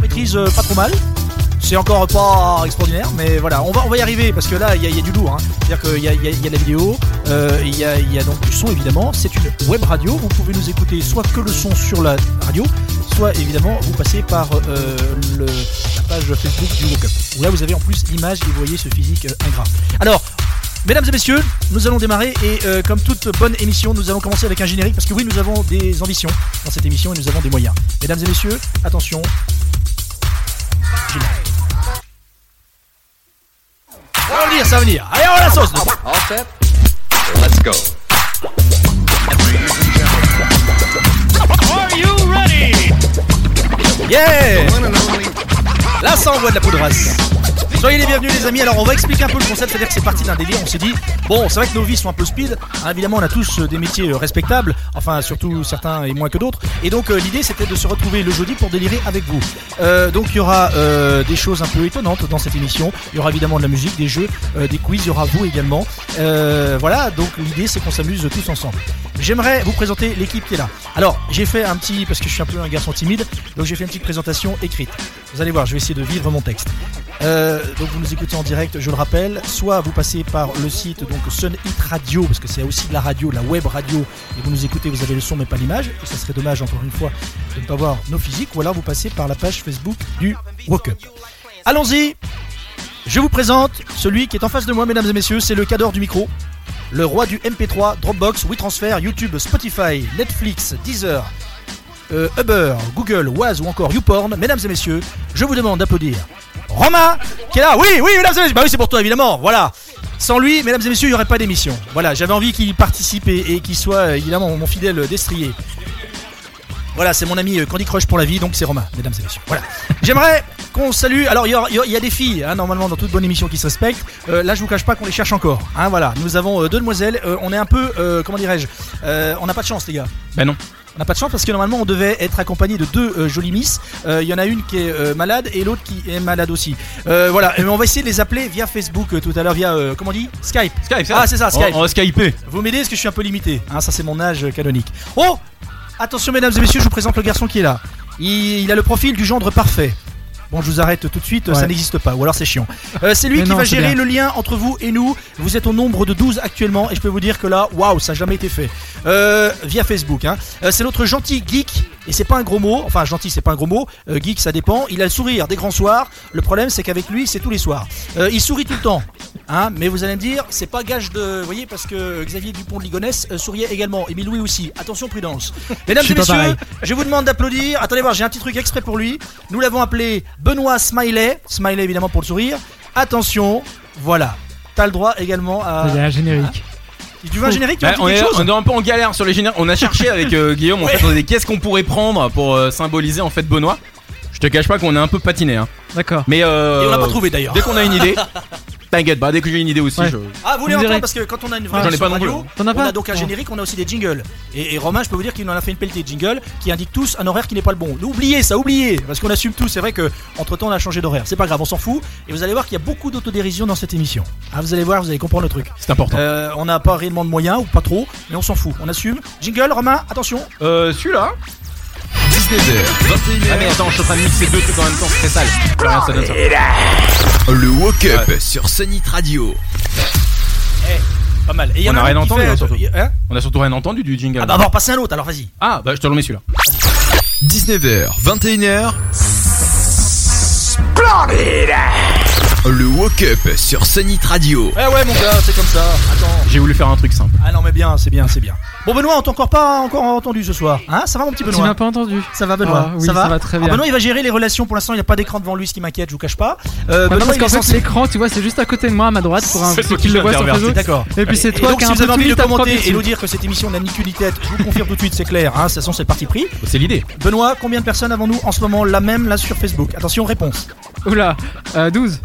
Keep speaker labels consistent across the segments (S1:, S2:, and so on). S1: maîtrise euh, pas trop mal. C'est encore pas extraordinaire, mais voilà, on va, on va y arriver parce que là, il y, a- il y a du lourd. hein. C'est-à-dire qu'il y a, il y a- il y a de la vidéo, euh, il y, a, il y a donc du son évidemment. C'est une web radio, vous pouvez nous écouter soit que le son sur la radio, soit évidemment vous passez par euh, le- la page Facebook du Woke Up. Où là, vous avez en plus l'image et vous voyez ce physique euh, ingrat. Alors, Mesdames et messieurs, nous allons démarrer et euh, comme toute bonne émission, nous allons commencer avec un générique parce que oui, nous avons des ambitions dans cette émission et nous avons des moyens. Mesdames et messieurs, attention. Générique. Ça va venir, ça va venir. Allez, on la sauce. là.
S2: All set? Let's go.
S1: Yeah Là, ça envoie de la poudrasse. Soyez les bienvenus, les amis. Alors, on va expliquer un peu le concept. C'est-à-dire que c'est parti d'un délire. On s'est dit, bon, c'est vrai que nos vies sont un peu speed. Hein, évidemment, on a tous euh, des métiers euh, respectables. Enfin, surtout certains et moins que d'autres. Et donc, euh, l'idée, c'était de se retrouver le jeudi pour délirer avec vous. Euh, donc, il y aura euh, des choses un peu étonnantes dans cette émission. Il y aura évidemment de la musique, des jeux, euh, des quiz. Il y aura vous également. Euh, voilà. Donc, l'idée, c'est qu'on s'amuse tous ensemble. J'aimerais vous présenter l'équipe qui est là. Alors, j'ai fait un petit, parce que je suis un peu un garçon timide, donc j'ai fait une petite présentation écrite. Vous allez voir, je vais essayer de vivre mon texte. Euh, donc vous nous écoutez en direct, je le rappelle. Soit vous passez par le site donc Sun Hit Radio, parce que c'est aussi de la radio, de la web radio, et vous nous écoutez, vous avez le son mais pas l'image, et ça serait dommage encore une fois de ne pas voir nos physiques, ou alors vous passez par la page Facebook du Woke Up. Allons-y Je vous présente celui qui est en face de moi, mesdames et messieurs, c'est le cador du micro. Le roi du MP3, Dropbox, WeTransfer, YouTube, Spotify, Netflix, Deezer, euh, Uber, Google, Waze ou encore YouPorn, mesdames et messieurs, je vous demande d'applaudir Romain qui est là. Oui, oui, mesdames et messieurs. Bah oui, c'est pour toi évidemment. Voilà. Sans lui, mesdames et messieurs, il n'y aurait pas d'émission. Voilà, j'avais envie qu'il participe et, et qu'il soit euh, évidemment mon fidèle destrier. Voilà, c'est mon ami euh, Candy Crush pour la vie, donc c'est Romain, mesdames et messieurs. Voilà. J'aimerais qu'on salue. Alors, il y, aura- il y aura- il y a des filles, hein, normalement, dans toute bonne émission qui se respectent. Euh, là, je vous cache pas qu'on les cherche encore. Hein, voilà, nous avons euh, deux demoiselles. Euh, on est un peu, euh, comment dirais-je, euh, on n'a pas de chance, les gars.
S3: Ben non.
S1: On n'a pas de chance parce que normalement on devait être accompagné de deux euh, jolies miss. Euh, Il y en a une qui est euh, malade et l'autre qui est malade aussi. Euh, voilà, mais on va essayer de les appeler via Facebook euh, tout à l'heure, via euh, comment on dit Skype.
S3: Skype,
S1: Ah c'est ça, Skype.
S3: On, on va skyper.
S1: Vous m'aidez parce que je suis un peu limité. Hein, ça c'est mon âge euh, canonique. Oh Attention mesdames et messieurs, je vous présente le garçon qui est là. Il, il a le profil du gendre parfait. Bon, je vous arrête tout de suite,
S4: Ouais.
S1: ça n'existe pas, ou alors c'est chiant. Euh, c'est lui
S4: Mais
S1: qui
S4: non,
S1: va
S4: c'est
S1: gérer
S4: bien.
S1: le lien entre vous et nous. Vous êtes au nombre de 12 actuellement, et je peux vous dire que là, waouh, ça n'a jamais été fait. Euh, via Facebook, hein. Euh, c'est notre gentil geek, et c'est pas un gros mot, enfin gentil, c'est pas un gros mot, Euh, geek ça dépend. Il a le sourire des grands soirs, le problème c'est qu'avec lui, c'est tous les soirs. Euh, il sourit tout le temps, hein, mais vous allez me dire, c'est pas gage de. Vous voyez, parce que Xavier Dupont de Ligonnès euh, souriait également, Émile Louis aussi. Attention, prudence. Mesdames
S4: Je suis
S1: et
S4: pas
S1: messieurs,
S4: pareil.
S1: je vous demande d'applaudir. Attendez voir, j'ai un petit truc exprès pour lui. Nous l'avons appelé Benoît Smiley. Smiley évidemment pour le sourire. Attention, voilà. T'as le droit également à. Ah.
S4: Il y a un générique.
S1: Tu veux un générique Tu veux
S3: Ben, on,
S1: dire
S3: est,
S1: quelque chose
S3: on est un peu en galère sur les génériques. On a cherché avec euh, Guillaume en fait on dit qu'est-ce qu'on pourrait prendre pour euh, symboliser en fait Benoît. Je te cache pas qu'on a un peu patiné hein.
S4: D'accord.
S3: Mais euh,
S1: Et on l'a pas trouvé d'ailleurs.
S3: Dès qu'on a une idée, t'inquiète pas, dès que j'ai une idée aussi,
S4: Ouais.
S3: je-
S1: Ah, vous voulez
S4: Vous me
S1: entendre
S4: direz-
S1: parce que quand on a une
S3: J'en
S1: vraie
S3: ai
S1: émission
S3: pas non plus.
S1: radio,
S4: T'en as
S1: on
S4: pas
S1: a donc un
S4: Bon.
S1: générique, on a aussi des jingles. Et, et Romain, je peux vous dire qu'il en a fait une pelletée de jingles qui indiquent tous un horaire qui n'est pas le bon. Oubliez ça, oubliez Parce qu'on assume tout. C'est vrai que entre temps, on a changé d'horaire. C'est pas grave, on s'en fout. Et vous allez voir qu'il y a beaucoup d'autodérision dans cette émission. Ah, vous allez voir, vous allez comprendre le truc.
S3: c'est important.
S1: Euh, on n'a pas réellement de moyens ou pas trop, mais on s'en fout. On assume. Jingle, Romain, attention.
S3: Euh, celui-là 19h, 21h. Ah mais attends, je suis en train de mixer deux trucs en même temps, c'est très sale. Rien, ça donne ça.
S5: Le Woke Up sur Sonic Radio.
S1: Pas mal. Et il y
S3: On
S1: en
S3: a
S1: un
S3: rien
S1: autre qui
S3: entendu,
S1: fait-
S3: hein, surtout.
S1: Hein
S3: On a surtout rien entendu du jingle.
S1: ah bah on va repasser un autre. Alors vas-y.
S3: Ah, bah, je te le remets celui-là.
S5: 19h, 21h. Le Woke Up sur Sonic Radio.
S1: Eh ouais mon gars, c'est comme ça. Attends.
S3: J'ai voulu faire un truc simple.
S1: Ah non mais bien, c'est bien, c'est bien. Bon Benoît, on t'a encore pas encore entendu ce soir. Hein Ça va mon petit
S4: Tu m'as
S1: Benoît
S4: pas entendu.
S1: ça va Benoît,
S4: Ah, oui, ça va très
S1: Ah,
S4: bien.
S1: Benoît il va gérer les relations pour l'instant, il n'y a pas d'écran devant lui, ce qui m'inquiète, je vous cache pas.
S4: Ouais,
S1: Euh,
S4: non,
S1: Benoît,
S4: parce
S1: il est
S4: qu'en fait,
S1: censé-
S4: l'écran, tu vois, c'est juste à côté de moi, à ma droite, pour un,
S3: C'est
S4: ceux
S3: toi
S4: qui
S3: qui
S4: le voient sur
S3: l'intervertis,
S4: Facebook.
S1: D'accord.
S4: Et puis c'est
S1: Et
S4: toi
S1: donc,
S4: qui as
S1: si
S4: un
S1: vous avez
S4: peu
S1: envie
S4: tout
S1: de
S4: le temps
S1: commenter et nous
S4: dessus.
S1: dire que cette émission n'a ni cul ni tête, je vous confirme tout de suite, c'est clair, hein, de toute façon c'est parti pris.
S3: C'est l'idée.
S1: Benoît, combien de personnes avons-nous en ce moment là même là sur Facebook Attention, réponse.
S4: Oula, euh, 12.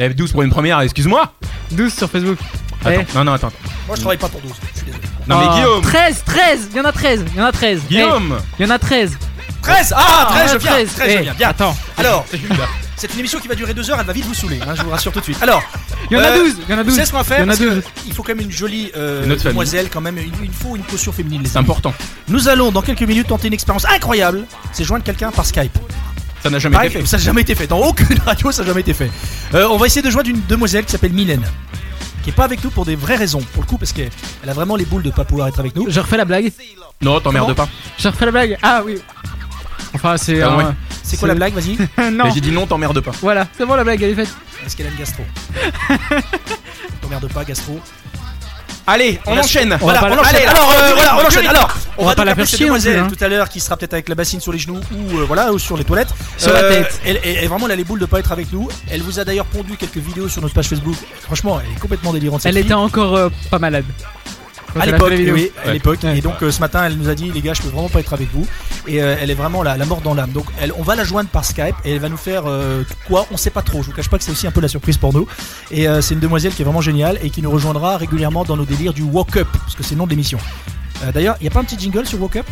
S3: F12 Eh, pour une première, excuse-moi.
S4: 12 sur Facebook. Eh.
S3: Attends, non, non, attends.
S1: Moi je travaille pas pour 12, je suis désolé.
S3: Non, mais
S4: Ah,
S3: Guillaume
S4: 13, 13, il y en a 13, il y en a 13.
S3: Guillaume
S4: Eh, Il y en a 13.
S1: 13
S4: Ah,
S1: Ah, 13, je viens,
S4: 13,
S1: 13, je
S4: eh,
S1: viens, bien.
S4: Attends,
S1: Alors,
S3: C'est celui-là.
S1: c'est une émission qui va durer deux heures, elle va vite vous saouler, hein, je vous rassure tout de suite. Alors,
S4: il y en a
S1: Euh,
S4: 12, il y en a
S1: vous
S4: 12.
S1: savez ce qu'on va
S4: Il
S1: faire
S4: y en a
S1: Parce que
S4: 12.
S1: Il faut quand même une jolie euh,
S3: Notre famille.
S1: demoiselle, quand même, il il faut une caution féminine. les
S3: C'est
S1: amis.
S3: important.
S1: Nous allons dans quelques minutes tenter une expérience incroyable, c'est joindre quelqu'un par Skype.
S3: Ça n'a jamais
S1: Pareil,
S3: été fait.
S1: ça n'a jamais été fait. Dans aucune radio, ça n'a jamais été fait. Euh, on va essayer de joindre une demoiselle qui s'appelle Mylène, qui est pas avec nous pour des vraies raisons, pour le coup, parce qu'elle elle a vraiment les boules de pas pouvoir être avec nous.
S4: Je refais la blague.
S3: Non, t'emmerdes pas.
S4: Je refais la blague. Ah oui. Enfin, c'est.
S3: Ah,
S4: un-
S1: C'est quoi la blague, vas-y
S4: non.
S3: J'ai dit non, t'emmerdes pas.
S4: Voilà, c'est bon la blague, elle est faite.
S1: Est-ce qu'elle aime Gastro T'emmerdes pas, Gastro.
S3: Allez, on
S1: Merci.
S3: enchaîne.
S1: Voilà,
S4: pas
S1: on
S4: la-
S1: enchaîne.
S4: Allez,
S1: alors, euh, voilà, on enchaîne. Alors, on,
S4: va
S1: va
S4: pas
S1: donc
S4: la
S1: appeler
S4: faire
S1: cette
S4: chier non plus,
S1: demoiselle
S4: hein.
S1: tout à l'heure qui sera peut-être avec la bassine sur les genoux ou euh, voilà ou sur les toilettes. Euh,
S4: Sur la tête.
S1: Elle, elle- elle- vraiment, elle a les boules de pas être avec nous. Elle vous a d'ailleurs pondu quelques vidéos sur notre page Facebook. Franchement, elle est complètement délirante. cette
S4: Elle
S1: fille.
S4: était encore euh, pas malade. Quand
S1: à
S4: elle a
S1: l'époque,
S4: fait la
S1: eh
S4: vidéo.
S1: oui, à
S3: Ouais.
S1: l'époque. Et donc euh, ce matin, elle nous a dit, les gars, je peux vraiment pas être avec vous. Et euh, elle est vraiment la, la mort dans l'âme. Donc elle, on va la joindre par Skype et elle va nous faire euh, quoi On sait pas trop. Je vous cache pas que c'est aussi un peu la surprise pour nous. Et euh, c'est une demoiselle qui est vraiment géniale et qui nous rejoindra régulièrement dans nos délires du Walk Up, parce que c'est le nom de l'émission. Euh, D'ailleurs, il y a pas un petit jingle sur Walk Up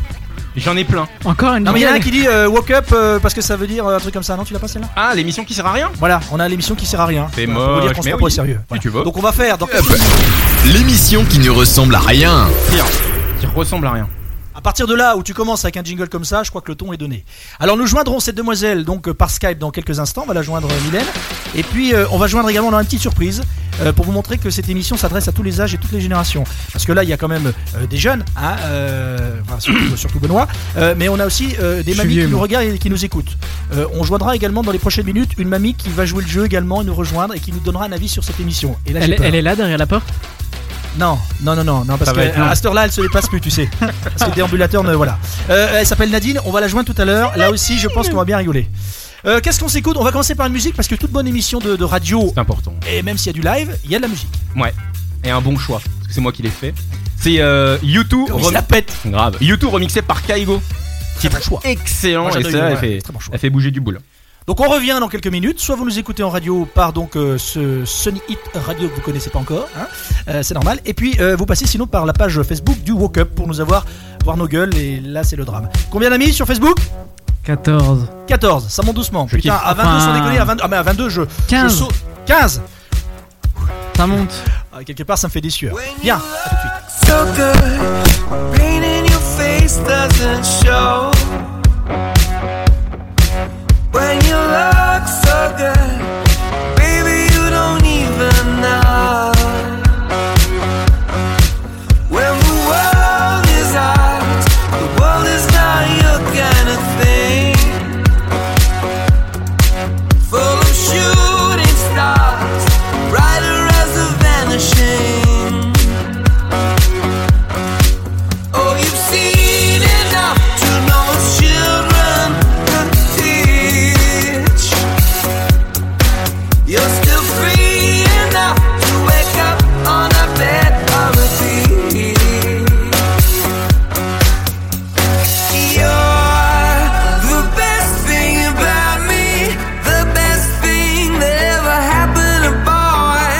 S3: J'en ai plein.
S4: Encore une
S1: Non, mais il y en a un
S4: blague.
S1: qui dit euh, Walk Up euh, parce que ça veut dire euh, un truc comme ça. Non, tu l'as pas celle-là
S3: Ah, l'émission qui sert à rien
S1: Voilà, on a l'émission qui sert à rien.
S3: C'est
S1: Voilà, pour vous dire
S3: moche,
S1: qu'on se
S3: mais
S1: prend pas au
S3: oui.
S1: sérieux. Voilà.
S3: tu veux.
S1: Donc on va faire. Donc,
S5: Hop. Eh ben. L'émission qui ne ressemble à rien.
S3: Qui ressemble à rien.
S1: À partir de là où tu commences avec un jingle comme ça, je crois que le ton est donné. Alors nous joindrons cette demoiselle donc euh, par Skype dans quelques instants. On va la joindre euh, Mylène. Et puis euh, on va joindre également dans une petite surprise euh, pour vous montrer que cette émission s'adresse à tous les âges et toutes les générations. Parce que là il y a quand même euh, des jeunes, hein, euh, enfin, surtout, surtout Benoît, euh, mais on a aussi euh, des
S4: suis
S1: mamies
S4: vieux,
S1: qui nous
S4: moi.
S1: regardent et qui nous écoutent. Euh, on joindra également dans les prochaines minutes une mamie qui va jouer le jeu également et nous rejoindre et qui nous donnera un avis sur cette émission. Et là, j'ai
S4: Elle,
S1: peur.
S4: elle est là derrière la porte.
S1: Non, non, non, non, non parce
S3: Ça va
S1: que euh,
S3: être long.
S1: à cette heure-là, elle se dépasse plus, tu sais. Parce que le déambulateur, ne, voilà. Euh, elle s'appelle Nadine, on va la joindre tout à l'heure. Là aussi, je pense qu'on va bien rigoler. Euh, Qu'est-ce qu'on s'écoute On va commencer par une musique parce que toute bonne émission de, de radio,
S3: C'est important.
S1: et même s'il y a du live, il y a de la musique.
S3: Ouais. Et un bon choix. Parce que c'est moi qui l'ai fait. C'est euh, YouTube.
S1: On se la pète.
S3: Grave. YouTube remixé par Kaigo.
S1: Très bon choix.
S3: Excellent.
S1: Moi,
S3: Et
S1: j'adore
S3: ça,
S1: YouTube,
S3: elle
S1: ouais,
S3: fait,
S1: très bon choix.
S3: elle fait bouger du boule.
S1: Donc on revient dans quelques minutes. Soit vous nous écoutez en radio par donc euh, ce Sony Hit Radio que vous connaissez pas encore, hein. Euh, c'est normal. Et puis euh, vous passez sinon par la page Facebook du Woke Up pour nous avoir voir nos gueules. Et là c'est le drame. Combien d'amis sur Facebook
S4: 14.
S1: 14, ça monte doucement.
S3: Je
S1: Putain,
S3: kiffe.
S1: à 22, sans
S4: Enfin,
S1: déconner, à 22, ah, mais à 22 je,
S4: 15.
S1: je saute. 15
S4: Ça monte.
S1: Ah, Quelque part, ça me fait des sueurs. Bien, à tout de suite.
S6: so good. Pain in your face doesn't show. When you look so good, baby, you don't even know. When the world is out, the world is not your kind of thing. Full of shooting stars, brighter as a vanishing. Oh, you've seen enough to know what children can teach. You're still free enough to wake up on a bed of a You're the best thing about me, the best thing that ever happened to boy.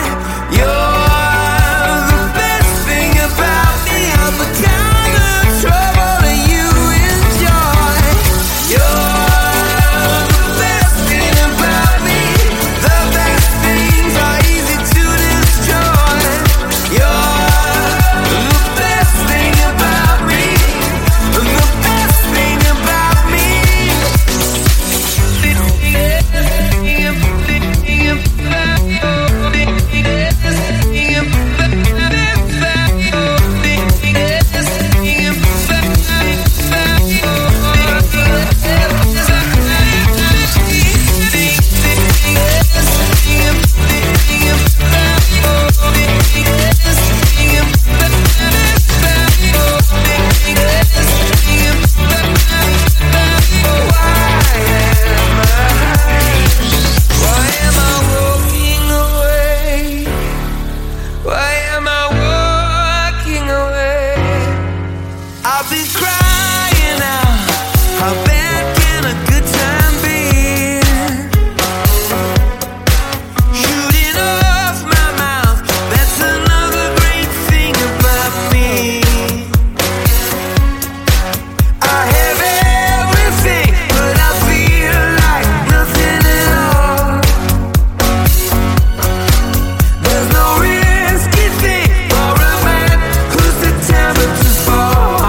S6: You're the best thing about me, I'm the kind of trouble that you enjoy. You're the best thing about me, the best things are easy to destroy. You're the best thing about me, the best thing about me. Why am I walking away? Why am I walking away? I've been crying out. How bad can a good time be? Shooting off my mouth. That's another great thing about me. I have everything, but I feel like nothing at all. There's no risky thing for a man who's determined to fall.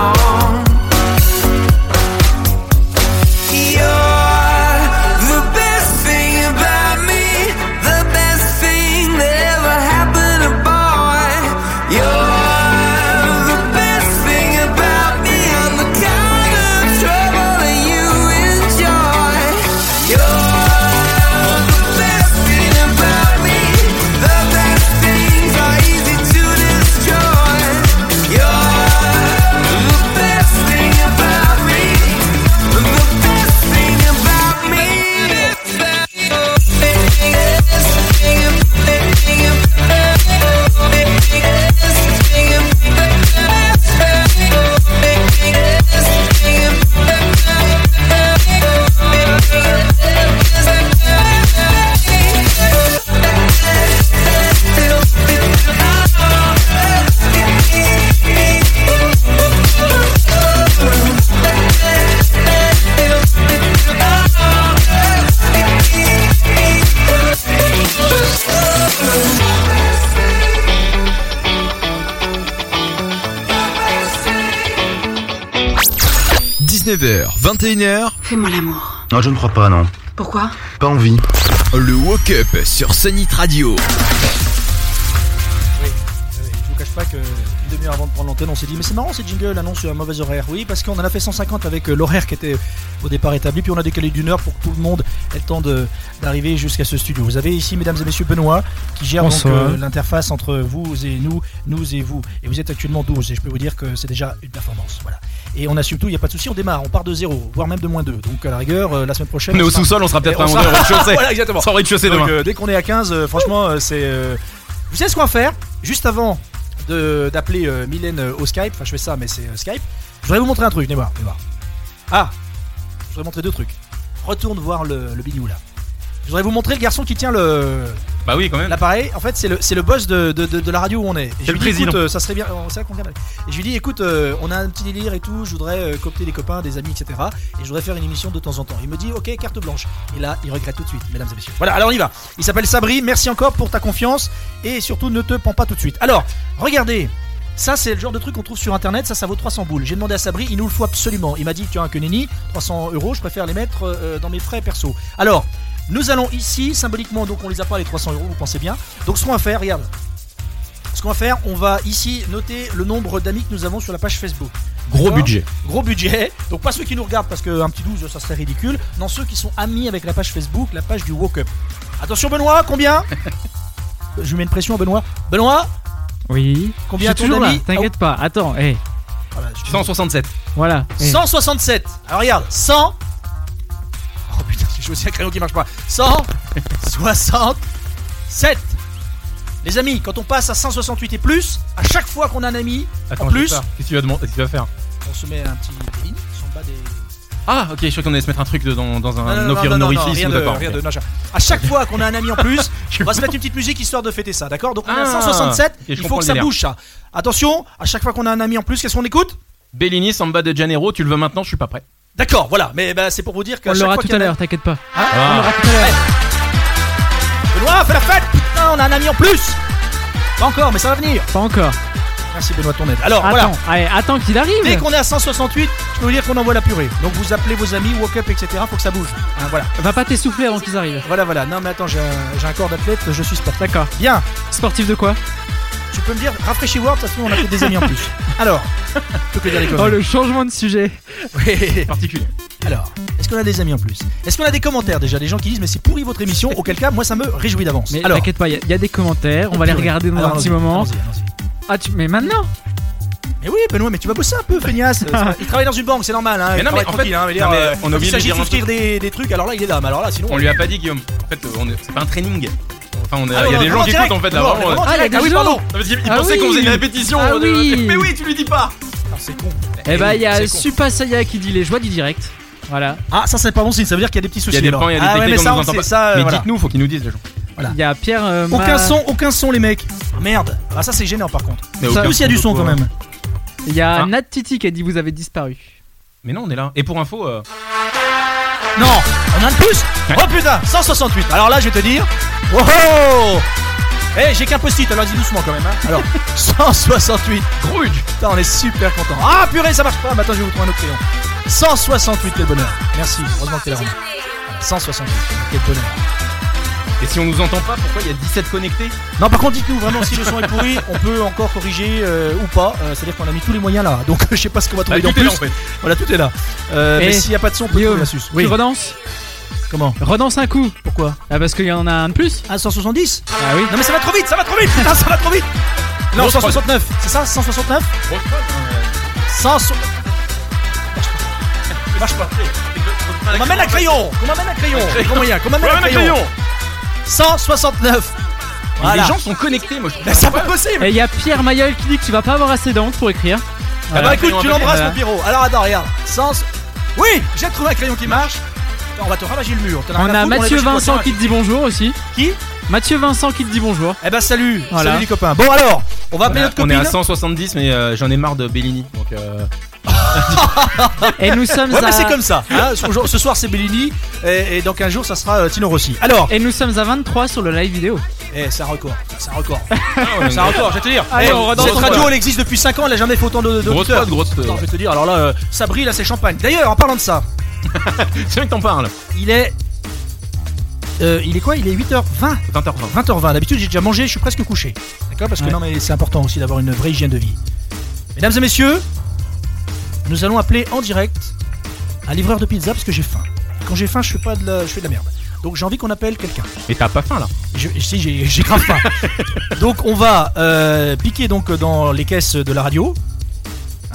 S5: 19h, 21h,
S7: Fais-moi l'amour.
S8: Non, je ne crois pas, non.
S7: Pourquoi
S8: Pas envie.
S5: le Woke Up sur Sunnit Radio.
S1: Eh Oui, Je vous cache pas que une demi-heure avant de prendre l'antenne, on s'est dit mais c'est marrant ces jingles annoncent un mauvais horaire. Oui, parce qu'on en a fait 150 avec euh, l'horaire qui était au départ établi, puis on a décalé d'une heure pour que tout le monde ait le temps de- d'arriver jusqu'à ce studio. Vous avez ici, mesdames et messieurs, Benoît qui gère donc
S4: Bonsoir.
S1: euh, l'interface entre vous et nous, nous et vous. Et vous êtes actuellement 12 et je peux vous dire que c'est déjà une performance. Voilà. Et on assume tout, il n'y a pas de souci, on démarre, on part de zéro, voire même de moins 2. Donc à la rigueur, euh, la semaine prochaine.
S3: On est
S1: on
S3: au
S1: sera-
S3: sous-sol, on sera peut-être
S1: Et
S3: à
S1: on
S3: mon
S1: sera-
S3: rez-de-chaussée.
S1: Voilà, exactement.
S3: Sans rez-de-chaussée
S1: Donc,
S3: demain.
S1: euh, dès qu'on est à 15, euh, franchement, euh, c'est. euh, Vous savez ce qu'on va faire Juste avant de- d'appeler euh, Mylène euh, au Skype, enfin je fais ça, mais c'est euh, Skype, je voudrais vous montrer un truc, venez voir, venez voir. Ah Je voudrais montrer deux trucs. Retourne voir le, le bignou là. Je voudrais vous montrer le garçon qui tient le
S3: Bah oui, quand même.
S1: l'appareil. En fait, c'est le, c'est le boss de, de- de- de la radio où on est. Et je
S3: le
S1: lui dis,
S3: président.
S1: écoute, euh, ça serait bien. oh, c'est là qu'on regarde. Et je lui dis, écoute, euh, on a un petit délire et tout. Je voudrais euh, coopter des copains, des amis, etc. Et je voudrais faire une émission de temps en temps. Il me dit, ok, carte blanche. Et là, il regrette tout de suite, mesdames et messieurs. Voilà, alors on y va. Il s'appelle Sabri. Merci encore pour ta confiance et surtout ne te pends pas tout de suite. Alors, regardez. Ça, c'est le genre de truc qu'on trouve sur internet, ça, ça vaut 300 boules. J'ai demandé à Sabri, il nous le faut absolument. Il m'a dit, tu as un que nenni, 300 euros, je préfère les mettre euh, dans mes frais perso. Alors, nous allons ici, symboliquement, donc on les a pas les 300 euros, vous pensez bien. Donc ce qu'on va faire, regarde. Ce qu'on va faire, on va ici noter le nombre d'amis que nous avons sur la page Facebook.
S3: Gros
S1: D'accord
S3: budget.
S1: Gros budget. Donc pas ceux qui nous regardent parce qu'un petit 12 ça serait ridicule. Non, ceux qui sont amis avec la page Facebook, la page du Woke Up. Attention Benoît, combien Je mets une pression à Benoît. Benoît
S4: Oui.
S1: Combien
S4: Je suis
S1: ton
S4: toujours là,
S1: ami
S4: t'inquiète pas. Attends, hé.
S1: Voilà, Ah bah, je te-
S3: 167.
S4: Voilà. Eh, hé.
S3: Eh.
S1: 167. Alors regarde, 100. Oh putain, j'ai choisi un crayon qui marche pas. 167. Les amis, quand on passe à 168 et plus, à chaque fois qu'on a un ami, en
S3: je sais
S1: plus,
S3: pas. qu'est-ce que tu vas demander- qu'est-ce que tu vas faire
S1: on se met un petit ligne sur le bas des.
S3: Ah, ok, je crois qu'on allait se mettre un truc dedans- dans
S1: Non, non,
S3: un
S1: non, non,
S3: ophir-
S1: non,
S3: orifice.
S1: non, rien
S3: ou
S1: de-
S3: d'accord,
S1: rien
S3: ok.
S1: de- non, je- À chaque fois qu'on a un ami en plus, on va se mettre une petite musique histoire de fêter ça, d'accord Donc on est à
S3: Ah,
S1: 167,
S3: ok, je
S1: il faut
S3: comprends
S1: que
S3: le
S1: ça
S3: délire.
S1: bouge ça. Attention, à chaque fois qu'on a un ami en plus, qu'est-ce qu'on écoute
S3: Bellini, Samba de Janeiro, tu le veux maintenant, je suis pas prêt.
S1: D'accord, voilà, mais bah, c'est pour vous dire que
S4: On l'aura tout à l'heure, t'inquiète pas.
S3: Ah.
S4: On l'aura tout à l'heure.
S1: Eh, Benoît, fais la fête Putain, on a un ami en plus Pas encore, mais ça va venir
S4: Pas encore.
S1: Merci Benoît de ton aide. Alors voilà,
S4: Attends, allez, attends qu'il arrive.
S1: dès qu'on est à 168, je peux vous dire qu'on envoie la purée. Donc vous appelez vos amis, walk up, etc. Faut que ça bouge. Hein, voilà,
S4: Va pas t'essouffler avant qu'ils arrivent.
S1: voilà, voilà. Non mais attends, j'ai un, j'ai un corps d'athlète, je suis sportif.
S4: D'accord.
S1: Bien,
S4: Sportif de quoi
S1: tu peux me dire, rafraîchis Word, parce qu'on a fait des amis en plus. Alors, je peux que dire les
S4: Oh
S1: conneries.
S4: le changement de sujet.
S1: Oui.
S3: Particulier.
S1: Alors, est-ce qu'on a des amis en plus Est-ce qu'on a des commentaires déjà Des gens qui disent mais c'est pourri votre émission, auquel cas moi ça me réjouit d'avance.
S4: Mais t'inquiète pas, il y, a des commentaires, on va les
S1: purée.
S4: regarder dans
S1: Ah Alors,
S4: un petit
S1: allons-y,
S4: moment.
S1: allons-y, allons-y.
S4: Ah tu mais maintenant
S1: Mais oui, Benoît, mais tu vas bosser un peu, feignasse. Euh, c'est pas- il travaille dans une banque, c'est normal. Hein,
S3: Mais
S1: il
S3: non, mais
S1: travaille
S3: en fait-
S1: tranquille, hein, mais dire,
S3: non, mais
S1: euh,
S3: on a
S1: quand
S3: oublié
S1: il
S3: de
S1: s'agit
S3: dire un
S1: d'offrir des, des trucs, alors là, il est dame. Alors là, sinon. euh,
S3: On lui a pas dit, Guillaume. En fait, on est- c'est pas un training. Enfin, on est-
S1: Ah,
S3: il y a
S1: non,
S3: des
S1: non,
S3: gens
S1: en
S3: qui
S1: direct.
S3: écoutent en fait euh,
S1: Non,
S3: là.
S1: on est
S3: vraiment.
S1: en
S4: Ah, il y a
S1: direct.
S4: des
S1: oui,
S4: gens.
S1: pardon.
S3: Parce qu'il il
S4: Ah
S3: pensait qu'on faisait une
S4: oui.
S3: répétition.
S1: euh,
S4: Ah
S3: de-
S4: oui.
S3: Mais oui, tu lui dis pas.
S1: Ah, c'est con.
S4: Eh bah il y a
S1: c'est con.
S4: Supa Saya qui dit les joies du direct. Voilà.
S1: Ah, ça, c'est pas bon signe, ça veut dire qu'il y a des petits
S3: Il
S1: soucis.
S3: y a des
S1: alors.
S3: points, il y
S1: ah,
S3: a
S1: ouais,
S3: des
S1: mais
S3: techniques
S1: ça,
S3: qu'on
S1: on
S3: nous entend
S1: sait,
S3: pas.
S1: ça, euh,
S3: Mais
S1: voilà.
S3: dites-nous, faut qu'ils nous disent les gens.
S1: Voilà.
S4: Il y a Pierre euh,
S1: Aucun
S4: Ma-
S1: son, aucun son, les mecs. Merde. Bah. Ah, ça, c'est gênant par contre.
S3: Mais
S4: Ça-
S3: aucun-
S1: Nous, il y a du son quand même.
S4: Il y a
S3: Ah.
S4: Nat Titi qui a dit vous avez disparu.
S3: Mais non, on est là. Et pour info, euh,
S1: Non, on a de plus Oh putain, 168. Alors là, je vais te dire. Oh oh Eh, j'ai qu'un post-it, alors dis doucement quand même. hein. Alors, 168.
S3: gros budget.
S1: Putain, on est super content. Ah purée, ça marche pas. Maintenant, je vais vous trouver un autre crayon. 168, quel bonheur. Merci, heureusement que t'es là. Romain. 168, quel bonheur.
S3: Et si on nous entend pas, pourquoi il y a 17 connectés
S1: Non, par contre, dites-nous vraiment si le son est pourri, on peut encore corriger euh, ou pas. Euh, C'est-à-dire qu'on a mis tous les moyens là. Donc, je sais pas ce qu'on va
S3: Bah,
S1: trouver en
S3: tout est
S1: plus.
S3: là, en fait.
S1: Voilà, tout est là. Euh,
S4: Eh,
S1: mais s'il n'y a pas de son, on peut trouver
S4: Guillaume,
S1: la suce.
S4: Tu
S1: Oui,
S4: redanses
S1: comment
S4: Redanse un coup.
S1: Pourquoi
S4: Ah parce qu'il y en a un de plus.
S1: Ah, 170
S4: Ah oui.
S1: Non, mais ça va trop vite, ça va trop vite Putain, ça va trop vite Non,
S3: Grosse
S1: 169, c'est ça 169 hein, 100 euh. Marche pas. On m'amène un crayon On m'amène un crayon Grand moyen, qu'on m'amène un crayon 169
S3: Mais
S1: Voilà
S3: Les gens sont connectés, moi je trouve.
S1: Mais c'est pas possible
S4: Et il y a Pierre Mayol qui dit que tu vas pas avoir assez d'encre pour écrire.
S1: Ah
S3: Euh,
S1: bah écoute, tu l'embrasses
S4: Voilà.
S1: mon pyro Alors attends, regarde 100 Oui J'ai trouvé un crayon qui marche Putain, on va te ravager le mur. T'en as
S4: On
S1: rien à
S4: a
S1: foutre, est
S4: Mathieu
S1: chez toi,
S4: Vincent
S1: tiens.
S4: qui te dit bonjour aussi.
S1: Qui
S4: Mathieu Vincent qui te dit bonjour.
S1: Eh bah salut
S4: Voilà.
S1: Salut les copains Bon alors, on va appeler notre
S3: On est à
S1: copine
S3: 170, mais euh, j'en ai marre de Bellini. Donc, euh,
S4: Et nous sommes
S1: Ouais,
S4: à
S1: mais c'est comme ça. hein. Ce ce soir, c'est Bellini. Et, et dans 15 jours, ça sera euh, Tino Rossi. Alors,
S4: Et nous sommes à 23 sur le live vidéo.
S1: Eh, c'est un record. C'est un record.
S3: ouais,
S1: c'est un record, je vais te dire.
S4: Allez,
S1: Eh,
S4: on va dans
S1: cette
S4: le
S1: radio,
S4: sport.
S1: elle existe depuis 5 ans, elle a jamais fait autant de. de
S3: Grosse
S1: d'auditeurs.
S3: prod, grosse prod.
S1: Attends, je vais te dire, alors là, euh, ça brille, là, c'est champagne. D'ailleurs, en parlant de ça,
S3: C'est bien que t'en parles.
S1: il est. euh, il est quoi Il est 8h20.
S3: 20h20.
S1: 20h20. D'habitude, j'ai déjà mangé, je suis presque couché. D'accord Parce que
S4: Ouais.
S1: non, mais c'est important aussi d'avoir une vraie hygiène de vie. Mesdames et messieurs, nous allons appeler en direct un livreur de pizza parce que j'ai faim. Et quand j'ai faim, je fais pas de la, je fais de la merde. Donc j'ai envie qu'on appelle quelqu'un.
S3: Mais t'as pas faim là
S1: Je- si j'ai j'ai grave faim. donc on va euh, piquer donc dans les caisses de la radio.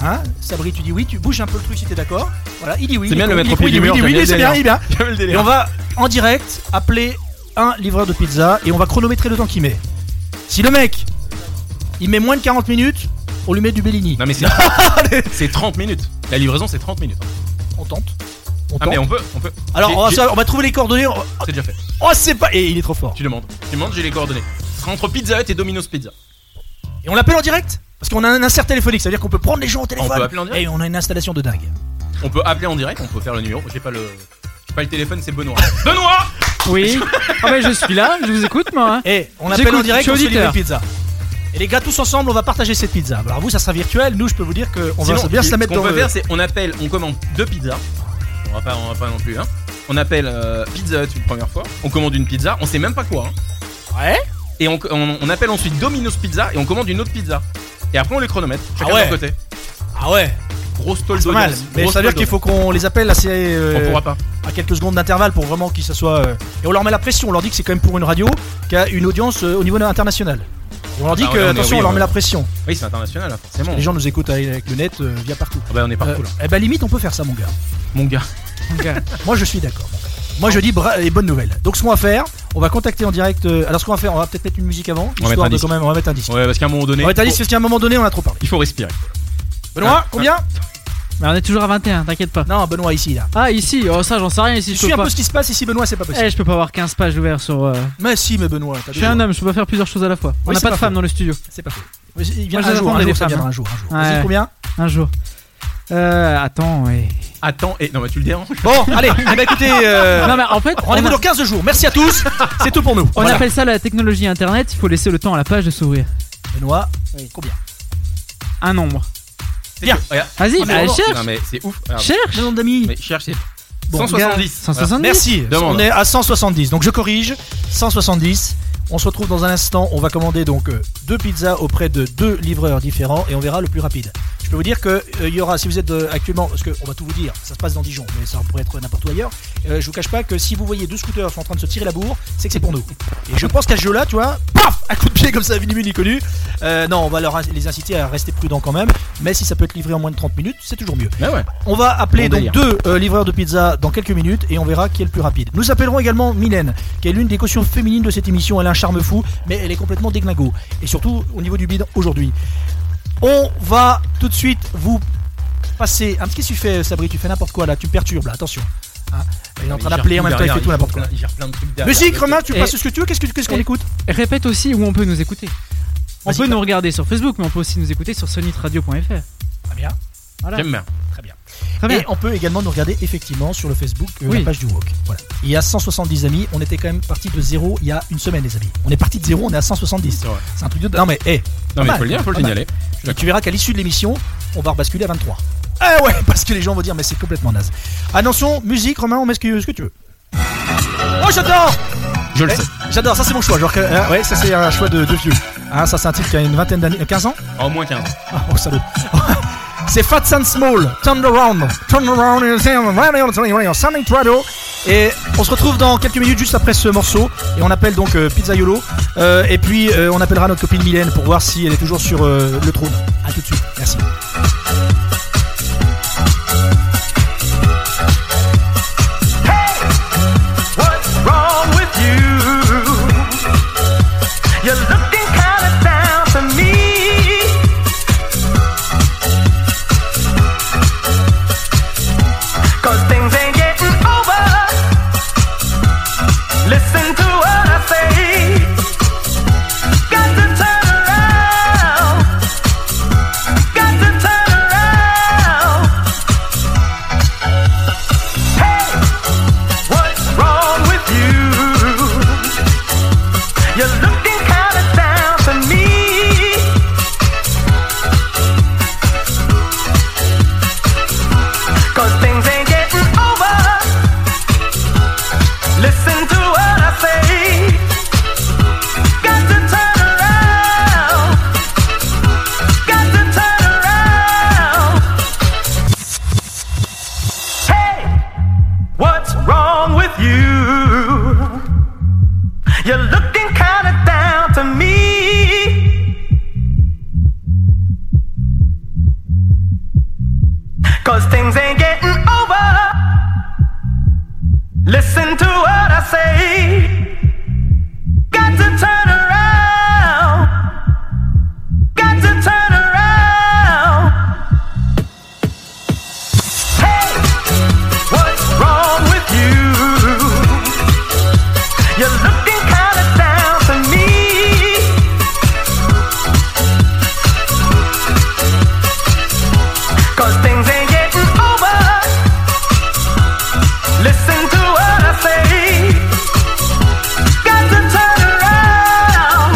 S1: Hein Sabri, tu dis oui, tu bouges un peu le truc si t'es d'accord. Voilà, il dit oui.
S3: C'est
S1: il
S3: bien
S1: est
S3: de le
S1: con- il
S3: mettre
S1: est
S3: au
S1: con,
S3: pied
S1: il dit
S3: du
S1: oui,
S3: mur,
S1: il dit oui,
S3: j'avais
S1: oui, c'est
S3: le
S1: bien,
S3: délire.
S1: il est bien.
S3: J'avais le
S1: Et
S3: délire.
S1: on va en direct appeler un livreur de pizza et on va chronométrer le temps qu'il met. Si le mec il met moins de 40 minutes, on lui met du Bellini.
S3: Non mais c'est. c'est 30 minutes. La livraison c'est 30 minutes.
S1: On tente. On
S3: Ah
S1: tente.
S3: mais on peut, on peut.
S1: Alors
S3: J'ai-
S1: on va,
S3: j'ai-
S1: savoir- on va trouver les coordonnées. on-
S3: C'est déjà fait.
S1: Oh c'est pas. Et il est trop fort.
S3: Tu demandes. Tu demandes, j'ai les coordonnées. Ce sera entre Pizza Hut et Domino's Pizza.
S1: Et on l'appelle en direct Parce qu'on a un insert téléphonique, ça veut dire qu'on peut prendre les gens au téléphone.
S3: peut appeler en direct
S1: Et on a une installation de dingue.
S3: On peut appeler en direct, on peut faire le numéro. J'ai pas le. J'ai pas le téléphone, c'est Benoît. Benoît
S4: Oui. Ah bah je suis là, je vous écoute moi. hein.
S1: Et on
S4: J'écoute,
S1: appelle en direct
S4: je
S1: on
S4: suis
S1: se livre une
S4: auditeur.
S1: pizza. Et les gars tous ensemble, on va partager cette pizza. Alors vous, ça sera virtuel. Nous, je peux vous dire qu'on va
S3: Sinon,
S1: bien se la
S3: ce
S1: mettre
S3: qu'on
S1: dans
S3: peut
S1: le.
S3: faire, c'est on appelle, on commande deux pizzas. On va pas, on va pas non plus. Hein. On appelle euh, Pizza Hut une première fois. On commande une pizza. On sait même pas quoi. hein.
S1: Ouais.
S3: Et on, on- on appelle ensuite Domino's Pizza et on commande une autre pizza. Et après on les chronomètre. Chacun
S1: Ah ouais.
S3: de leur côté.
S1: Ah ouais.
S3: Grosse tôle
S1: C'est mal.
S3: d'audience,
S1: Mais
S3: grosse
S1: ça veut dire
S3: tôle
S1: qu'il faut qu'on les appelle assez. euh,
S3: d'audience. On pourra pas.
S1: à quelques secondes d'intervalle pour vraiment qu'ils ça soit. euh, Et on leur met la pression, on leur dit que c'est quand même pour une radio qui a une audience euh, au niveau international. Et on leur dit
S3: Ah,
S1: que
S3: on est- on est-
S1: attention,
S3: oui,
S1: on leur
S3: on-
S1: met la pression.
S3: Oui, c'est international, là, forcément.
S1: Les gens nous écoutent avec avec le net euh, via partout.
S3: Ah bah, on est partout là.
S1: Euh, eh ben limite, on peut faire ça, mon gars.
S3: Mon gars.
S1: Moi, je suis d'accord. Moi, je dis bra- et bonne nouvelle. Donc, ce qu'on va faire, on va contacter en direct. euh, Alors, ce qu'on va faire, on va peut-être mettre une musique avant,
S3: va mettre
S1: histoire
S3: un
S1: de
S3: disque.
S1: quand même, on va mettre un disque.
S3: Ouais, parce qu'à un moment donné.
S1: On va mettre un
S3: il
S1: disque
S3: faut-
S1: parce qu'à un moment donné, on a trop parlé.
S3: il faut respirer.
S1: Benoît,
S3: Ah,
S1: combien
S4: Mais on est toujours à 21, t'inquiète pas.
S1: Non, Benoît ici là.
S4: Ah ici, oh ça j'en sais rien ici,
S1: Je
S4: je
S1: suis
S4: peux
S1: un
S4: pas.
S1: peu ce qui se passe ici, Benoît, c'est pas possible.
S4: Eh, je peux pas avoir 15 pages ouvertes sur. euh,
S1: Mais si, mais Benoît,
S4: Je
S1: t'as
S4: suis
S1: deux
S4: un
S1: jours.
S4: homme, je peux pas faire plusieurs choses à la fois. On
S1: Oui,
S4: n'a
S1: c'est
S4: pas de
S1: pas
S4: femme
S1: faux.
S4: dans le studio.
S1: C'est pas faux. Il
S4: Moi,
S1: vient un
S4: j'attends
S1: jour, un
S4: les
S1: jour, ça
S4: femmes,
S1: viendra
S4: hein.
S1: un jour, un jour.
S4: Ouais.
S1: Vas-y, combien
S4: Un jour. Euh, attends, oui.
S3: Attends, et. Non, mais tu le déranges.
S1: Bon, allez, eh ben, écoutez, euh,
S4: Non mais en fait, on,
S1: rendez-vous
S4: a-
S1: dans 15 jours. Merci à tous, c'est tout pour nous.
S4: on
S1: Voilà.
S4: appelle ça la technologie internet, il faut laisser le temps à la page de s'ouvrir.
S1: Benoît, combien
S4: Un nombre.
S1: Bien.
S3: Regarde.
S4: Vas-y, bah,
S1: bon,
S4: cherche
S3: Non, mais c'est ouf. Regarde.
S4: Cherche
S1: Le nombre d'amis
S3: Mais cherche, c'est.
S4: Bon,
S3: 170.
S4: gars, 170.
S1: Merci,
S3: Demande.
S1: on est à 170, donc je corrige, 170. On se retrouve dans un instant, on va commander donc euh, deux pizzas auprès de deux livreurs différents et on verra le plus rapide. Je peux vous dire que euh, il y aura, si vous êtes euh, actuellement, parce qu'on va tout vous dire, ça se passe dans Dijon, mais ça pourrait être n'importe où ailleurs. Euh, je vous cache pas que si vous voyez deux scooters qui sont en train de se tirer la bourre, c'est que c'est pour nous. Et je pense qu'à ce jeu-là, tu vois, paf, un coup de pied comme ça, venu ni connu. Euh, non, on va leur, in- les inciter à rester prudents quand même, mais si ça peut être livré en moins de 30 minutes, c'est toujours mieux.
S3: Bah ouais.
S1: On va appeler
S3: Bon
S1: donc
S3: délire.
S1: deux euh, livreurs de pizza dans quelques minutes et on verra qui est le plus rapide. Nous appellerons également Mylène, qui est l'une des cautions féminines de cette émission. Elle a un charme fou, mais elle est complètement déglingo. Et surtout au niveau du bide aujourd'hui. On va tout de suite vous passer. Ah, mais Qu'est-ce que tu fais, Sabri Tu fais n'importe quoi là, tu me perturbes là, attention. Hein, elle est en train d'appeler en même temps, elle fait tout n'importe quoi.
S3: Il gère plein de trucs derrière.
S1: Musique, Romain, tu
S4: Et-
S1: passes ce que tu veux Qu'est-ce que- qu'est-ce qu'on
S4: et-
S1: écoute
S4: Répète aussi où on peut nous écouter. On
S1: Vas-y,
S4: peut
S1: bah.
S4: nous regarder sur Facebook, mais on peut aussi nous écouter sur sonitradio.fr.
S1: Très bien.
S4: Voilà.
S3: J'aime bien.
S4: Très bien.
S1: Et on peut également nous regarder effectivement sur le Facebook, euh,
S4: Oui.
S1: la page du Walk. Voilà. Il y a 170 amis, on était quand même parti de zéro il y a une semaine, les amis. On est parti de zéro, on est à 170.
S3: C'est vrai.
S1: C'est un truc de. Non mais, hé,
S3: Non, mais
S1: mal,
S3: faut le dire, faut le
S1: pas mal.
S3: signaler.
S1: Et tu verras qu'à l'issue de l'émission, on va rebasculer à 23. Ah ouais, parce que les gens vont dire, mais c'est complètement naze. Attention, musique, Romain, on met ce que, ce que tu veux. Oh, j'adore
S3: Je le
S1: Eh,
S3: sais.
S1: J'adore, ça c'est mon choix. Genre, que- euh, ouais, ça c'est un choix de, de vieux. Hein, ça c'est un titre qui a une vingtaine d'années, euh, 15 ans
S3: En moins 15.
S1: Ah, oh, salaud. c'est Fat and Small, Turn Around. Turn Around, Sounding Trado. Et on se retrouve dans quelques minutes juste après ce morceau. Et on appelle donc euh, Pizza Yolo. Euh, et puis euh, on appellera notre copine Mylène pour voir si elle est toujours sur euh, le trône. A tout de suite, merci.
S6: What's wrong with you? You're looking kind of down to me. Cause things ain't getting over. Listen to what I say. Got to turn around. Got to turn you. You're looking kinda down to me. Cause things ain't getting over. Listen to what I say. Got to turn around. Got to turn around. Hey, what's wrong with you? You're looking kinda down to me. Cause things ain't getting over. Listen to what I say. Got to turn around.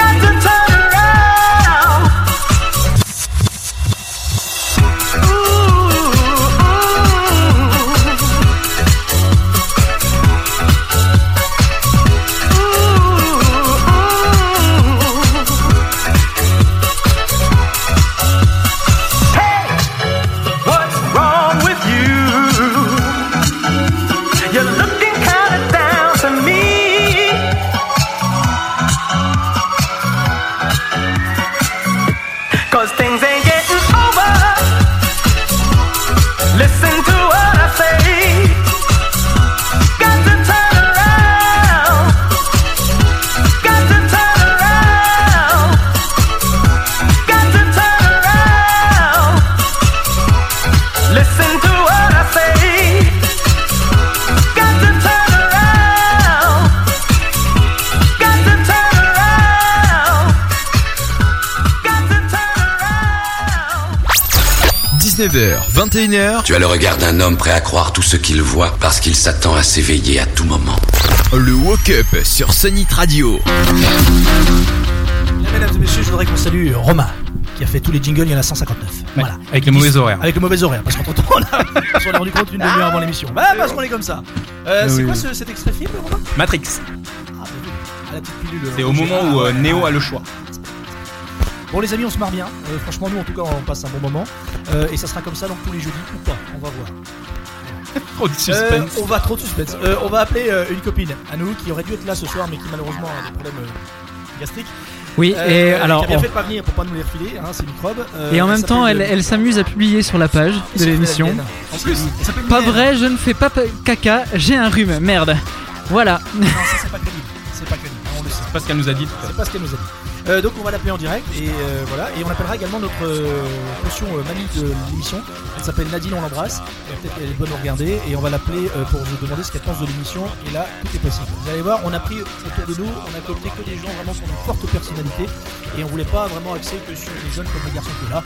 S6: Got to turn around. What's wrong with you? You're looking kinda down to me. Cause things ain't getting over. Listen to what I say. Got to turn around. Got to turn around. Got to turn around. Listen to what I say. Got to turn around. Got to turn around. Got to turn around.
S5: 19h, 21h,
S9: Tu as le regard d'un homme prêt à croire tout ce qu'il voit parce qu'il s'attend à s'éveiller à tout moment.
S5: le Woke Up sur Sonic Radio.
S1: Mesdames et messieurs, je voudrais qu'on salue Romain, qui a fait tous les jingles, il y en a 159. Voilà.
S3: Avec les mauvais horaires.
S1: Avec le mauvais horaire, parce qu'entre temps, on, a- on s'en est rendu compte une demi-heure avant l'émission. Bah, parce qu'on est comme ça. Euh, c'est quoi ce- cet extrait film, Romain
S3: Matrix.
S1: Ah, bah oui, à la petite pilule.
S3: C'est
S1: euh,
S3: au moment
S1: ah,
S3: où euh,
S1: ouais.
S3: Neo a le choix.
S1: Bon, les amis, on se marre bien. Euh, franchement, nous, en tout cas, on passe un bon moment. Euh, et ça sera comme ça donc tous les jeudis ou pas. On va voir.
S3: Trop de
S1: Euh, on va trop de suspense. Euh, on va appeler euh, une copine à nous qui aurait dû être là ce soir, mais qui malheureusement a des problèmes euh, gastriques.
S4: Oui,
S1: Euh,
S4: et
S1: euh,
S4: alors.
S1: Qui a bien
S4: on-
S1: fait de pas venir pour pas nous les refiler, hein, ces microbes. Euh,
S4: Et en même temps,
S1: s'appelle,
S4: elle,
S1: euh,
S4: elle s'amuse à publier sur la page
S1: elle
S4: de
S1: s'appelle
S4: l'émission.
S1: Mylène. En plus, elle s'appelle
S4: Pas
S1: Mylène.
S4: vrai, je ne fais pas pa- caca, j'ai un rhume, merde. Voilà.
S1: Non, ça c'est pas crédible. C'est pas crédible, on le sait.
S3: C'est pas ce qu'elle nous a dit.
S1: C'est pas ce qu'elle nous a dit. Euh, donc on va l'appeler en direct et euh, voilà. Et on appellera également notre euh, caution euh, mamie de l'émission. Elle s'appelle Nadine, on l'embrasse. Euh, Peut-être qu'elle est bonne à regarder et on va l'appeler euh, pour vous demander ce qu'elle pense de l'émission. Et là, tout est possible. Vous allez voir, on a pris autour de nous, on a coopté que des gens vraiment qui ont une forte personnalité et on voulait pas vraiment axer que sur les jeunes comme les garçons que là.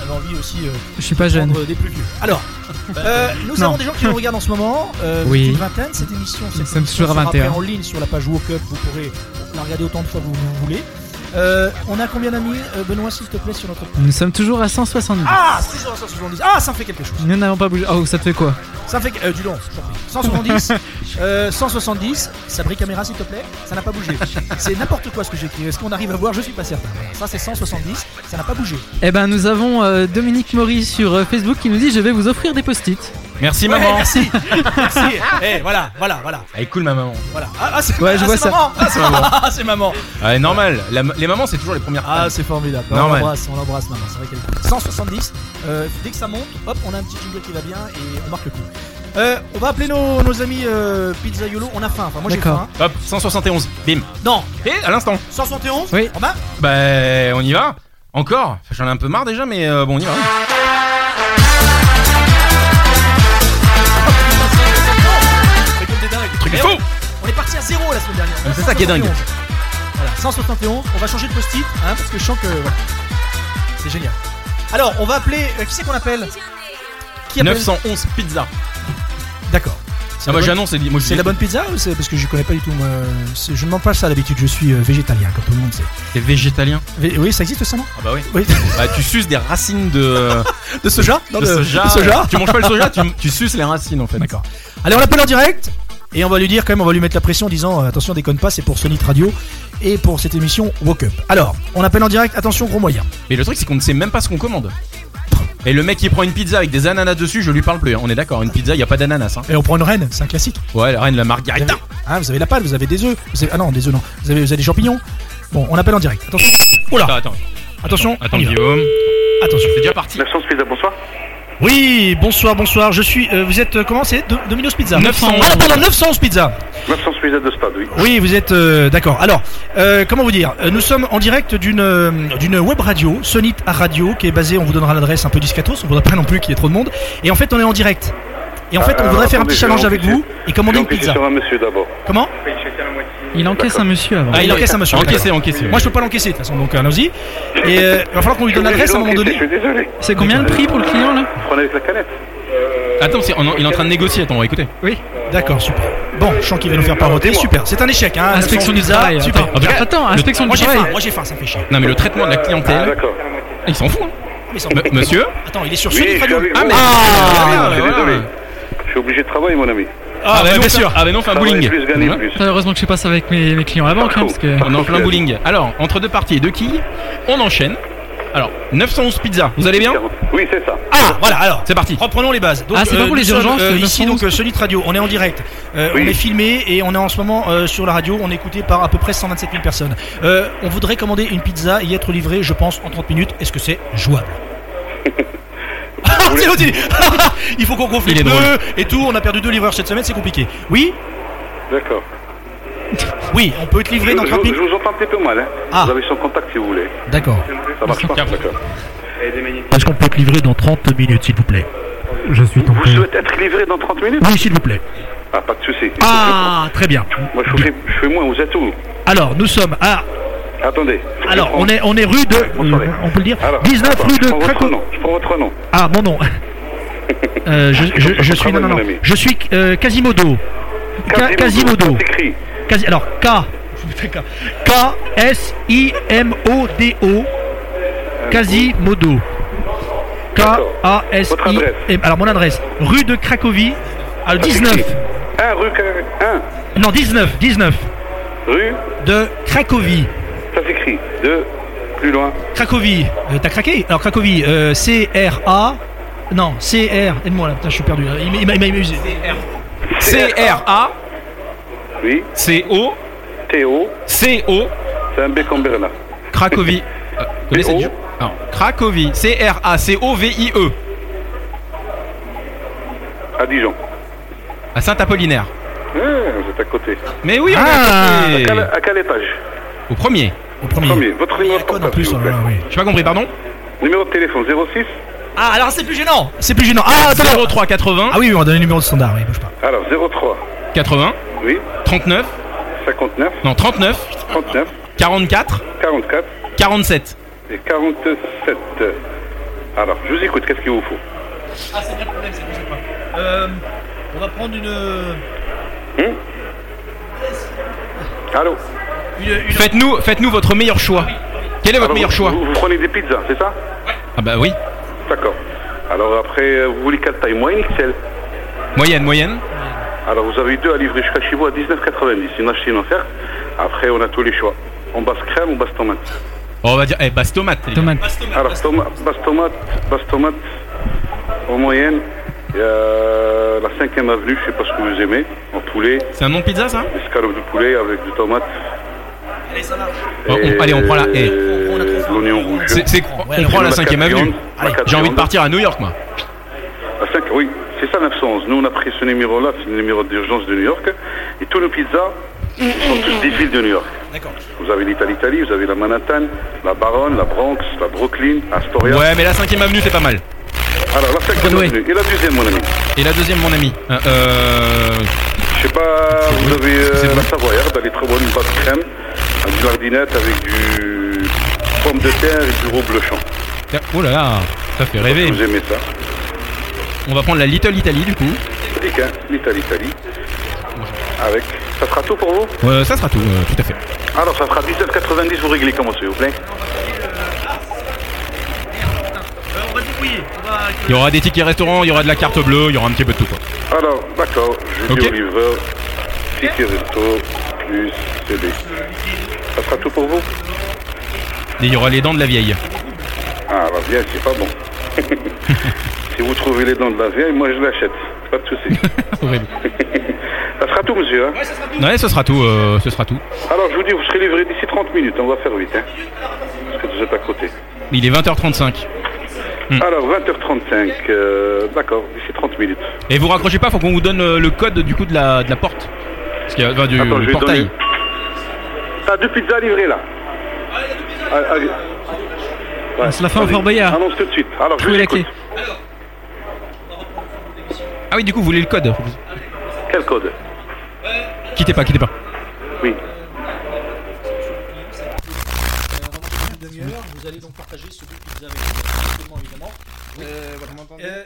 S1: On avait envie aussi euh,
S4: Je suis pas jeune.
S1: prendre des plus vieux. Alors, euh, nous
S4: Non.
S1: avons des gens qui nous regardent en ce moment. Euh,
S4: Oui.
S1: c'est Une vingtaine, cette émission. Cette
S4: sommes
S1: émission
S4: toujours à
S1: sera
S4: 21.
S1: après en ligne sur la page Woke Up. Vous pourrez la regarder autant de fois que vous, vous voulez. Euh, on a combien d'amis, euh, Benoît, s'il te plaît, sur notre.
S4: Nous sommes toujours à 170.
S1: Ah, 670. Ah, ça me fait quelque chose.
S4: Nous n'avons pas bougé. Oh, ça te fait quoi
S1: Ça me fait. euh, du long, je t'en prie. 170. euh, 170. Sabri Caméra, s'il te plaît. Ça n'a pas bougé. C'est n'importe quoi ce que j'ai écrit. Est-ce qu'on arrive à voir Je suis pas certain. Voilà. Ça, c'est 170. Ça n'a pas bougé.
S4: Eh ben, nous avons euh, Dominique Maury sur euh, Facebook qui nous dit Je vais vous offrir des post-it.
S3: Merci
S1: Ouais,
S3: maman.
S1: Eh, merci. merci. Eh, voilà, voilà, voilà.
S3: Elle est cool ma maman.
S1: Voilà. Ah, ah, c'est
S4: Ouais,
S1: ah,
S4: je vois
S1: c'est
S4: ça.
S1: maman. Ah, c'est maman. Ah, c'est maman.
S3: Ouais, normal. La- les mamans c'est toujours les premières.
S1: Ah,
S3: femmes.
S1: c'est formidable.
S3: Non,
S1: on
S3: ouais.
S1: l'embrasse, on l'embrasse maman. C'est vrai qu'elle est cool. 170. euh, dès que ça monte, hop, on a un petit jingle qui va bien et on marque le coup. Euh, on va appeler nos, nos amis euh, Pizzaiolo. On a faim. Enfin, moi j'ai
S4: D'accord.
S1: faim.
S3: Hop, 171. Bim.
S1: Non.
S3: Et à l'instant.
S1: 171.
S4: Oui.
S1: Romain
S3: Bah, on y va Encore Enfin, J'en ai un peu marre déjà, mais euh, bon, on y va.
S1: Mais comme des dingues.
S3: Truc de
S1: Mais
S3: fou
S1: On est parti à zéro la semaine dernière.
S3: Mais c'est ça qui est dingue.
S1: 171. Voilà, 171. On va changer de post-it, hein, parce que je sens que voilà. c'est génial. Alors, on va appeler. euh, qui c'est qu'on appelle Qui appelle
S3: 911 pizza.
S1: D'accord.
S3: Ah, moi j'annonce, c'est moi, je
S1: C'est
S3: dis-
S1: la bonne pizza ou c'est parce que je connais pas du tout moi c'est- Je ne mange pas ça d'habitude, je suis euh, végétalien comme tout le monde sait.
S3: T'es végétalien.
S1: Vé- oui, ça existe ça non
S3: Ah bah oui.
S1: Oui.
S3: Bah, tu suces des racines de,
S1: De soja Non,
S3: de soja.
S1: de soja.
S3: Tu manges pas le soja, tu, tu suces les racines en fait. D'accord.
S1: Allez, on l'appelle en direct et on va lui dire quand même, on va lui mettre la pression en disant euh, attention, déconne pas, c'est pour Sonic Radio et pour cette émission Woke Up. Alors, on appelle en direct, attention, gros moyen.
S3: Mais le truc, c'est qu'on ne sait même pas ce qu'on commande. Et le mec qui prend une pizza avec des ananas dessus, je lui parle plus. hein. On est d'accord, une pizza, il y a pas d'ananas. Hein.
S1: Et on prend une reine, c'est un classique.
S3: Ouais, la reine de la
S1: Vous
S3: margarita.
S1: avez, ah, vous avez la pâle, vous avez des œufs. vous avez- ah non, des œufs non. Vous avez, vous avez des champignons. Bon, on appelle en direct. Attention. Oula,
S3: attends,
S1: attention.
S3: attends
S1: on y va.
S3: Guillaume,
S1: Attention.
S3: c'est déjà parti.
S1: Oui, bonsoir, bonsoir. Je suis. euh, vous êtes euh, comment c'est Do- Domino's Pizza
S3: 911.
S1: Ah, pardon, 911 Pizza.
S8: 900 Suisse de Stade, oui.
S1: Oui, vous êtes euh, d'accord. Alors, euh, comment vous dire Euh, Nous sommes en direct d'une euh, d'une web radio, Sonit à radio, qui est basée. On vous donnera l'adresse un peu discatos. On voudrait pas non plus qu'il y ait trop de monde. Et en fait, on est en direct. Et en fait, on
S8: alors,
S1: voudrait faire un
S8: Ah, euh, attendez,
S1: petit
S8: je
S1: challenge
S8: vais
S1: avec vous et
S8: Je
S1: commander
S8: vais
S1: une
S8: enquêter
S1: pizza.
S8: sur un monsieur d'abord.
S1: Comment
S4: Il encaisse un monsieur avant.
S1: Ah, il encaisse un monsieur.
S3: Encaissé, encaissé.
S1: Moi, je peux pas l'encaisser de toute façon, donc euh, allons-y. Et euh, il va falloir qu'on lui donne
S8: Je vais
S1: l'adresse à un moment
S8: enquêter,
S1: donné.
S8: Je suis désolé.
S4: C'est combien le prix pour le client là
S8: Prenez avec la canette.
S3: Euh, Attends, c'est- on- il est en train de négocier. Attends, on va écouter.
S1: Oui. D'accord, super. Bon, je sens qu'il va
S8: Euh,
S1: nous faire paroter. Super. C'est un échec, hein.
S4: Inspection du
S1: Pizza,
S4: travail.
S1: Super.
S4: Attends, Ah, attends,
S3: Le-
S4: inspection
S1: Moi
S4: du
S1: j'ai faim,
S4: travail.
S1: moi j'ai faim, ça me fait chier.
S3: Non, mais le traitement de la
S8: Ah,
S3: clientèle,
S8: d'accord.
S3: il s'en fout. hein.
S1: Mais ça-
S3: M- Monsieur
S1: Attends, il est sur
S8: Oui, je
S1: Sonic
S8: suis
S1: Radio.
S8: avec
S3: Ah,
S8: vous.
S3: mais.
S8: Ah, je suis
S3: voilà.
S8: désolé. Je suis obligé de travailler, mon ami.
S3: Ah, bah,
S1: bien
S3: non,
S1: sûr.
S3: Ah, bah non, on fait un
S8: Travailler
S3: bowling.
S8: plus, gagner plus. Ah,
S4: Heureusement que je passe avec mes, mes clients à la banque, hein, parce que
S3: On est en plein bowling. Alors, entre deux parties et deux quilles, on enchaîne. Alors, 911 pizza, vous allez bien
S8: Oui, c'est ça.
S1: Ah, voilà, alors.
S3: C'est parti.
S1: Reprenons les bases. Donc,
S4: Ah, c'est pas pour
S1: nous
S4: les
S1: sommes,
S4: urgences,
S1: euh,
S4: le
S1: ici,
S4: 911.
S1: donc, euh, Sonic Radio, on est en direct. Euh,
S8: Oui.
S1: On est filmé et on est en ce moment euh, sur la radio. On est écouté par à peu près 127 000 personnes. Euh, on voudrait commander une pizza et y être livré, je pense, en 30 minutes. Est-ce que c'est jouable Ah, c'est l'autre, il- Il faut qu'on gonfle
S3: Il
S1: les
S3: est drôle.
S1: pneus et tout. On a perdu deux livreurs cette semaine, c'est compliqué. Oui
S8: D'accord.
S1: Oui, on peut être
S8: Je,
S1: livré dans 30
S8: je- je
S1: minutes.
S8: vous entends un petit peu mal. Hein.
S1: Ah.
S8: Vous avez son contact si vous voulez.
S1: D'accord.
S8: Ça marche pas.
S3: Tiens.
S8: D'accord.
S10: Est-ce qu'on peut être livré dans 30 minutes, s'il vous plaît Je suis
S8: Vous souhaitez être livré dans 30 minutes
S10: Oui, s'il vous plaît.
S8: Ah, pas de souci.
S10: Ah, très bien.
S8: Moi, je vous fais, je fais moins, vous êtes où
S10: Alors, nous sommes à.
S8: Attendez.
S10: Alors, on est, on est rue de.
S8: Bonsoir.
S10: Mm. On peut le dire
S8: Alors,
S10: 19
S8: attends,
S10: rue
S8: je prends
S10: de
S8: votre
S10: Cracovie.
S8: nom. Je prends votre nom.
S10: Ah, mon nom. Euh, je, je- je suis. Non, non, non. Je suis euh, Quasimodo. Ca- Quasimodo.
S8: Écrit.
S10: Quasi- alors, K. K-S-I-M-O-D-O.
S8: Euh,
S10: Quasimodo.
S8: Votre
S10: K-A-S-I.
S8: adresse.
S10: Alors, mon adresse. Rue de Cracovie. à 19.
S8: 1 rue. Car- un,
S10: Non, 19. 19.
S8: rue.
S1: De Cracovie.
S8: Ça s'écrit. Deux. Plus loin.
S1: Cracovie, euh, t'as craqué Alors Cracovie, euh, C-R-A... Non, C-R... Aide-moi là, putain, je suis perdu. là. Il m'a- il m'a il m'a usé.
S3: C-R-A-C-O-C-O.
S8: Oui. Théo. C'est un bec en Bernard.
S3: Cracovie. Euh, vous connaissez
S8: B.O.
S3: du- Alors, Cracovie. C-R-A-C-O-V-I-E.
S8: À Dijon.
S3: À Saint-Apollinaire.
S8: Ah, vous êtes à côté.
S3: Mais oui, on est
S10: Ah.
S3: à côté.
S8: Quel- à quel étage
S3: Au premier.
S1: Au premier.
S8: Premier. Votre
S1: Il y a
S8: numéro
S1: la
S8: de
S1: conne en
S8: portable.
S1: plus,
S8: s'il
S1: oh
S8: vous
S1: là
S8: plaît.
S1: là, oui.
S3: J'ai pas compris, pardon
S8: Numéro de téléphone 06.
S1: Ah, alors c'est plus gênant C'est plus gênant. Ah, attends
S3: 0380
S1: Ah oui, oui, on va donner le numéro de standard, oui, bouge pas.
S8: Alors 03.
S3: 80
S8: Oui.
S3: 39
S8: 59.
S3: Non, 39
S8: 39.
S3: 44
S8: 44.
S3: 47.
S8: Et 47. Alors, je vous écoute. Qu'est-ce qu'il vous faut
S1: Ah, c'est bien le problème, c'est que pas. Euh, on va prendre une... euh,
S8: Allô
S3: Faites-nous faites-nous votre meilleur choix. Quel est votre
S8: Alors,
S3: meilleur
S8: vous-
S3: choix
S8: Vous, vous prenez des pizzas, c'est ça
S3: Ah bah oui.
S8: D'accord. Alors après, euh, vous voulez quelle taille Moyenne XL
S3: Moyenne, moyenne.
S8: Alors vous avez deux à livrer jusqu'à chez vous à 19,90. Une achetée, une offerte. Après, on a tous les choix. On basse crème ou basse tomate
S3: Oh, on va dire, eh, basse tomate. les gars.
S4: Tomate.
S8: Alors, toma- basse tomate, basse tomate, en moyenne, il y a la 5ème avenue, je sais pas ce que vous aimez, en poulet,
S3: C'est un nom de pizza ça
S8: escalope de poulet avec du tomate.
S1: Allez, ça marche.
S3: Oh, on- allez, on prend la- eh.
S1: On la trouve.
S8: L'oignon rouge.
S3: C'est- c'est-
S1: Ouais,
S3: on
S1: alors,
S3: prend la
S8: la
S3: 5ème avenue.
S8: viande, la
S3: Allez,
S8: quatre
S3: J'ai envie de
S8: viandes.
S3: partir à New York, moi.
S8: La Ah, cinq- oui, c'est ça 911. Nous, on a pris ce numéro-là, c'est le numéro d'urgence de New York. Et tous nos pizzas sont tous des villes de New York.
S1: D'accord.
S8: Vous avez l'Italie, Italie, vous avez la Manhattan, la Baronne, la Bronx, la Brooklyn, Astoria.
S3: Ouais, mais la 5ème avenue, c'est pas mal.
S8: Alors, la cinquième
S3: Broadway.
S8: avenue et la deuxième, mon ami.
S3: Et la deuxième, mon ami. Euh, euh,
S8: Je sais pas, vous avez euh,
S3: C'est bon.
S8: la savoyarde, elle est très bonne, une pâte crème, avec du lardinette, avec du pomme de terre et du reblochon.
S3: tiens, oh là là, ça fait
S8: Si
S3: rêver.
S8: Vous aimez ça
S3: On va prendre la Little Italy du coup.
S8: Dick, hein, l'Italie, Italie. Avec. Ça sera tout pour vous
S3: Euh, ça sera tout, euh, tout à fait.
S8: Alors, ça sera 19,90, vous réglez comment, s'il vous plaît
S1: on va dépouiller.
S3: Il y aura des tickets restaurants, il y aura de la carte bleue, il y aura un petit peu de tout quoi.
S8: Alors, d'accord, je dis
S3: Ok.
S8: au livreur, ticket resto, plus CD. Ça sera tout pour vous
S3: Et il y aura les dents de la vieille.
S8: Ah, alors Ah, bien, c'est pas bon. si vous trouvez les dents de la vieille, moi je l'achète. Pas de souci.
S3: Horrible.
S8: Ça sera tout, monsieur. hein.
S3: Ouais, ce sera tout. euh, ce sera tout.
S8: Alors, je vous dis, vous serez livré d'ici 30 minutes. On va faire vite. Hein. Parce que vous êtes à côté.
S3: Il est 20h35.
S8: Alors, 20h35. euh, D'accord, d'ici 30 minutes.
S3: Et vous raccrochez pas, faut qu'on vous donne euh, le code du coup de la, de la porte. Parce qu'il y a, enfin, du
S8: Attends, je vais
S3: portail.
S8: donner. T'as deux pizzas livrées là. Ah, ah, oui. Ouais,
S4: Ah, c'est la fin au
S8: allez,
S4: Fort Boyard.
S8: Annonce tout de suite. Alors, je
S4: Trouvez
S8: vous
S4: la
S8: écoute.
S4: clé.
S3: Ah oui, du coup, vous voulez le code.
S8: Quel code
S3: Quittez pas, quittez pas.
S8: Oui.
S1: demi-heure, vous allez donc partager ce bout que vous avez directement, évidemment. Euh, voilà. Euh,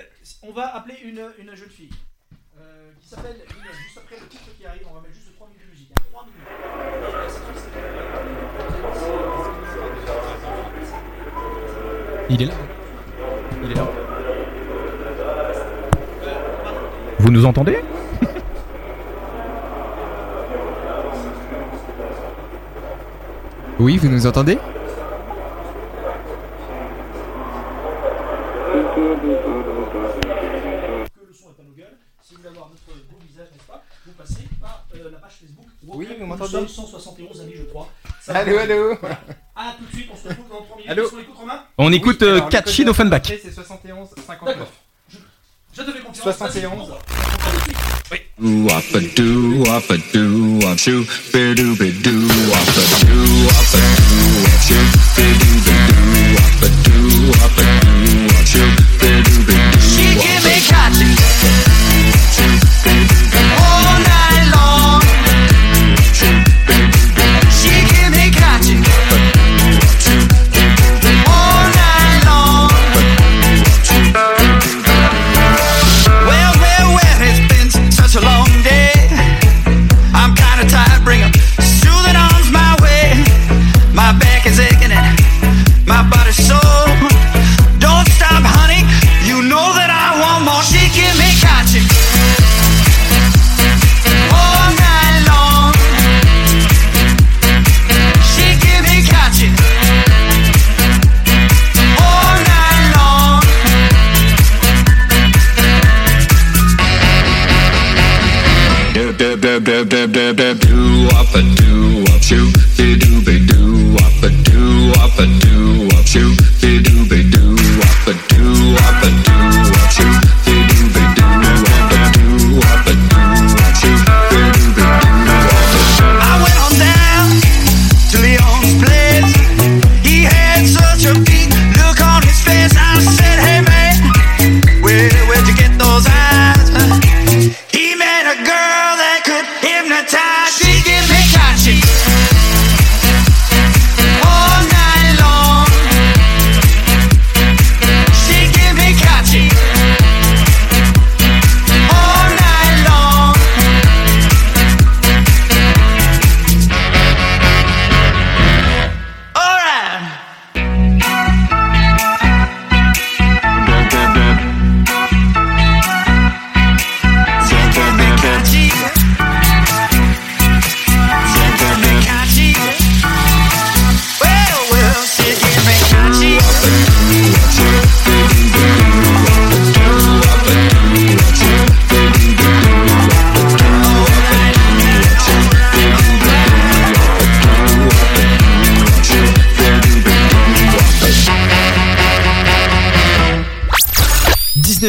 S1: on va appeler une, une jeune fille euh, qui s'appelle Liliane. Juste après le titre qui arrive, on va mettre juste 3 minutes de musique. hein. 3 minutes.
S3: Il est là. Il est là. Vous nous entendez
S11: Oui, vous nous entendez
S1: Si vous voulez avoir notre beau visage, n'est-ce pas Vous passez par euh, la page Facebook. Oui,
S11: vous
S1: Nous
S11: m'entendez
S1: sommes 171 amis, je crois.
S11: Allô,
S1: va-
S11: allô
S1: Voilà. Ah, tout de suite, on se retrouve dans 3 minutes.
S11: Allô
S1: Qu'est-ce qu'on écoute, Romain
S3: On écoute
S11: alors,
S3: euh,
S11: le
S3: Catchy
S11: code
S3: d'Offenbach.
S11: après, C'est 71 59.
S1: D'accord. Je, je te fais confiance.
S11: 71.
S6: She give me catchy all night long. She give me catchy all night long. Well, well, well, it's been such a long day. I'm kind of tired. Bring a soothing arms my way. My back is aching and my body's sore. Don't stop, honey. You know that I want more. She give me catchy. All night long. She give me catchy. All night long. I went on down to Leon's place. He had such a big look on his face. I said, Hey man, where where'd you get those eyes? He met a girl that could hypnotize. She give me catchy all night long. She give me catchy all night long. All right.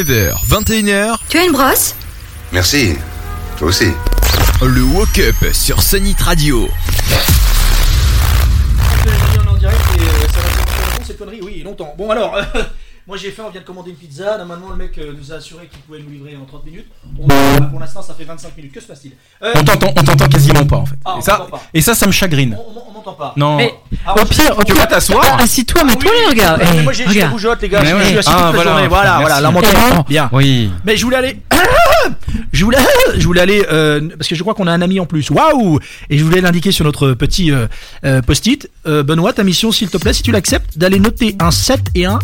S5: heures, 21h,
S12: Tu as une brosse
S13: Merci. Toi aussi.
S5: le Woke Up sur Sonic Radio.
S1: Je viens en direct et euh, ça va durer encore longtemps, cette connerie, oui, longtemps. Bon alors, euh, moi j'ai fait, on vient de commander une pizza, normalement le mec euh, nous a assuré qu'il pouvait nous livrer en 30 minutes. On- là, pour l'instant ça fait 25 minutes, que se passe-t-il Euh,
S3: On t'entend, on t'entend quasiment pas en fait.
S1: Ah, on
S3: et, ça,
S1: t'entend pas.
S3: et ça, ça me chagrine.
S1: On, on- on m'entend pas.
S3: Non.
S4: Mais
S1: Ah,
S4: au pire, au
S3: Tu
S4: pire, euh,
S3: vas t'asseoir
S4: assis-toi, mets-toi Eh, les regards.
S1: mais moi j'ai j'ai la bougeotte les gars,
S3: Mais
S1: je,
S3: ouais.
S1: suis assis
S3: Ah,
S1: toute la
S3: voilà,
S1: journée, voilà,
S3: merci.
S1: voilà, là on m'entend.
S4: Eh,
S1: bien.
S3: Oui.
S1: Mais je voulais aller. je voulais, je voulais aller euh, parce que je crois qu'on a un ami en plus. Waouh Et je voulais l'indiquer sur notre petit euh, euh, post-it. Euh, Benoît, ta mission, s'il te plaît, si tu l'acceptes, d'aller noter un 7 et un.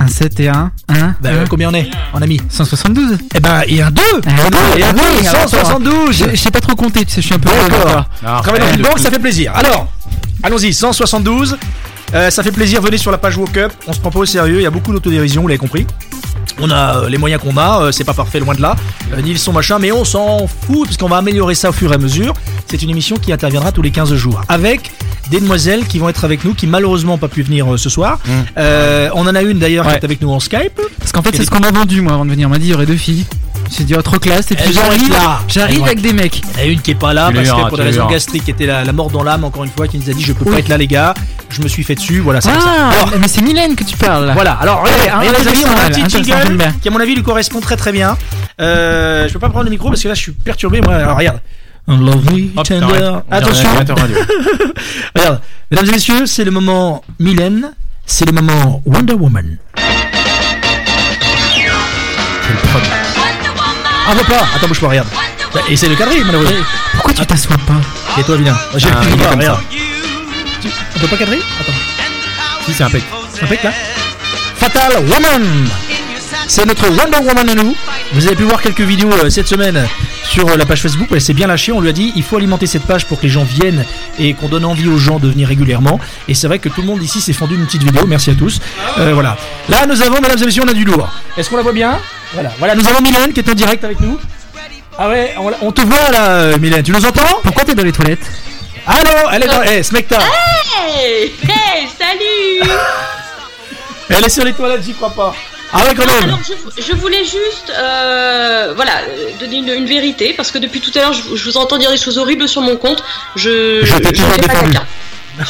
S4: 1, 7 et 1, 1,
S1: Bah, combien on est On a mis.
S4: 172.
S1: Eh ben, et un 2
S4: Un deux,
S1: Et un
S4: ah
S1: 2
S4: oui, alors, attends.
S1: 172
S4: Je je sais pas trop compter, tu sais, je suis un peu.
S1: D'accord.
S3: Ah,
S1: Travailler dans
S3: ouais,
S1: une
S3: le
S1: banque,
S3: coup.
S1: ça fait plaisir. Alors, allons-y, 172. Euh, ça fait plaisir, venez sur la page Woke Up. On se prend pas au sérieux, il y a beaucoup d'autodérision, vous l'avez compris. On a euh, les moyens qu'on a, euh, c'est pas parfait loin de là, euh, ni le son machin, mais on s'en fout puisqu'on va améliorer ça au fur et à mesure. C'est une émission qui interviendra tous les 15 jours avec des demoiselles qui vont être avec nous, qui malheureusement n'ont pas pu venir euh, ce soir. Euh, on en a une d'ailleurs qui
S4: Ouais.
S1: est avec nous en Skype.
S4: Parce qu'en fait, c'est ce qu'on m'a vendu, moi, avant de venir. On m'a dit, il y aurait deux filles. J'ai dit, oh, trop classe. Et puis,
S1: Elles vont être
S4: j'arrive,
S1: Eh, là. Elles
S4: j'arrive
S1: vont
S4: avec des mecs.
S1: Il y en a une qui est pas là
S3: Tu
S1: parce
S3: les verras,
S1: que pour des
S3: tu les
S1: raisons
S3: verras.
S1: gastriques, était la, la mort dans l'âme encore une fois, qui nous a dit je peux pas
S4: Oui.
S1: être là les gars, je me suis fait dessus, voilà c'est comme ça.
S4: Ah,
S1: Alors,
S4: mais c'est Mylène que tu parles. là.
S1: Voilà, alors regardez, hein,
S4: Ouais,
S1: les amis,
S4: intéressant,
S1: on a un
S4: ouais,
S1: petit
S4: intéressant,
S1: jingle
S4: j'aime bien.
S1: qui à mon avis lui correspond très très bien. Euh, je peux pas prendre le micro parce que là je suis perturbé moi. Alors regarde. Lovely
S3: Hop,
S1: tender.
S3: t'arrêtes. On dirait un
S1: Attention,
S3: animateur radio.
S1: regarde. Mesdames et messieurs, c'est le moment Mylène, c'est le moment Wonder Woman. Ah bah pas, attends bouge pas, regarde. Bah, Et c'est le cadre malheureusement.
S4: Pourquoi tu t'assois pas
S1: Et toi vilain. J'ai
S3: Ah, il est
S1: pas,
S3: comme ça.
S1: regarde. Tu- On peut pas cadrer Attends.
S3: Si, c'est un pec.
S1: Un pec, là. Fatal Woman C'est notre Wonder Woman à nous. Vous avez pu voir quelques vidéos euh, cette semaine sur euh, la page Facebook. Elle s'est bien lâchée. On lui a dit il faut alimenter cette page pour que les gens viennent et qu'on donne envie aux gens de venir régulièrement. Et c'est vrai que tout le monde ici s'est fendu une petite vidéo. Merci à tous. Euh, voilà. Là, nous avons, mesdames et messieurs, on a du lourd. Est-ce qu'on la voit bien Voilà. Voilà, nous avons Mylène qui est en direct avec nous. Ah ouais, on, la- on te voit là, euh, Mylène. Tu nous entends
S4: Pourquoi t'es dans les toilettes Ah
S1: Allô Elle est dans. Eh, Smecta
S14: Ah. Hey, hey, salut
S1: Elle est sur les toilettes, j'y crois pas. Ah ouais, quand même
S14: Alors je, je voulais juste euh, voilà euh, donner une, une vérité parce que depuis tout à l'heure je, vous- je vous entends dire des choses horribles sur mon compte. Je
S4: Je t'ai toujours
S14: ne fais pas
S4: défendu.
S14: caca. Je,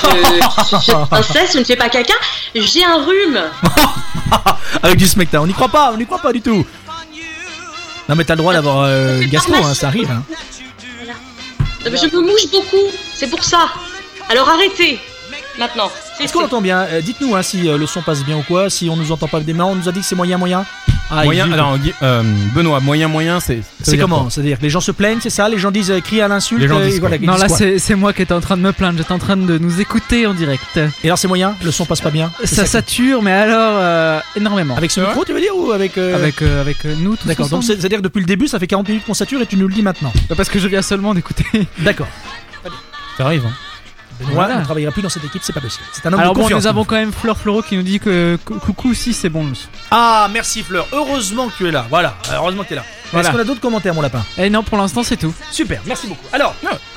S14: je suis une princesse, je ne fais pas caca. J'ai un rhume.
S1: Avec du smecta, on n'y croit pas, on n'y croit pas du tout. Non mais t'as le droit d'avoir euh,
S14: C'est
S1: une gastro,
S14: normal.
S1: hein, ça arrive. hein.
S14: Euh, Je me mouche beaucoup, c'est pour ça. Alors arrêtez maintenant. C'est
S1: Est-ce qu'on entend bien Euh, Dites-nous hein, si euh, le son passe bien ou quoi, si on nous entend pas des mains, on nous a dit que c'est moyen moyen. Ah,
S3: Moyen,
S1: zut.
S3: alors, Guy- euh, Benoît, moyen, moyen, c'est. ça veut
S1: c'est
S3: dire
S1: comment
S3: quoi
S1: C'est-à-dire que les gens se plaignent, c'est ça Les gens disent euh, crie à l'insulte
S3: Les gens
S1: euh,
S3: disent
S1: et voilà, ils
S4: Non,
S1: disent
S4: là,
S1: quoi
S4: c'est c'est moi qui étais en train de me plaindre. J'étais en train de nous écouter en direct.
S1: Et alors c'est moyen Le son passe pas bien C'est
S4: Ça
S1: que-
S4: sature, mais alors euh, énormément.
S1: Avec ce micro, tu veux dire Ou avec. euh,
S4: avec, euh, avec euh, nous, tous
S1: D'accord, donc
S4: ensemble.
S1: c'est- c'est-à-dire que depuis le début, ça fait 40 minutes qu'on sature et tu nous le dis maintenant.
S4: Bah, Parce que je viens seulement d'écouter.
S1: D'accord.
S3: Ça arrive. hein.
S1: Benoît,
S4: Voilà.
S1: Ben on ne travaillera plus dans cette équipe, c'est pas possible. C'est un homme
S4: Alors
S1: de
S4: bon,
S1: confiance.
S4: nous avons quand même Fleur Floro qui nous dit que cou- coucou si c'est bon. monsieur.
S1: Ah, merci Fleur, heureusement que tu es là. Voilà, Euh, heureusement que tu es là.
S4: Voilà.
S1: Est-ce qu'on a d'autres commentaires, mon lapin
S4: Eh non, pour l'instant c'est tout.
S1: Super, merci beaucoup. Alors,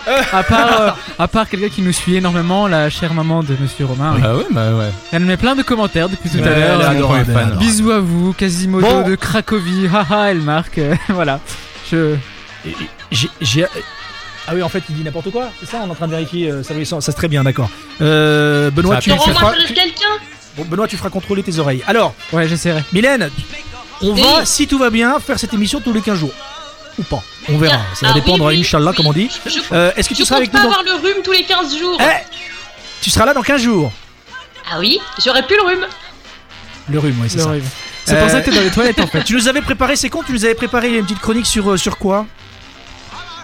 S1: euh,
S4: À part, euh, à part quelqu'un qui nous suit énormément, la chère maman de Monsieur Romain.
S3: Ah ouais, bah ouais.
S4: Elle met plein de commentaires depuis tout
S3: Ouais,
S4: à l'heure.
S3: elle est
S4: Euh,
S3: adorable,
S1: premier fan.
S3: elle est
S4: Bisous à vous, Quasimodo
S1: Bon.
S4: de Cracovie.
S1: Ah,
S4: Haha, elle marque. euh, voilà. Je...
S1: j'ai, j'ai- Ah oui, en fait, il dit n'importe quoi. C'est ça, on est en train de vérifier. euh, ça, oui, ça, ça, c'est très bien, d'accord. Euh, Benoît,
S3: Ça
S1: tu,
S3: va
S1: tu
S14: Laurent, moi
S1: feras,
S14: je
S1: tu-
S14: quelqu'un.
S1: bon, Benoît, tu feras contrôler tes oreilles. Alors,
S4: Ouais, j'essaierai.
S1: Mylène, on
S14: Oui.
S1: va, si tout va bien, faire cette émission tous les 15 jours. Ou pas. On verra. Ça
S14: Ah,
S1: va
S14: oui,
S1: dépendre,
S14: oui,
S1: Inch'Allah,
S14: oui.
S1: comme on dit.
S14: Je, je,
S1: Euh, est-ce que tu
S14: je
S1: seras
S14: compte
S1: avec
S14: pas
S1: nous dans...
S14: avoir le rhume tous les 15 jours.
S1: Eh Tu seras là dans 15 jours.
S14: Ah oui, j'aurais plus le rhume.
S1: Le rhume, oui, c'est
S4: Le
S1: ça.
S4: rhume. C'est pour
S1: Euh,
S4: ça que t'es dans les toilettes en fait.
S1: Tu nous avais préparé, c'est con, tu nous avais préparé une petite chronique sur, euh, sur quoi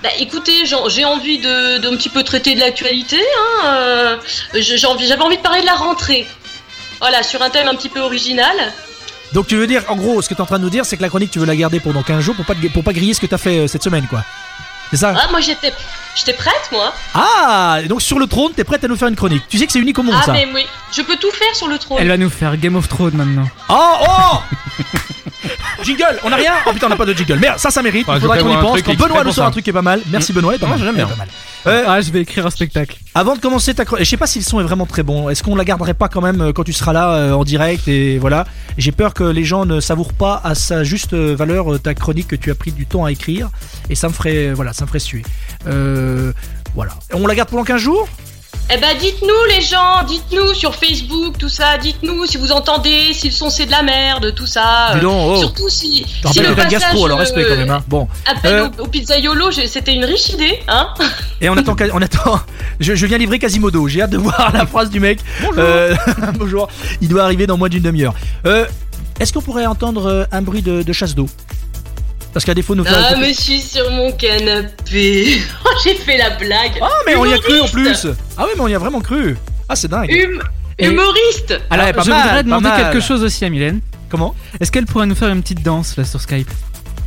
S14: Bah écoutez, j'en- j'ai envie de, de un petit peu traiter de l'actualité. Hein, euh, je- j'ai envie- J'avais envie de parler de la rentrée. Voilà, sur un thème un petit peu original.
S1: Donc tu veux dire, en gros, ce que t'es en train de nous dire, c'est que la chronique, tu veux la garder pendant 15 jours pour pas, te- pour pas griller ce que t'as fait euh, cette semaine, quoi. C'est ça
S14: Ah, moi j'étais j'étais prête, moi.
S1: Ah Donc sur le trône, t'es prête à nous faire une chronique. Tu sais que c'est unique au monde,
S14: ah,
S1: ça.
S14: mais oui, je peux tout faire sur le trône.
S4: Elle va nous faire Game of Thrones maintenant.
S1: Oh Oh Jingle On a rien Oh putain, on n'a pas de jingle. Merde, ça, ça mérite.
S3: Ah,
S1: Il
S3: je
S1: faudra
S3: vais
S1: qu'on y
S3: prévoir un
S1: pense.
S3: truc
S1: Quand
S3: exprès
S1: Benoît
S3: pour
S1: nous sort
S3: ça.
S1: un truc qui est pas mal. Merci Benoît, il est pas
S3: Ah,
S1: mal.
S3: j'aime
S1: il est
S3: bien.
S1: pas mal.
S4: Ah, je vais écrire un spectacle.
S1: Euh, Avant de commencer ta chronique, je sais pas si le son est vraiment très bon. Est-ce qu'on la garderait pas quand même euh, quand tu seras là euh, en direct Et voilà. J'ai peur que les gens ne savourent pas à sa juste euh, valeur euh, ta chronique que tu as pris du temps à écrire. Et ça me ferait, euh, voilà, ça me ferait suer. Euh, voilà. On la garde pendant 15 jours
S14: Eh ben, dites-nous, les gens, dites-nous sur Facebook, tout ça. Dites-nous si vous entendez, si le son c'est de la merde, tout ça. euh,
S1: Dis donc, oh.
S14: Surtout si,
S1: Je te
S14: si
S1: rappelle
S14: le
S1: que t'as le
S14: passage
S1: gastro, alors respect
S14: euh,
S1: quand même. hein. Bon.
S14: appel
S1: Euh.
S14: au, au pizzaiolo, je- c'était une riche idée, hein.
S1: Et on attend, on attend. Je, je viens livrer Quasimodo. J'ai hâte de voir la phrase du mec. Bonjour. bonjour. Il doit arriver dans moins d'une demi-heure. Euh, Est-ce qu'on pourrait entendre euh, un bruit de, de chasse d'eau Parce qu'à défaut, nous faire
S14: Ah,
S1: écouter-
S14: mais je suis sur mon canapé. Oh, j'ai fait la blague.
S1: Ah, mais on y a cru en
S14: Humoriste.
S1: plus Ah, ouais, mais on y a vraiment cru Ah, c'est dingue
S14: Hum-
S4: Et-
S14: Humoriste.
S1: Ah,
S4: Alors,
S1: pas
S4: je
S1: mal, pas
S4: voudrais demander
S1: mal.
S4: quelque chose aussi à Mylène.
S1: Comment
S4: Est-ce qu'elle pourrait nous faire une petite danse là sur Skype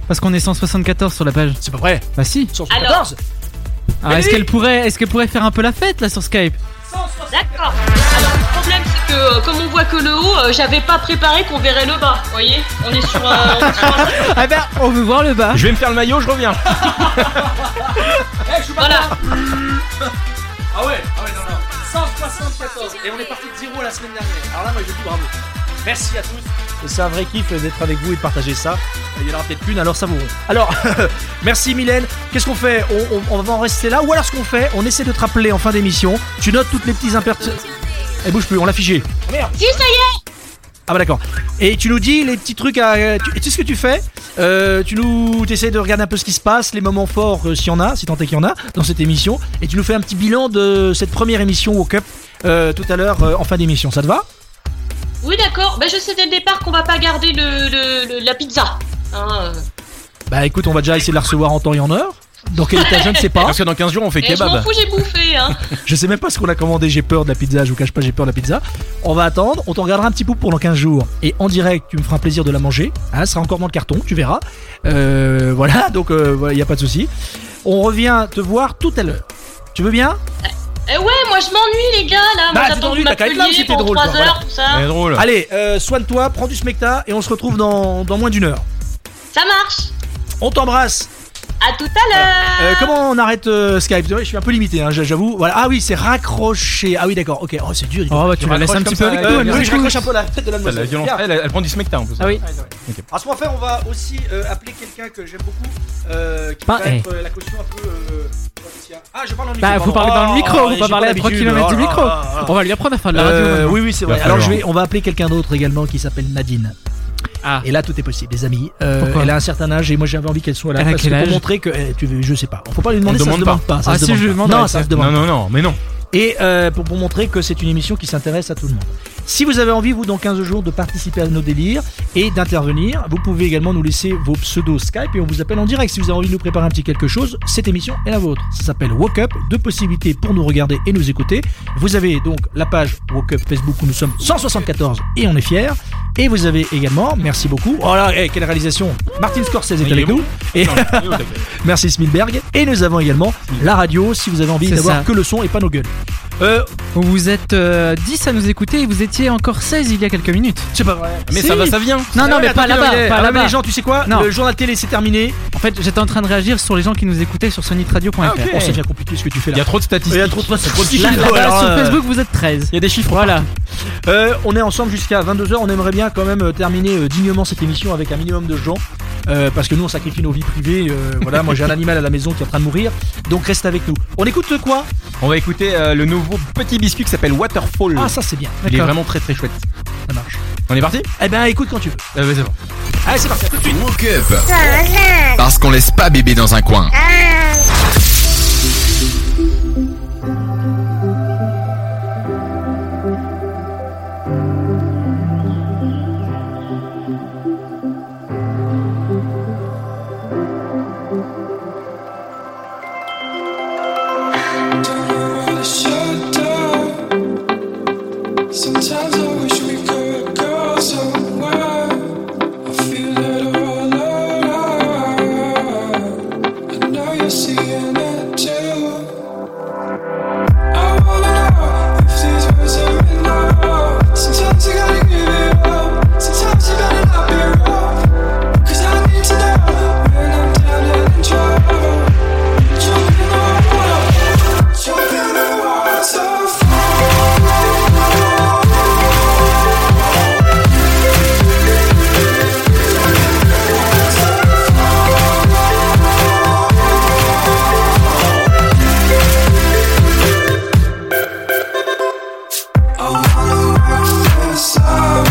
S4: Parce qu'on est 174 sur la page.
S1: C'est pas vrai
S4: Bah si.
S14: Alors.
S1: 114
S4: Ah, est-ce qu'elle pourrait, est-ce qu'elle pourrait faire un peu la fête là sur Skype
S14: D'accord. Alors le problème c'est que euh, comme on voit que le haut, euh, j'avais pas préparé qu'on verrait le bas. Vous voyez On est sur euh, un. on est sur un-
S4: Ah ben, on veut voir le bas.
S3: Je vais me faire le maillot, je reviens.
S1: Eh,
S14: Voilà.
S1: Ah ouais, ah ouais, non, non. 174 et on est parti de zéro la semaine dernière. Alors là, moi, je dis bravo. Merci à tous. Et c'est un vrai kiff d'être avec vous et de partager ça. Il y en aura peut-être une, alors savourons. Alors, merci Mylène. Qu'est-ce qu'on fait on, on- on va en rester là Ou alors ce qu'on fait, on essaie de te rappeler en fin d'émission. Tu notes toutes les petites impertinences. Elle bouge plus, on l'a figé.
S14: Si ça y est
S1: Ah bah d'accord. Et tu nous dis les petits trucs à... Tu tu sais ce que tu fais Euh, Tu nous... essaies de regarder un peu ce qui se passe, les moments forts, euh, s'il y en a, si tant est qu'il y en a, dans cette émission. Et tu nous fais un petit bilan de cette première émission Woke Up euh, tout à l'heure euh, en fin d'émission. Ça te va
S14: Oui d'accord. Ben je sais dès le départ qu'on va pas garder le, le- le- la pizza. Hein, euh.
S1: Bah écoute, on va déjà essayer de la recevoir en temps et en heure. Dans quel état je ne sais pas.
S3: Parce que dans 15 jours, on fait
S14: Eh, je m'en
S3: kebab.
S14: fous, j'ai bouffé. Hein.
S1: Je sais même pas ce qu'on a commandé, j'ai peur de la pizza, je vous cache pas, j'ai peur de la pizza. On va attendre, on t'en regardera un petit peu pendant 15 jours. Et en direct, tu me feras plaisir de la manger. Hein, ça sera encore dans le carton, tu verras. Euh, voilà, donc il n'y a pas de souci. On revient te voir tout à l'heure. Tu veux bien
S14: Eh ouais, moi je m'ennuie les gars là.
S1: Bah,
S14: Moi
S1: tu
S14: j'attends
S1: t'ennuies,
S14: que
S1: t'as qu'à être là,
S14: m'atelier
S1: c'était
S14: pendant
S1: drôle,
S14: 3
S1: quoi,
S14: heures,
S1: voilà.
S14: tout ça.
S3: C'est drôle.
S1: Allez, euh, soigne-toi, prends du smecta et on se retrouve dans, dans moins d'une heure.
S14: Ça marche.
S1: On t'embrasse.
S14: À tout à l'heure.
S1: Euh, comment on arrête euh, Skype Je suis un peu limité, hein, j'avoue. Voilà. Ah oui, c'est raccroché. Ah oui, d'accord. Ok. Oh, c'est dur. dis donc.
S4: Oh bah, tu la laisses un petit peu avec
S1: Euh,
S4: nous.
S1: oui,
S4: elle
S1: je
S4: nous
S1: raccroche
S4: écoute.
S1: un peu la tête de la
S3: T'as de la
S1: demoiselle.
S3: violence.
S1: Bien.
S3: Elle, elle prend du smecta en plus.
S4: Ah oui.
S1: Alors, ce qu'on va faire, on va aussi euh, appeler quelqu'un que j'aime beaucoup, euh, qui
S4: Pas- eh.
S1: va être euh, la caution un peu. euh, politicien. ah, je parle en micro.
S4: Bah, faut parler
S1: pardon.
S4: dans le
S1: Oh,
S4: micro,
S1: ouais,
S4: faut pas
S1: j'ai
S4: parler à
S1: l'habitude.
S4: 3 km du
S1: Oh là
S4: micro.
S1: là là là.
S4: On va lui apprendre à faire de la radio.
S1: Euh,
S4: maintenant.
S1: oui, oui, c'est
S3: Il va
S1: vrai. Alors, je
S3: falloir.
S1: vais, on va appeler quelqu'un d'autre également qui s'appelle Nadine.
S4: Ah.
S1: Et là, tout est possible, les amis. Euh,
S4: Pourquoi
S1: elle a un certain âge et moi j'avais envie qu'elle soit là.
S4: Elle a
S1: parce
S4: quel
S1: que
S4: âge
S1: pour montrer que. eh, tu veux, je sais pas. Faut pas lui demander,
S3: On
S1: ça se
S3: demande
S1: demande pas. ça
S4: Ah,
S1: se
S4: si,
S1: demande
S4: je
S1: pas.
S4: lui demande,
S1: Non,
S4: elle
S1: ça
S4: sait.
S1: se
S3: Non,
S1: demande.
S3: non, non, mais non.
S1: Et euh, pour, pour montrer que c'est une émission qui s'intéresse à tout le monde. Si vous avez envie, vous, dans 15 jours, de participer à nos délires et d'intervenir, vous pouvez également nous laisser vos pseudos Skype et on vous appelle en direct. Si vous avez envie de nous préparer un petit quelque chose, cette émission est la vôtre. Ça s'appelle Woke Up, deux possibilités pour nous regarder et nous écouter. Vous avez donc la page Woke Up Facebook où nous sommes 174 et on est fiers. Et vous avez également, merci beaucoup, oh là, eh, quelle réalisation, Martin Scorsese est
S3: Il
S1: avec
S3: est bon.
S1: nous. Et
S3: Non, il est au taquet.
S1: Merci Smilberg. Et nous avons également la radio si vous avez envie
S4: C'est
S1: d'avoir
S4: ça.
S1: que le son et pas nos gueules. Euh,
S4: Vous êtes euh, 10 à nous écouter et vous étiez encore 16 il y a quelques minutes.
S1: c'est pas vrai.
S3: Mais
S4: Si.
S3: ça va, ça vient.
S4: Non, non, mais pas là-bas, pas
S1: Ah, mais
S4: là-bas.
S1: Les gens, tu sais quoi
S4: Non.
S1: Le journal télé, c'est terminé.
S4: En fait, j'étais en train de réagir sur les gens qui nous écoutaient sur sonitradio.fr.
S3: Ah, ok.
S1: Oh, ça devient compliqué ce que tu fais
S3: Il y
S1: là.
S3: a trop de statistiques.
S1: Il y a trop de c'est trop de
S4: Là,
S1: chiffres,
S4: là-bas,
S1: alors,
S4: sur
S1: euh,
S4: Facebook, vous êtes 13.
S1: Il y a des chiffres.
S4: Voilà.
S1: Euh, on est ensemble jusqu'à 22h. On aimerait bien quand même euh, terminer euh, dignement cette émission avec un minimum de gens. euh, parce que nous, on sacrifie nos vies privées. euh, voilà, moi j'ai un animal à la maison qui est en train de mourir. Donc reste avec nous. On écoute quoi
S3: On va écouter euh, le nouveau petit biscuit qui s'appelle Waterfall.
S1: Ah, ça c'est bien.
S3: Il est
S1: D'accord.
S3: vraiment très très chouette.
S1: Ça marche.
S3: On est parti
S1: Eh ben écoute quand tu veux.
S3: Ah, ouais, c'est bon.
S1: Allez, c'est parti. à tout de suite.
S5: Woke up. Parce qu'on laisse pas bébé dans un coin.
S6: Sometimes I wish we could go somewhere. I feel it all around. I know you're seeing it too. I wanna know if these words are enough. Sometimes you gotta give it up. Sometimes you gotta not be rough. 'Cause I need to know when I'm down and in trouble. Jumping on water, jumping on water so far. I wanna work this out.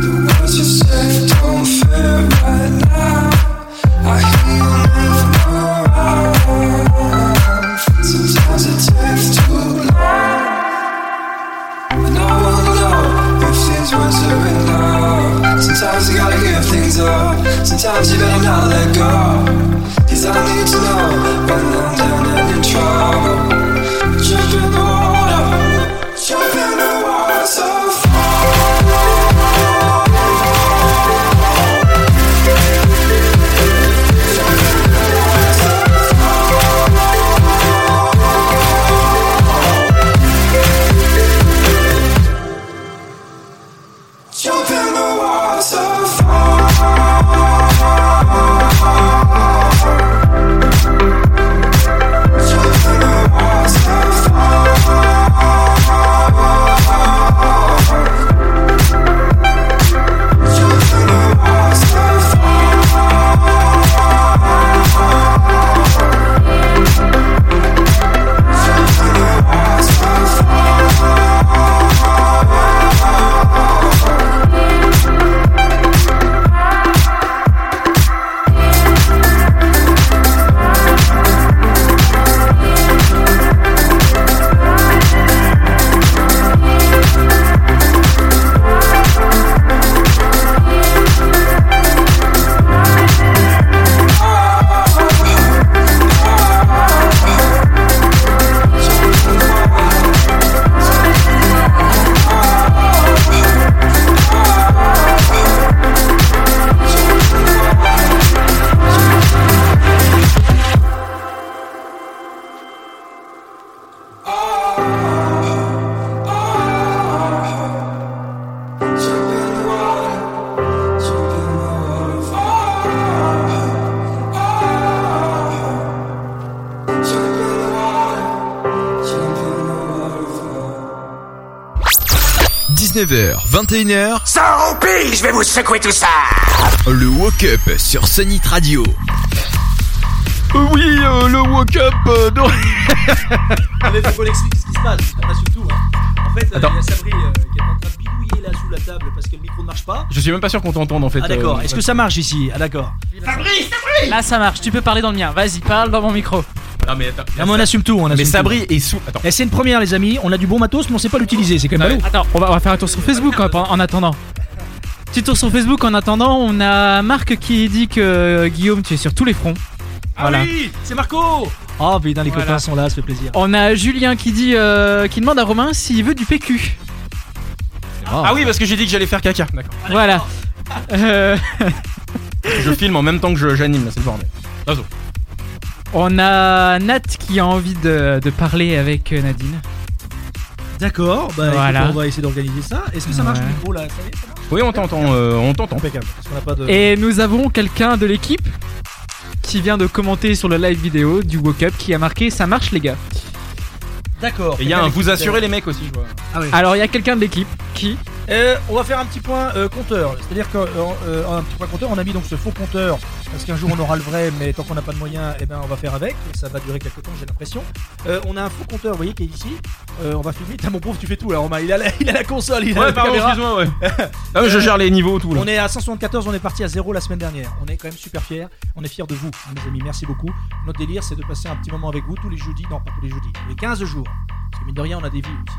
S6: The words you said don't fit right now. I hear you moving around. Sometimes it takes too long. And I wanna know if these words are enough. Sometimes you gotta give things up. Sometimes you better not let go. 'Cause I need to know when I'm down and in trouble. Jump in the water, jump in the water so far. Jump in the water so far.
S5: 19h, 21h,
S6: Sans roupie, je vais vous secouer tout ça
S5: le Woke Up sur Sonic Radio.
S3: Oui, euh, le woke up euh, d'Or-
S1: Ah, Mais faut qu'on explique ce qui se passe, on a surtout. Hein. En fait, euh,
S3: Attends.
S1: il y a Sabri euh, qui est en train de bidouiller là sous la table parce que le micro ne marche pas.
S3: Je suis même pas sûr qu'on t'entende en fait.
S1: Ah d'accord,
S3: euh,
S1: est-ce que ça marche ici Ah d'accord.
S4: Là, ça marche. Tu peux parler dans le mien. Vas-y, parle dans mon micro.
S3: Non mais attends.
S1: Ah, mais on assume tout, on assume
S3: Mais
S1: tout.
S3: Sabri est sous. Attends.
S1: Et c'est une première les amis, on a du bon matos mais on sait pas l'utiliser, c'est quand même ballot.
S4: Attends, on va, on va faire un tour sur Facebook hein, en, en attendant. Petit tour sur Facebook en attendant. On a Marc qui dit que euh, Guillaume, tu es sur tous les fronts. Voilà.
S1: Ah
S4: bah,
S1: oui, c'est Marco Oh putain, les
S4: Voilà.
S1: copains sont là, ça fait plaisir.
S4: On a Julien qui dit, euh, qui demande à Romain s'il veut du PQ.
S3: Ah oui, parce que j'ai dit que j'allais faire caca. D'accord.
S4: Voilà. Euh,
S3: Je filme en même temps que je- j'anime, là, c'est le bordel.
S4: on a Nat qui a envie de, de parler avec euh, Nadine.
S1: D'accord, bah écoute,
S4: Voilà.
S1: on va essayer d'organiser ça. Est-ce que ça marche
S4: Ouais.
S1: le micro là Ça y est, ça marche
S3: Oui, on t'entend, euh, on t'entend.
S1: Impeccable, parce qu'on a pas de...
S4: Et nous avons quelqu'un de l'équipe qui vient de commenter sur le live vidéo du Woke Up qui a marqué ça marche les gars.
S1: D'accord.
S3: Et il y a un vous assurez les mecs aussi, je vois.
S4: Alors il y a quelqu'un de l'équipe qui
S1: Ah Euh, on va faire un petit point euh, compteur. C'est-à-dire qu'un petit point compteur, on a mis donc ce faux compteur parce qu'un jour on aura le vrai, mais tant qu'on n'a pas de moyens, eh ben on va faire avec. Ça va durer quelques temps, j'ai l'impression. Euh, on a un faux compteur, vous voyez, qui est ici. Euh, on va filmer. T'as mon pauvre, tu fais tout là, Romain. Il a la, il a la console, il a la caméra.
S3: excuse-moi, ouais. Ah mais je gère les niveaux, tout là.
S1: On est à 174, on est parti à zéro la semaine dernière. On est quand même super fiers. On est fiers de vous, hein, mes amis. Merci beaucoup. Notre délire, c'est de passer un petit moment avec vous tous les jeudis. Non, pas tous les jeudis, tous les 15 jours. Parce que mine de rien, on a des vies aussi.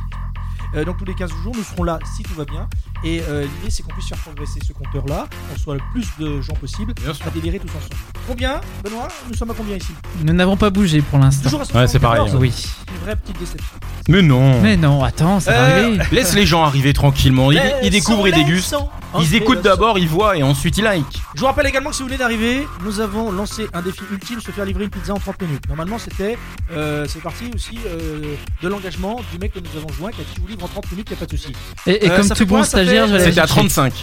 S1: Euh, donc tous les 15 jours, nous serons là si tout va bien. Et euh, l'idée, c'est qu'on puisse faire progresser ce compteur-là, qu'on soit le plus de gens possible
S3: Bien sûr.
S1: à délirer tous ensemble. Combien, Benoît Nous sommes à combien ici
S4: nous n'avons pas bougé pour l'instant.
S1: Toujours à
S3: Ouais, c'est pareil,
S1: 74.
S4: Oui.
S1: Une vraie petite déception.
S3: Mais non.
S4: Mais non, attends, ça va
S3: Euh,
S4: arriver.
S3: Laisse les gens arriver tranquillement. Ils, ils découvrent, ils
S1: Laissons,
S3: dégustent.
S1: laissons.
S3: Ils écoutent
S1: Laissons.
S3: d'abord, ils voient et ensuite ils like.
S1: Je vous rappelle également que si vous venez d'arriver, nous avons lancé un défi ultime, se faire livrer une pizza en 30 minutes. Normalement, c'était, euh, c'est parti aussi euh, de l'engagement du mec que nous avons joint, qui a dit je vous livre en 30 minutes, y a pas de souci.
S4: Et, et
S1: Euh,
S4: comme
S1: ça
S4: tout
S1: fait
S4: bon
S1: quoi, ça
S4: stagiaire,
S1: fait-
S4: je vais aller
S3: C'était à
S4: chercher.
S3: 35.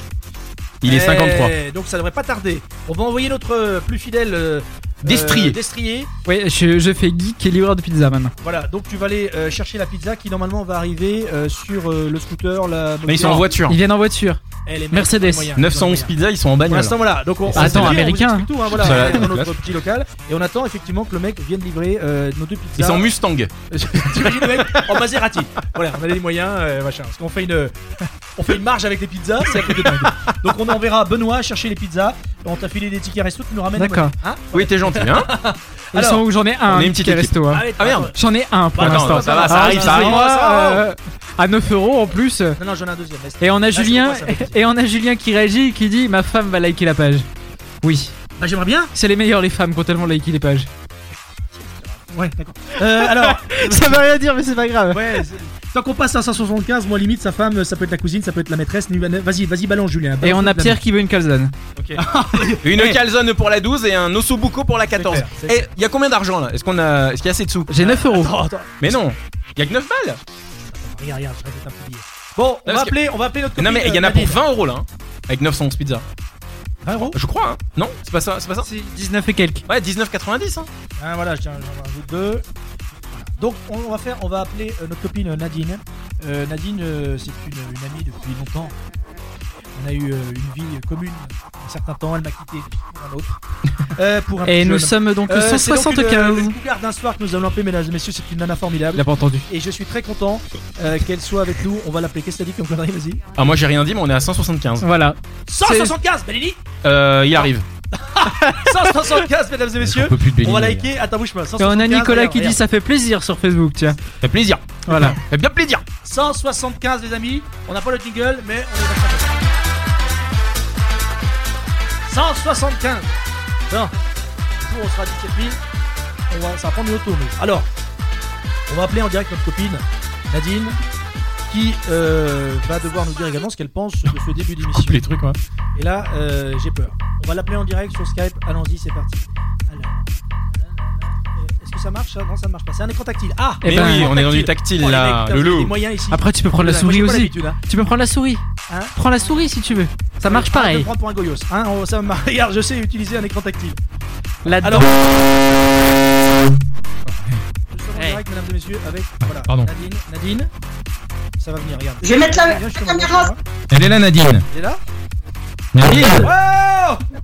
S3: Il est 53.
S1: Eh, donc ça devrait pas tarder. On va envoyer notre euh, plus fidèle euh,
S3: Destrier.
S1: euh, destrier.
S4: Ouais, je, je fais geek et livreur de pizza maintenant.
S1: Voilà. Donc tu vas aller euh, chercher la pizza qui normalement va arriver euh, sur euh, le scooter, la.
S3: Mais ils sont en voiture.
S4: Ils viennent en voiture.
S1: Eh, les mecs,
S4: Mercedes.
S1: ils ont les moyens, ils ont les
S3: 911
S1: moyens.
S3: pizza, ils sont en
S1: Pour
S3: bagnole.
S1: l'instant, voilà. Donc on,
S4: Attends,
S1: on se dit, on vous
S4: américain.
S1: explique tout, hein, voilà,
S3: Ça,
S1: dans notre
S3: classe.
S1: petit local. Et on attend effectivement que le mec vienne livrer euh, nos deux pizzas.
S3: Ils sont en Mustang.
S1: T'imagines le mec en Maserati. Voilà, on a les moyens, euh, machin. Parce qu'on fait une, on fait une marge avec les pizzas, c'est un truc de dingue. Donc on enverra Benoît chercher les pizzas. On t'a filé des tickets resto, tu nous ramènes.
S4: D'accord.
S1: Hein
S3: Oui, t'es gentil, hein
S4: Ils
S1: Alors,
S4: sont où J'en ai un.
S3: on est
S4: petit
S3: une petite équipe.
S4: resto. hein.
S1: ouais,
S3: Ah, merde.
S1: attends.
S4: J'en ai un pour
S3: Bah, attends,
S4: l'instant.
S3: ça va, ça
S1: Ah,
S3: arrive, ça arrive.
S4: excusez-moi,
S1: Ça va,
S4: euh, à 9 euros en plus.
S1: Non, non, j'en ai un deuxième. laisse.
S4: Et on a
S1: Là, je
S4: Julien.
S1: comprends, ça fait plaisir.
S4: Et on a Julien qui réagit et qui dit ma femme va liker la page. Oui,
S1: Bah, j'aimerais bien.
S4: c'est les meilleurs les femmes quand elles vont liker les pages.
S1: Ouais, d'accord. Euh, alors,
S4: Ça veut rien dire mais c'est pas grave.
S1: ouais, c'est- tant qu'on passe à 175, moi limite, sa femme, ça peut être la cousine, ça peut être la maîtresse. ni- Vas-y, vas-y, balance Julien.
S4: Et
S1: balance
S4: on a
S1: toute la
S4: Pierre qui veut une calzone.
S3: Une calzone pour la 12 et un ossobuco pour la 14.
S1: clair, c'est
S3: Et il y a combien d'argent là Est-ce qu'on a est-ce qu'il y a assez de sous
S4: J'ai 9 euros.
S1: merde. Attends, attends,
S3: Mais non, il y a que 9 balles.
S1: regarde, regarde, je rajoute un petit billet. Bon, on
S3: parce
S1: va
S3: que-
S1: appeler, on va appeler notre.
S3: Non
S1: copine,
S3: mais il y en
S1: euh,
S3: a pour
S1: Nadine.
S3: 20 euros là. hein, Avec 911 pizza.
S1: 20 euros.
S3: Je crois hein. Non, c'est pas ça, c'est pas ça.
S4: C'est 19 et quelques.
S3: Ouais, 19,90 hein.
S1: Ah, voilà, je tiens, j'en rajoute deux. Voilà. Donc on va faire, on va appeler euh, notre copine Nadine. Euh, Nadine, euh, c'est une, une amie depuis longtemps. On a eu euh, une vie commune un certain temps. Elle m'a quitté pour un autre. Euh, pour un
S4: Et
S1: petit
S4: nous
S1: jeune.
S4: sommes donc
S1: Euh, c'est donc une,
S4: 175.
S1: euh, une cougar d'un soir que nous allons appeler, mesdames et messieurs, c'est une nana
S4: Il
S1: formidable.
S4: a pas entendu.
S1: Et je suis très content euh, qu'elle soit avec nous. On va l'appeler. Qu'est-ce que t'as dit comme connerie Vas-y.
S3: Ah moi j'ai rien dit mais on est à 175.
S4: Voilà.
S1: 175, Valérie
S3: Euh, il arrive.
S1: 175, mesdames et messieurs.
S3: plus de
S1: On va
S3: bénir,
S1: liker. Attends, bouge pas.
S4: Et on a
S1: 175,
S4: Nicolas
S1: regarde,
S4: qui dit
S1: regarde.
S4: ça fait plaisir sur Facebook, tiens.
S3: Ça Fait plaisir.
S4: Voilà.
S3: Ça Fait bien plaisir.
S1: 175, les amis. On n'a pas le jingle, mais on est vachement content. 175. Non. Pour on sera à 17 000. On va, ça va prendre une autre tournée. Alors, on va appeler en direct notre copine Nadine, qui euh, va devoir nous dire également ce qu'elle pense de ce début d'émission.
S3: les trucs hein. ouais.
S1: Et là, euh, j'ai peur. On va l'appeler en direct sur Skype. Allons-y, c'est parti. Alors. Euh, Est-ce que ça marche ça Non, ça ne marche pas. C'est un écran tactile. Ah
S4: Eh
S3: Mais
S4: ben,
S3: oui, on est dans du
S1: Oh,
S3: tactile
S1: les mecs,
S3: là,
S1: putain,
S3: le
S1: vous avez des
S3: loup.
S1: moyens ici.
S4: Après, tu peux prendre la
S1: Voilà, moi,
S4: souris
S1: j'ai pas
S4: aussi.
S1: l'habitude, hein.
S4: Tu peux prendre la souris.
S1: Hein
S4: Prends la souris si tu veux. Ça marche
S1: Arrête de me
S4: pareil.
S1: prendre pour un goyos, hein, on- ça me marre. Regarde, je sais utiliser un écran tactile.
S4: La
S1: Alors. Nous sommes en
S4: Hey.
S1: direct, mesdames et messieurs, avec voilà,
S3: pardon.
S1: Nadine. Nadine. Ça va venir, regarde.
S14: Je vais mettre la-
S1: Viens, je te montre.
S3: Elle est là, Nadine.
S1: Elle est là Oh,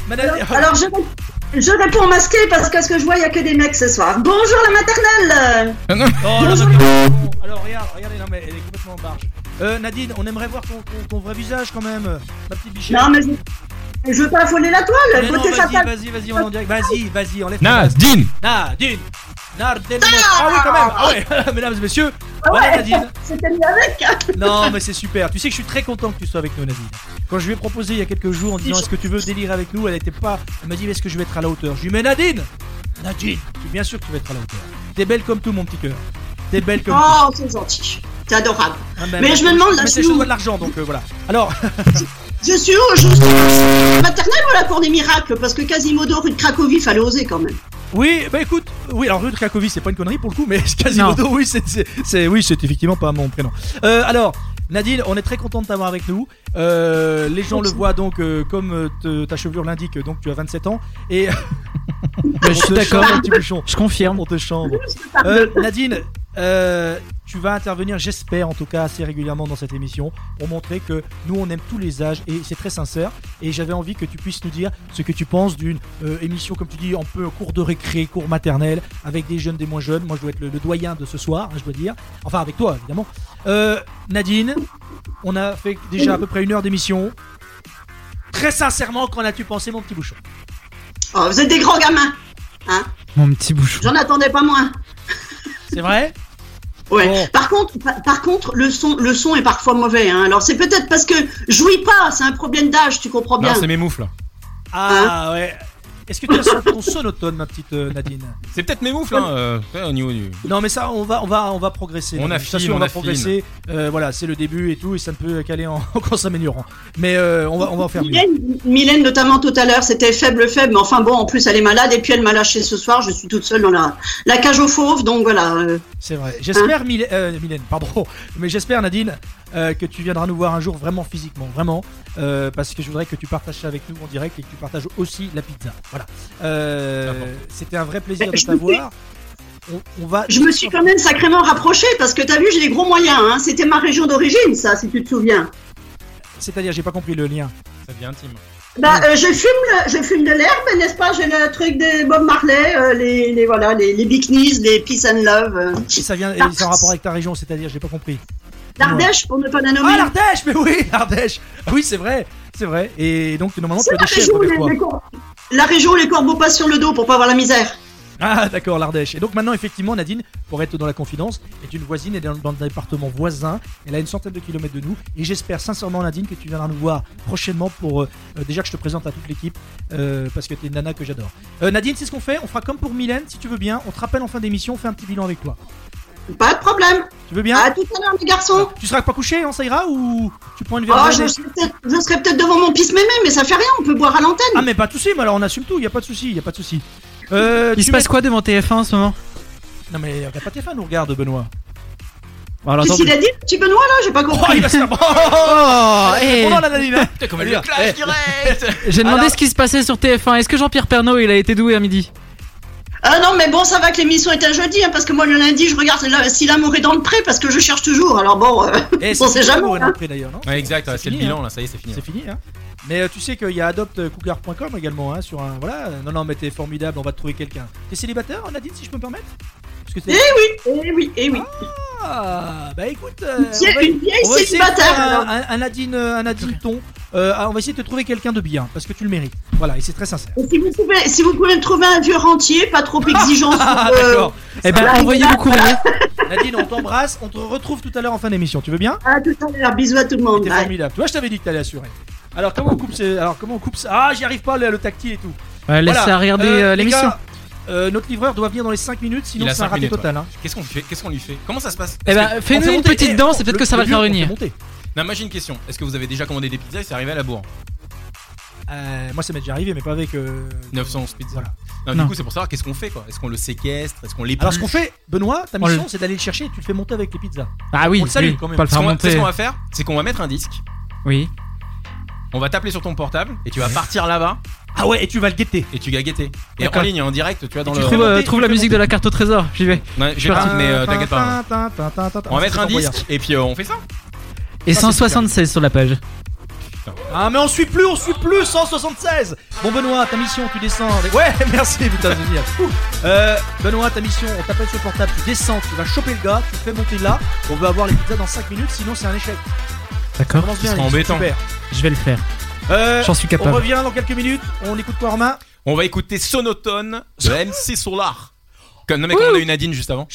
S3: Nadine
S15: Alors, alors, je, je réponds masqué parce qu'à ce que je vois, il n'y a que des mecs ce soir. Bonjour la maternelle
S1: Oh, non,
S15: Bonjour.
S1: non, non, non, non. Alors regarde, regardez, non mais elle est complètement en barge. Euh, Nadine, on aimerait voir ton, ton- ton vrai visage quand même, euh, ma petite bichette.
S15: Non, mais je, je veux pas affoler la toile,
S1: Mais non,
S15: beauté
S1: vas-y,
S15: fatale.
S1: vas-y, vas-y, on est en direct. Vas-y, vas-y, enlève.
S3: Nadine
S1: Nadine Nadine Ah oui, quand même Ah ouais, mesdames et messieurs,
S15: Ah
S1: voilà Nadine
S15: C'était mis avec
S1: Non, mais c'est super. Tu sais que je suis très content que tu sois avec nous, Nadine. Quand je lui ai proposé il y a quelques jours en disant est-ce que tu veux délirer avec nous, elle était pas. Elle m'a dit mais est-ce que je vais être à la hauteur Je lui ai dit mais Nadine Nadine Je dis, Bien sûr que tu vas être à la hauteur. T'es belle comme tout, mon petit cœur. T'es belle comme tout.
S15: Oh, c'est gentil. C'est adorable.
S1: Ah,
S15: mais je me demande, là,
S1: Mais
S15: je
S1: c'est
S15: suis
S1: je
S15: où
S1: dois de l'argent, donc euh, voilà. Alors,
S15: Je suis où Je suis maternelle ou la cour des miracles Parce que Quasimodo, rue de Cracovie, fallait oser quand même.
S1: oui, bah écoute, oui, alors rue de Cracovie, c'est pas une connerie pour le coup, mais Quasimodo, oui, c'est- c'est c'est- oui, c'est effectivement pas mon prénom. Euh, alors, Nadine, on est très content de t'avoir avec nous. Euh, les gens le voient donc, euh, comme euh, te- ta chevelure l'indique, donc tu as 27 ans. Et.
S4: je suis d'accord.
S1: je confirme. On te chambre. Euh, Nadine, euh, tu vas intervenir, j'espère en tout cas, assez régulièrement dans cette émission pour montrer que nous on aime tous les âges et c'est très sincère. Et j'avais envie que tu puisses nous dire ce que tu penses d'une euh, émission, comme tu dis, un peu cours de récré, cours maternelle, avec des jeunes, des moins jeunes. Moi je dois être le, le doyen de ce soir, hein, je dois dire. Enfin, avec toi évidemment. Euh, Nadine, on a fait déjà à peu près une heure d'émission. Très sincèrement, qu'en as-tu pensé, mon petit bouchon
S15: Oh, vous êtes des grands gamins hein
S4: Mon petit bouchon.
S15: J'en attendais pas moins.
S1: C'est vrai Oh.
S15: Ouais. Par contre, pa- par contre, le son, le son est parfois mauvais. hein. Alors c'est peut-être parce que je jouis pas. C'est un problème d'âge, tu comprends bien. Hein?
S3: Non, c'est mes moufles.
S1: Ah ouais. Est-ce que tu as son- ton sonotone, ma petite euh, Nadine
S3: C'est peut-être mes moufles, hein, euh, ouais, au niveau du.
S1: Non, mais ça, on va, on va, on va progresser.
S3: On
S1: De toute
S3: affine,
S1: façon, on,
S3: on
S1: va
S3: affine.
S1: progresser. Euh, voilà, c'est le début et tout, et ça ne peut qu'aller en, en s'améliorant. Mais euh, on va, on va en faire mieux.
S15: Mylène, Mylène, notamment tout à l'heure, c'était faible, faible. Mais enfin bon, en plus elle est malade et puis elle m'a lâché ce soir. Je suis toute seule dans la, la cage aux fauves, donc voilà. euh.
S1: C'est vrai. J'espère, Mylè- euh, Mylène, pardon, mais j'espère, Nadine, euh, que tu viendras nous voir un jour vraiment physiquement, vraiment, euh, parce que je voudrais que tu partages ça avec nous en direct et que tu partages aussi la pizza. Voilà.
S3: Ah
S1: Euh, C'était un vrai plaisir de
S15: Je me suis-
S1: t'avoir. On, on va.
S15: Je me suis quand même sacrément rapprochée parce que t'as vu, j'ai des gros moyens. hein. C'était ma région d'origine, ça, si tu te souviens.
S1: C'est-à-dire, j'ai pas compris le lien.
S3: Ça devient intime.
S15: Bah, euh, je fume, le- je fume de l'herbe, n'est-ce pas J'ai le truc des Bob Marley, euh, les, les voilà, les, les bikinis, les peace and love. euh.
S1: Et ça vient, et c'est en rapport avec ta région, c'est-à-dire, j'ai pas compris.
S15: L'Ardèche, pour ne pas la nommer.
S1: Ah l'Ardèche, mais oui, l'Ardèche. Ah oui, c'est vrai, c'est vrai. Et donc normalement tu
S15: C'est
S1: as
S15: la
S1: des
S15: région,
S1: chèvres
S15: où
S1: avec
S15: les,
S1: toi.
S15: les cor- la région où les corbeaux passent sur le dos pour pas avoir la misère.
S1: Ah d'accord, l'Ardèche. Et donc maintenant effectivement Nadine, pour être dans la confidence, est une voisine, elle est dans, dans le département voisin, elle a une centaine de kilomètres de nous et j'espère sincèrement Nadine que tu viendras nous voir prochainement pour euh, euh, déjà que je te présente à toute l'équipe euh, parce que t'es une nana que j'adore. Euh, Nadine, c'est ce qu'on fait, on fera comme pour Mylène si tu veux bien, on te rappelle en fin d'émission, on fait un petit bilan avec toi.
S15: Pas de problème.
S1: Tu veux bien
S15: À tout à l'heure, les garçons.
S1: Tu seras pas couché, hein, ça ira ou tu prends une
S15: Oh,
S1: verveine
S15: je
S1: et-
S15: serais peut-être je serais peut-être devant mon pisse mémé, mais ça fait rien, on peut boire à l'antenne.
S1: Ah mais pas de souci, mais alors on assume tout, y a pas de souci, y a pas de souci. Euh,
S4: Il se
S1: tu
S4: passe
S1: mets-
S4: quoi devant TF1 en ce moment
S1: Non mais regarde pas tes fans, nous regarde Benoît.
S4: alors,
S15: Qu'est-ce qu'il a dit, le petit Benoît, là J'ai pas
S1: Oh,
S15: compris.
S1: il va se faire- Oh,
S4: Oh, eh.
S1: Pendant la Nadine. hein.
S3: Putain, comment
S1: elle le clash
S3: direct
S4: J'ai demandé
S1: Alors-
S4: ce qui se passait sur TF1. Est-ce que Jean-Pierre Pernaud il a été doué à midi
S15: Ah non, mais bon, ça va que l'émission est un jeudi, hein, parce que moi, le lundi, je regarde la- si l'amour est dans le pré, parce que je cherche toujours. Alors bon, euh,
S1: Eh,
S15: on
S1: c'est
S15: sait
S1: fini,
S15: jamais.
S1: pour
S15: hein.
S1: Rennes-Pré, d'ailleurs, non
S3: Ouais, exact, ouais, c'est le
S1: fini,
S3: bilan là, ça y est, c'est fini.
S1: C'est fini, hein. Mais euh, tu sais qu'il y a adoptcougar.com également hein, sur un. Voilà, euh, non, non, mais t'es formidable, on va te trouver quelqu'un. T'es célibataire, Nadine, si je peux me permettre Parce que
S15: Eh
S1: t'es.
S15: oui, eh oui, eh oui.
S1: Ah, bah écoute, euh,
S15: Une vieille-
S1: on va-
S15: une vieille
S1: on va essayer de
S15: célibataire,
S1: faire
S15: alors.
S1: un, un, un Nadine, euh, un Nadine ton. Euh, ah, on va essayer de te trouver quelqu'un de bien, parce que tu le mérites. Voilà, et c'est très sincère.
S15: Et si, vous pouvez, si vous pouvez me trouver un vieux rentier, pas trop exigeant.
S1: Ah,
S15: sur, euh,
S1: d'accord.
S4: Eh ben, envoyez le courrier.
S1: Nadine, on t'embrasse, on te retrouve tout à l'heure en fin d'émission, tu veux bien
S15: À tout à l'heure, bisous à tout le monde.
S1: T'es
S15: Bye.
S1: formidable. Tu vois, je t'avais dit que t'allais assurer. Alors comment on coupe ce- Alors comment on coupe ça Ah, j'y arrive pas le, le tactile et tout.
S4: Ouais, laisse ça regarder, euh,
S1: les
S4: l'émission.
S1: gars, euh, notre livreur doit venir dans les 5 minutes, sinon
S3: Il a
S1: c'est un
S3: 5
S1: raté
S3: minutes,
S1: total.
S3: ouais.
S1: hein.
S3: Qu'est-ce qu'on lui fait Qu'est-ce qu'on lui fait Comment ça se passe
S4: Eh
S3: Est-ce
S4: ben, fais-nous
S3: que-
S1: On fait
S4: une
S1: monter- eh,
S4: petite danse et
S1: oh,
S4: peut-être
S1: le-
S4: que ça va
S1: le
S4: le faire
S1: lieu, on fait
S4: revenir.
S1: monter.
S3: Non, moi j'ai une question. Est-ce que vous avez déjà commandé des pizzas et c'est arrivé à la bourre
S1: Euh, moi, ça m'est déjà arrivé, mais pas avec. euh,
S3: 911 pizzas.
S1: Voilà.
S3: Non, du
S4: Non.
S3: coup, c'est pour savoir qu'est-ce qu'on fait quoi Est-ce qu'on le séquestre Est-ce qu'on l'épluche
S1: Alors, ce qu'on fait, Benoît, ta
S4: On le-
S1: mission, c'est d'aller le chercher et tu le fais monter avec les pizzas.
S4: Ah oui,
S1: On le salue,
S4: oui,
S1: quand même.
S4: pas le
S3: Ce
S4: faire
S3: qu'on va- tu sais ce
S4: monter.
S3: qu'on va faire, c'est qu'on va mettre un disque.
S4: Oui.
S3: On va t'appeler sur ton portable et tu vas partir là-bas
S1: Ah ouais, et tu vas le guetter.
S3: et tu vas guetter. Et en
S4: D'accord.
S3: ligne, en direct, tu vas dans
S1: Et tu
S3: le.
S4: Trouve, euh,
S1: monter,
S4: trouve
S1: tu
S4: la
S1: fais
S4: musique
S1: monter.
S4: de la carte au trésor, j'y vais.
S3: Ouais, J'ai
S4: Tin,
S3: pas, mais euh, t'inquête pas.
S1: Tin, tin, tin, tin, tin, tin.
S3: On va mettre
S1: Ah, C'est
S3: un
S1: envoyé.
S3: disque et puis euh, on fait ça.
S4: Et
S1: Ça, c'est
S4: 176 sur la page.
S1: Ah mais on suit plus, on suit plus 176 Bon Benoît, ta mission, tu descends avec- Ouais, merci putain de venir. Ouh. Euh, Benoît, ta mission, on t'appelle sur le portable, tu descends, tu vas choper le gars, tu le fais monter là, on veut avoir les pizzas dans 5 minutes, sinon c'est un échec.
S4: D'accord.
S1: Commence bien, Ce sera Alex, embêtant. super.
S4: Je vais le faire.
S1: Euh,
S4: J'en suis
S1: On
S4: capable.
S1: revient dans quelques minutes, on écoute quoi Romain
S3: On va écouter Sonotone de MC Solar. Comme, non mais comme on a eu Nadine juste avant.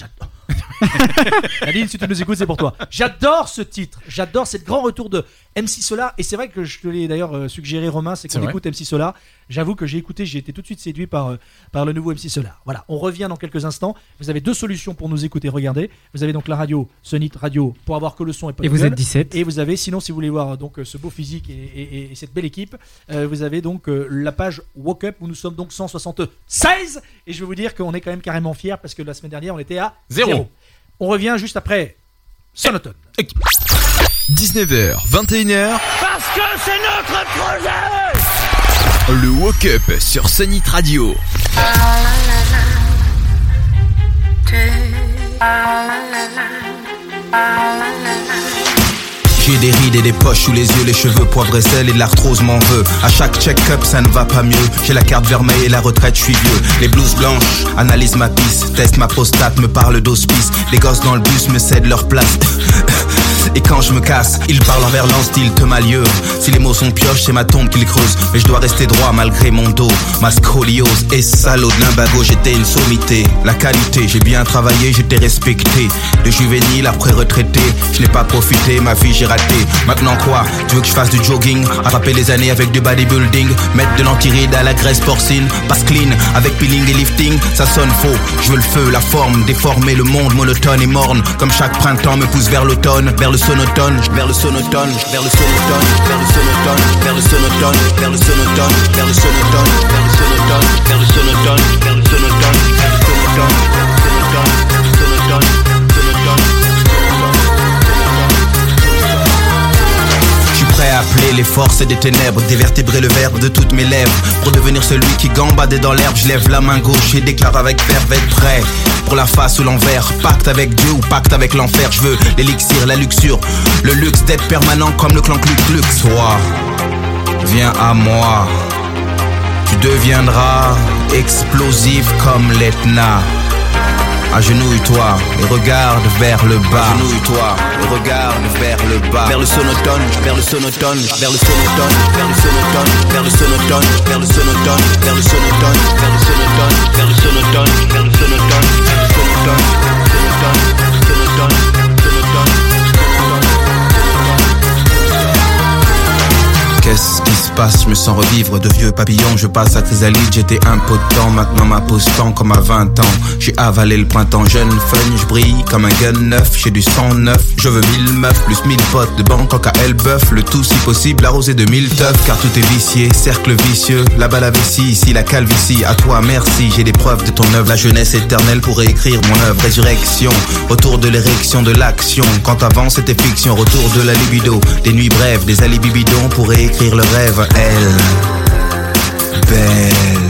S1: Nadine, si tu nous écoutes, c'est pour toi. J'adore ce titre, j'adore cette grand retour de MC Solar. Et c'est vrai que je te l'ai d'ailleurs euh, suggéré, Romain, c'est
S3: C'est
S1: qu'on
S3: vrai.
S1: écoute MC Solar. J'avoue que j'ai écouté, j'ai été tout de suite séduit par, euh, par le nouveau MC Solar. Voilà, on revient dans quelques instants. Vous avez deux solutions pour nous écouter, regardez. Vous avez donc la radio, Sonit Radio, pour avoir que le son et pas
S4: Et
S1: de
S4: vous
S1: gueule.
S4: êtes 17.
S1: Et vous avez, sinon, si vous voulez voir euh, donc euh, ce beau physique et, et- et- et cette belle équipe, euh, vous avez donc euh, la page Walk Up où nous sommes donc 176. Et je vais vous dire qu'on est quand même carrément fiers parce que la semaine dernière, on était à
S5: Zéro.
S1: zéro. On revient juste après Sonotone.
S5: 19h, 21h,
S6: Parce que c'est notre projet
S5: le Woke Up sur Sonic Radio.
S16: J'ai des rides et des poches sous les yeux, les cheveux poivre et sel et de l'arthrose m'en veut. À chaque check-up, ça ne va pas mieux. J'ai la carte vermeille et la retraite, je suis vieux. Les blouses blanches analyse ma piste, teste ma prostate, me parle d'hospice. Les gosses dans le bus me cèdent leur place. Et quand je me casse, ils parlent en verlan style te malieux. Si les mots sont pioches, c'est ma tombe qu'ils creusent. Mais je dois rester droit malgré mon dos. Ma scoliose et salaud de l'imbago, j'étais une sommité. La qualité, j'ai bien travaillé, j'étais respecté. De juvénile après retraité, je n'ai pas profité, ma vie j'ai raté. Maintenant quoi Tu veux que je fasse du jogging Attraper les années avec du bodybuilding Mettre de l'antiride à la graisse porcine Passe clean avec peeling et lifting Ça sonne faux, je veux le feu, la forme Déformer le monde monotone et morne Comme chaque printemps me pousse vers l'automne Vers le sonotone, vers le sonotone Vers le sonotone, vers le sonotone Vers le sonotone, vers le sonotone Vers le sonotone, vers le sonotone Vers le sonotone, vers le sonotone Vers le sonotone, vers le sonotone Vers le sonotone, sonotone Je suis prêt à appeler les forces des ténèbres, dévertébrer le verbe de toutes mes lèvres. Pour devenir celui qui gambadait dans l'herbe, je lève la main gauche et déclare avec verve être prêt. Pour la face ou l'envers, pacte avec Dieu ou pacte avec l'enfer, je veux l'élixir, la luxure, le luxe d'être permanent comme le clan Klux Klux. Sois, viens à moi, tu deviendras explosif comme l'Etna. Agenouille-toi et regarde vers le bas. Agenouille-toi et regarde vers le bas. Vers le sonotone, vers le sonotone, vers le sonotone, vers le sonotone, vers le sonotone, vers le sonotone, vers le sonotone, vers le sonotone, vers le sonotone, vers le sonotone, vers le sonotone, sonotone, sonotone, sonotone. Qu'est-ce qui se passe Je me sens revivre de vieux papillons. Je passe à chrysalide, j'étais impotent. Maintenant ma pose tend comme à 20 ans. J'ai avalé le printemps jeune, fun, je brille comme un gun neuf. J'ai du sang neuf, je veux mille meufs, plus mille potes de banque en elle bœuf. Le tout si possible arrosé de mille teufs. Car tout est vicié, cercle vicieux. Là-bas la vessie, ici la calvitie. À toi merci, j'ai des preuves de ton œuvre. La jeunesse éternelle pourrait écrire mon œuvre. Résurrection, autour de l'érection de l'action. Quand avant c'était fiction, retour de la libido. Des nuits brèves, des alibis bidons pourraient écrire le rêve. Elle, belle.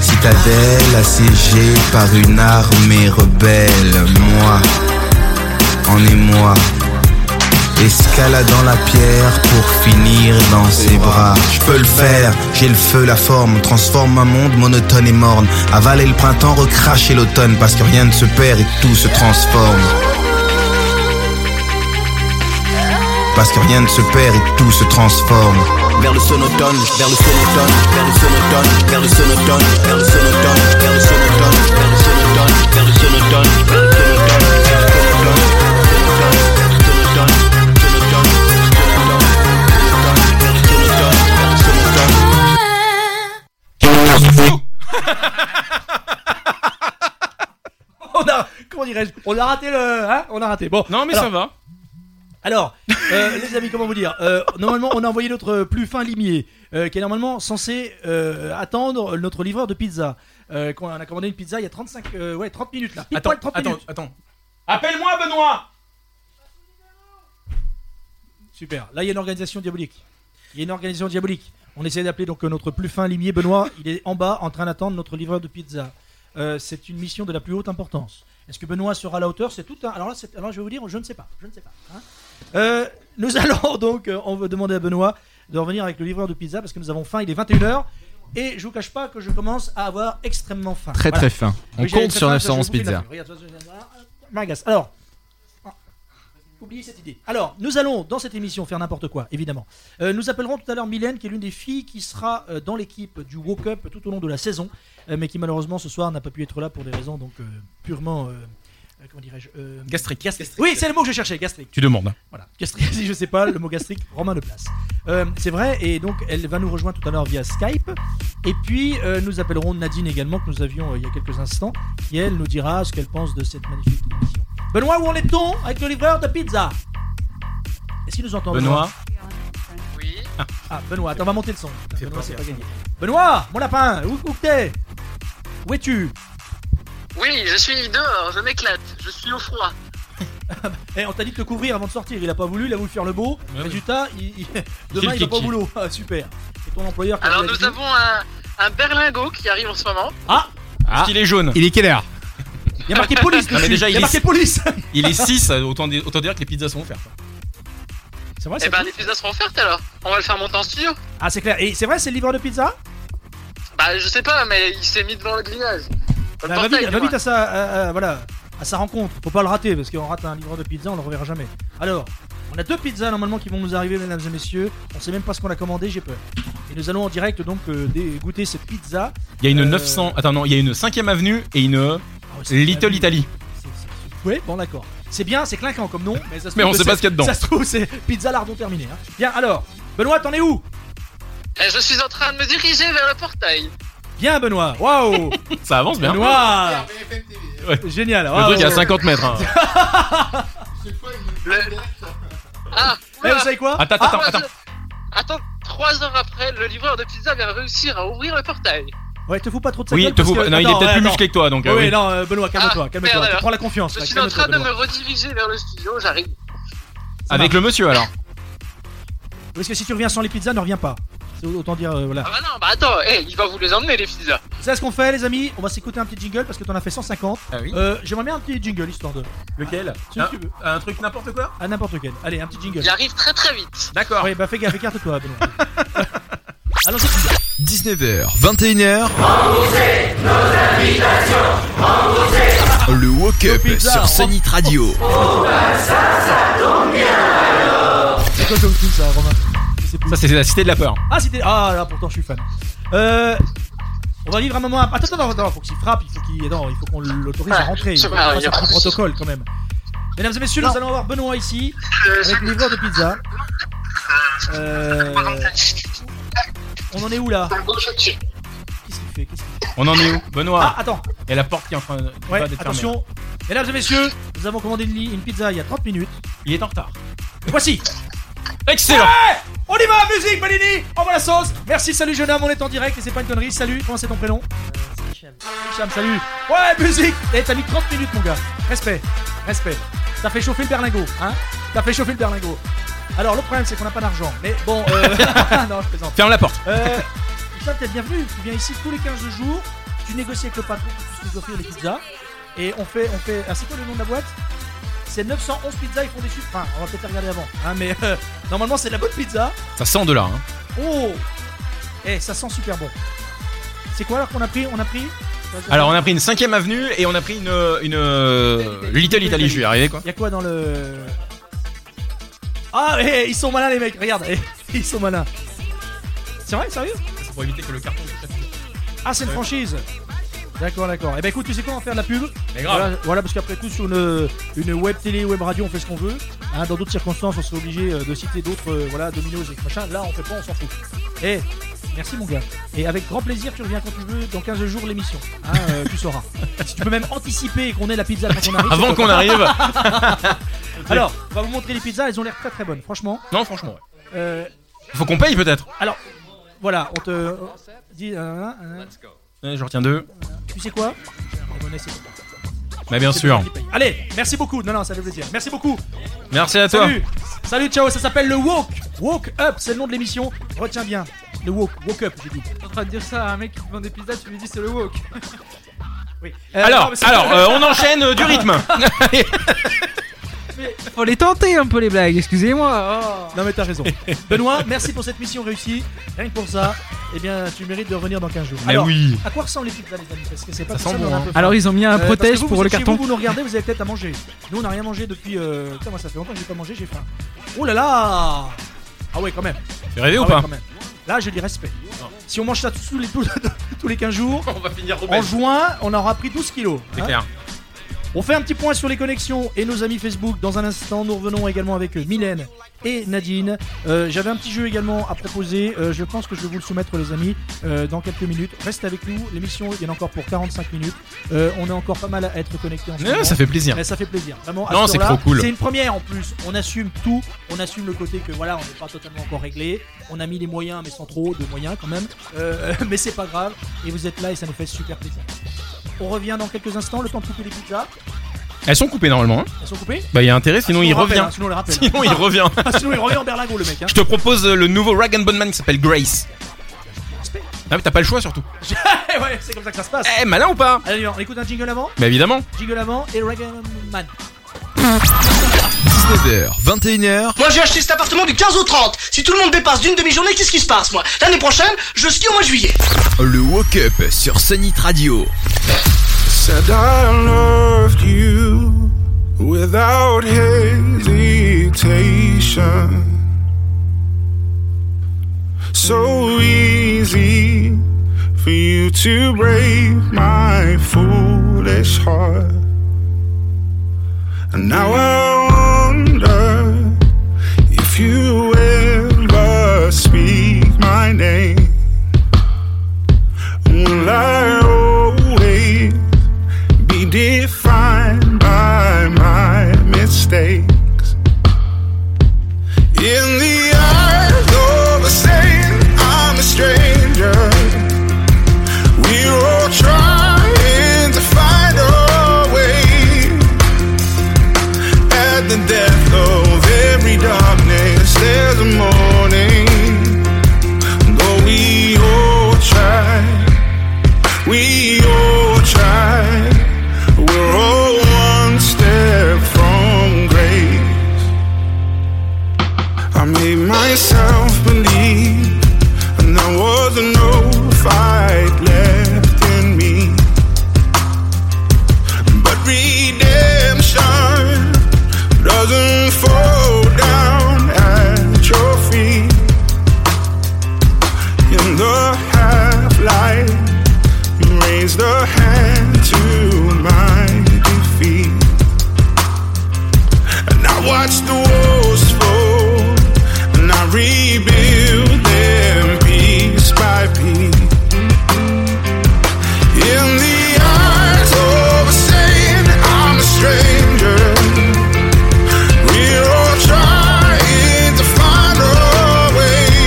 S16: Citadelle assiégée par une armée rebelle. Moi, en émoi. Escaladant la pierre pour finir dans ses bras. Je peux le faire, j'ai le feu, la forme, transforme un monde monotone et morne. Avaler le printemps, recracher l'automne, parce que rien ne se perd et tout se transforme. Parce que rien ne se perd et tout se transforme. Vers le sonotone, vers le sonotone, vers le sonotone, vers le sonotone, vers le sonotone, vers le sonotone, vers le sonotone, vers le sonotone, vers le sonotone, vers le sonotone, vers le sonotone.
S1: on a, comment dirais-je On a raté le, hein On a raté. Bon.
S3: Non, mais ça va.
S1: Alors, euh, les amis, comment vous dire Euh, Normalement, on a envoyé notre plus fin limier, euh, qui est normalement censé euh, attendre notre livreur de pizza. Euh, qu'on- on a commandé une pizza il y a 35, euh, ouais, 30 minutes là. Pile
S3: Attends,
S1: poil 30
S3: attends,
S1: minutes.
S3: attends. Appelle-moi Benoît
S1: Super. Là, il y a une organisation diabolique. Il y a une organisation diabolique. On essaie d'appeler donc euh, notre plus fin limier Benoît. Il est en bas en train d'attendre notre livreur de pizza. Euh, c'est une mission de la plus haute importance. Est-ce que Benoît sera à la hauteur C'est tout un. Alors là, c'est- alors je vais vous dire, je ne sais pas. Je ne sais pas. hein. Euh, nous allons donc, euh, on veut demander à Benoît de revenir avec le livreur de pizza parce que nous avons faim, il est 21h. Et je vous cache pas que je commence à avoir extrêmement faim.
S3: Très, très faim. On
S1: j'avais
S3: compte
S1: très
S3: sur
S1: faim, parce que
S3: 911
S1: j'ai bouffé de la
S3: pizza.
S1: feuille. Regarde, toi, toi, toi, toi, Margas. Alors, oubliez cette idée. Alors, nous allons dans cette émission faire n'importe quoi, évidemment. Euh, nous appellerons tout à l'heure Mylène, qui est l'une des filles qui sera euh, dans l'équipe du Woke Up tout au long de la saison, euh, mais qui malheureusement ce soir n'a pas pu être là pour des raisons donc euh, purement. euh, euh, comment dirais-je euh,
S3: Gastrique. Gastrique.
S1: Oui, c'est le mot que je cherchais, gastrique.
S3: Tu demandes. hein.
S1: Voilà, gastrique, si je sais pas, le mot gastrique, Romain le place. Euh, c'est vrai, et donc elle va nous rejoindre tout à l'heure via Skype. Et puis euh, nous appellerons Nadine également, que nous avions euh, il y a quelques instants, qui elle nous dira ce qu'elle pense de cette magnifique émission. Benoît, où en est-on avec le livreur de pizza Est-ce qu'il nous entend
S3: Benoît
S1: Oui. Ah, Benoît, attends, on va monter le son. Putain, Benoît, c'est pas gagné. Benoît, mon lapin, où, où que t'es Où es-tu
S17: Oui, je suis dehors, je m'éclate, je suis au froid.
S1: Eh, on t'a dit de te couvrir avant de sortir, il a pas voulu, il a voulu faire le beau. Résultat, il- il- demain
S17: Quel
S1: il va pas au
S17: kiki.
S1: boulot. Ah, super. Et ton employeur qui a
S17: Alors
S1: dit à
S17: nous
S1: Didi-
S17: avons un, un berlingot qui arrive en ce moment.
S1: Ah
S3: Parce qu'il est jaune. Il est quelle heure
S1: Il y a marqué police dessus. Il y a marqué police.
S3: Il est 6, autant, di- autant dire que les pizzas sont offertes.
S1: C'est vrai,
S17: Eh ben les pizzas seront offertes alors. On va le faire monter en studio.
S1: Ah, c'est clair. Et c'est vrai, c'est le livreur de pizza
S17: Bah je sais pas, mais il s'est mis devant le grillage. Le
S1: Bah, Va
S17: portail,
S1: vite, va
S17: du
S1: vite à sa, à- à- voilà, à sa rencontre. Faut pas le rater parce qu'on rate un livreur de pizza, on le reverra jamais. Alors, on a deux pizzas normalement qui vont nous arriver, mesdames et messieurs. On sait même pas ce qu'on a commandé, j'ai peur. Et nous allons en direct donc euh, dé- goûter cette pizza.
S3: Il y a une
S1: Euh, Ah
S3: 900. Attends, non, il y a une 5ème avenue et une euh, Little Italy.
S1: Oui, bon d'accord. C'est bien, c'est clinquant comme nom, mais ça se
S3: Mais
S1: trouve
S3: on
S1: que
S3: sait pas
S1: c'est-
S3: ce qu'il y a dedans.
S1: Ça se trouve, c'est pizza lardon terminé. hein. Bien, alors, Benoît, t'en es où
S17: moins. Eh, je suis en train de me diriger vers le portail.
S1: Bien, Benoît. Waouh
S3: Ça avance bien.
S1: Benoît Génial.
S3: Le truc
S1: waouh.
S3: à 50 mètres. hein.
S17: Ah
S1: Eh, vous savez quoi
S3: Attends, attends, attends.
S17: Attends, trois heures après, le livreur de pizza va réussir à ouvrir le portail.
S1: Ouais, te fous pas trop de sa
S3: Oui,
S1: gueule
S3: te
S1: parce
S3: fous
S1: que-
S3: pas- Non, il est
S1: Attends,
S3: peut-être
S1: ouais,
S3: plus
S1: attends.
S3: musclé que toi, donc.
S1: Oui,
S3: euh, oui.
S1: non, euh, Benoît, calme-toi,
S17: Ah,
S1: calme-toi.
S17: merde,
S1: Tu prends la
S17: alors.
S1: confiance.
S17: Je
S1: là,
S17: suis en
S1: calme-toi,
S17: train de me
S1: Benoît.
S17: rediriger vers le studio, j'arrive.
S3: Avec le monsieur alors.
S1: Parce que si tu reviens sans les pizzas, ne reviens pas. C'est Autant dire, euh, voilà.
S17: Ah bah non, bah attends, eh, il va vous les emmener les pizzas.
S1: C'est ce qu'on fait, les amis. On va s'écouter un petit jingle parce que t'en as fait 150. Euh, J'aimerais bien un petit jingle histoire de. Ah, Lequel
S3: Ah Un- Un truc n'importe quoi
S1: À Ah, n'importe quel. Allez, un petit jingle.
S17: Il arrive très très vite.
S3: D'accord.
S1: Oui, bah fais gaffe, écarte-toi, Benoît.
S5: 19h, 21h. Le Woke Up
S1: pizzas,
S5: sur Sonic Radio.
S1: C'est quoi comme film ça, Romain
S3: Ça, c'est la cité de la peur.
S1: Ah, c'était. Ah, là, pourtant, je suis fan. Euh. On va vivre un moment. Attends, attends, attends, faut qu'il frappe, il faut qu'il. Non, il faut qu'on l'autorise à rentrer. Il
S17: c'est
S1: faut qu'on
S17: pas grave,
S1: fasse
S17: y a
S1: un
S17: pas de
S1: petit
S17: souci.
S1: protocole quand même. Mesdames et messieurs, nous allons avoir Benoît ici avec le livreur de pizza. Euh. On en est où là
S3: On en est où Benoît
S1: Ah, attends.
S3: Il y a la porte qui est en train de- qui
S1: Ouais,
S3: va d'être fermée.
S1: attention. Mesdames et messieurs, nous avons commandé une, li- une pizza il y a 30 minutes.
S3: Il est en retard.
S1: Et voici
S3: Excellent
S1: Ouais On y va, musique, Balini Envoie la sauce Merci, salut jeune homme, on est en direct et c'est pas une connerie. Salut, comment c'est ton prénom Hicham, salut Ouais, musique Eh, t'as mis 30 minutes, mon gars. Respect, respect. T'as fait chauffer le berlingot, hein T'as fait chauffer le berlingot. Alors, le problème, c'est qu'on n'a pas d'argent. Mais bon, euh... non, je plaisante.
S3: Ferme la porte.
S1: Euh, Hicham, t'es le bienvenu. Tu viens ici tous les 15 jours. Tu négocies avec le patron pour qu'il puisse nous offrir les pizzas. Et on fait, on fait. Ah, c'est quoi le nom de la boîte C'est 911 pizzas, ils font des chiffres. Enfin, on va peut-être les regarder avant. hein, mais euh, normalement, c'est de la bonne pizza.
S3: Ça sent de là. hein.
S1: Oh Eh, ça sent super bon. C'est quoi alors qu'on a pris On a pris
S3: Alors, on a pris une 5ème avenue et on a pris une. une euh, Little Italy, je vais y arriver quoi.
S1: Il y a quoi dans le Ah, eh, ils sont malins les mecs. Regarde, eh, ils sont malins. C'est vrai, sérieux
S3: Pour éviter que le carton
S1: Ah, c'est une franchise. D'accord, d'accord. Eh ben écoute, tu sais quoi, on va faire de la pub.
S3: Mais grave.
S1: Voilà, voilà, parce qu'après tout, sur une, une web télé, web radio, on fait ce qu'on veut. Hein, dans d'autres circonstances, on serait obligé euh, de citer d'autres, euh, voilà, Domino's et machin. Là, on fait pas, on s'en fout. Eh, merci mon gars. Et avec grand plaisir, tu reviens quand tu veux. Dans 15 jours, l'émission. Hein, euh, tu sauras. Si tu peux même anticiper et qu'on ait la pizza
S3: Ah,
S1: avant qu'on arrive.
S3: Avant
S1: c'est
S3: qu'on
S1: pas-
S3: arrive.
S1: Alors, on va vous montrer les pizzas. Elles ont l'air très très bonnes, franchement.
S3: Non, franchement, ouais.
S1: Euh,
S3: Faut qu'on paye peut-être.
S1: alors, voilà, on te on dit. euh, euh,
S3: Ouais, Je retiens deux.
S1: tu sais quoi La monnaie, c'est bon.
S3: Bah, bien sûr.
S1: Allez, merci beaucoup. Non, non, ça fait plaisir. Merci beaucoup.
S3: Merci à toi.
S1: Salut. Salut, ciao. Ça s'appelle le Walk. Walk Up, c'est le nom de l'émission. Retiens bien. Le Walk. Walk Up, j'ai dit.
S4: en train de dire ça à un mec qui demande des pizzas, tu lui dis c'est le wok.
S1: Euh,
S3: alors,
S4: Eh,
S3: euh,
S1: non, mais c'est-
S3: alors euh, on enchaîne euh, du rythme.
S4: Faut les tenter un peu les blagues, excusez-moi. Oh.
S1: Non mais t'as raison. Benoît, merci pour cette mission réussie. Rien que pour ça, eh bien, tu mérites de revenir dans 15 jours.
S4: Mais
S1: Alors,
S4: oui.
S1: À quoi ressemble l'équipe là, les amis Parce que c'est pas
S4: Ça
S1: tout
S4: sent
S1: mais
S4: bon,
S1: on a un
S4: hein.
S1: peu faim. Euh,
S4: Alors, ils ont mis un
S1: parce
S4: protège
S1: que vous,
S4: pour
S1: vous
S4: le
S1: êtes chez
S4: carton.
S1: Vous, vous nous regardez, vous avez peut-être à manger. Nous, on n'a rien mangé depuis. euh, Putain, moi, ça fait longtemps que j'ai pas mangé, j'ai faim. Oh là là Ah ouais, quand même.
S3: Fait rêver
S1: Ah
S3: ou
S1: ouais,
S3: pas
S1: quand même. Là, j'ai du respect. Si on mange ça tous les, tous les 15 jours,
S3: on va finir
S1: en
S3: rebelle.
S1: juin, on aura pris 12 kilos.
S3: C'est
S1: hein.
S3: clair.
S1: On fait un petit point sur les connexions et nos amis Facebook. Dans un instant, nous revenons également avec euh, Mylène et Nadine. Euh, J'avais un petit jeu également à proposer. Euh, je pense que je vais vous le soumettre, les amis, euh, dans quelques minutes. Restez avec nous. L'émission, il y en a encore pour 45 minutes. Euh, on est encore pas mal à être connectés en ce
S3: Ouais,
S1: moment.
S3: ça fait plaisir.
S1: Ouais, ça fait plaisir. Vraiment, à
S3: Non,
S1: ce
S3: c'est
S1: temps-là,
S3: trop cool.
S1: C'est une première en plus. On assume tout. On assume le côté que voilà, on n'est pas totalement encore réglé. On a mis les moyens, mais sans trop de moyens quand même. Euh, mais c'est pas grave. Et vous êtes là et ça nous fait super plaisir. On revient dans quelques instants. Le temps de couper les pizzas.
S3: Elles sont coupées normalement. hein.
S1: Elles sont coupées
S3: Bah, il y a intérêt, sinon
S1: on
S3: il
S1: le rappelle,
S3: revient.
S1: hein, sinon, on le rappelle.
S3: Sinon, il revient.
S1: Ah, sinon, il revient en berlingot, le mec. hein.
S3: Je te propose euh, le nouveau Rag and Bone Man qui s'appelle Grace. Ah, mais t'as pas le choix surtout.
S1: ouais, c'est comme ça que ça se passe.
S3: Eh, malin ou pas
S1: Allez, on écoute un jingle avant.
S3: Bah, évidemment.
S1: Jingle avant et Dragon Man.
S5: 19h, 21h.
S18: Moi j'ai acheté cet appartement du 15 au 30. Si tout le monde dépasse d'une demi-journée, qu'est-ce qui se passe moi L'année prochaine, je skie au mois de juillet.
S5: Le Woke Up sur Sunnit Radio.
S19: Said I loved you without hesitation. So easy for you to break my foolish heart. And now I wonder if you ever speak my name. Will I always be defined by my mistakes? In the eyes of a saint, I'm a stranger. We're all trying to find our way. At the death of every darkness, there's a morning. Though we all try. We all try. We're all one step from grace. I made myself believe, and there was no fight left in me. But redemption doesn't fall down at your feet. In the half light. You raised a hand to my defeat. And I watched the walls fall, and I rebuild them piece by piece. In the eyes of a saint, I'm a stranger. We're all trying to find our way.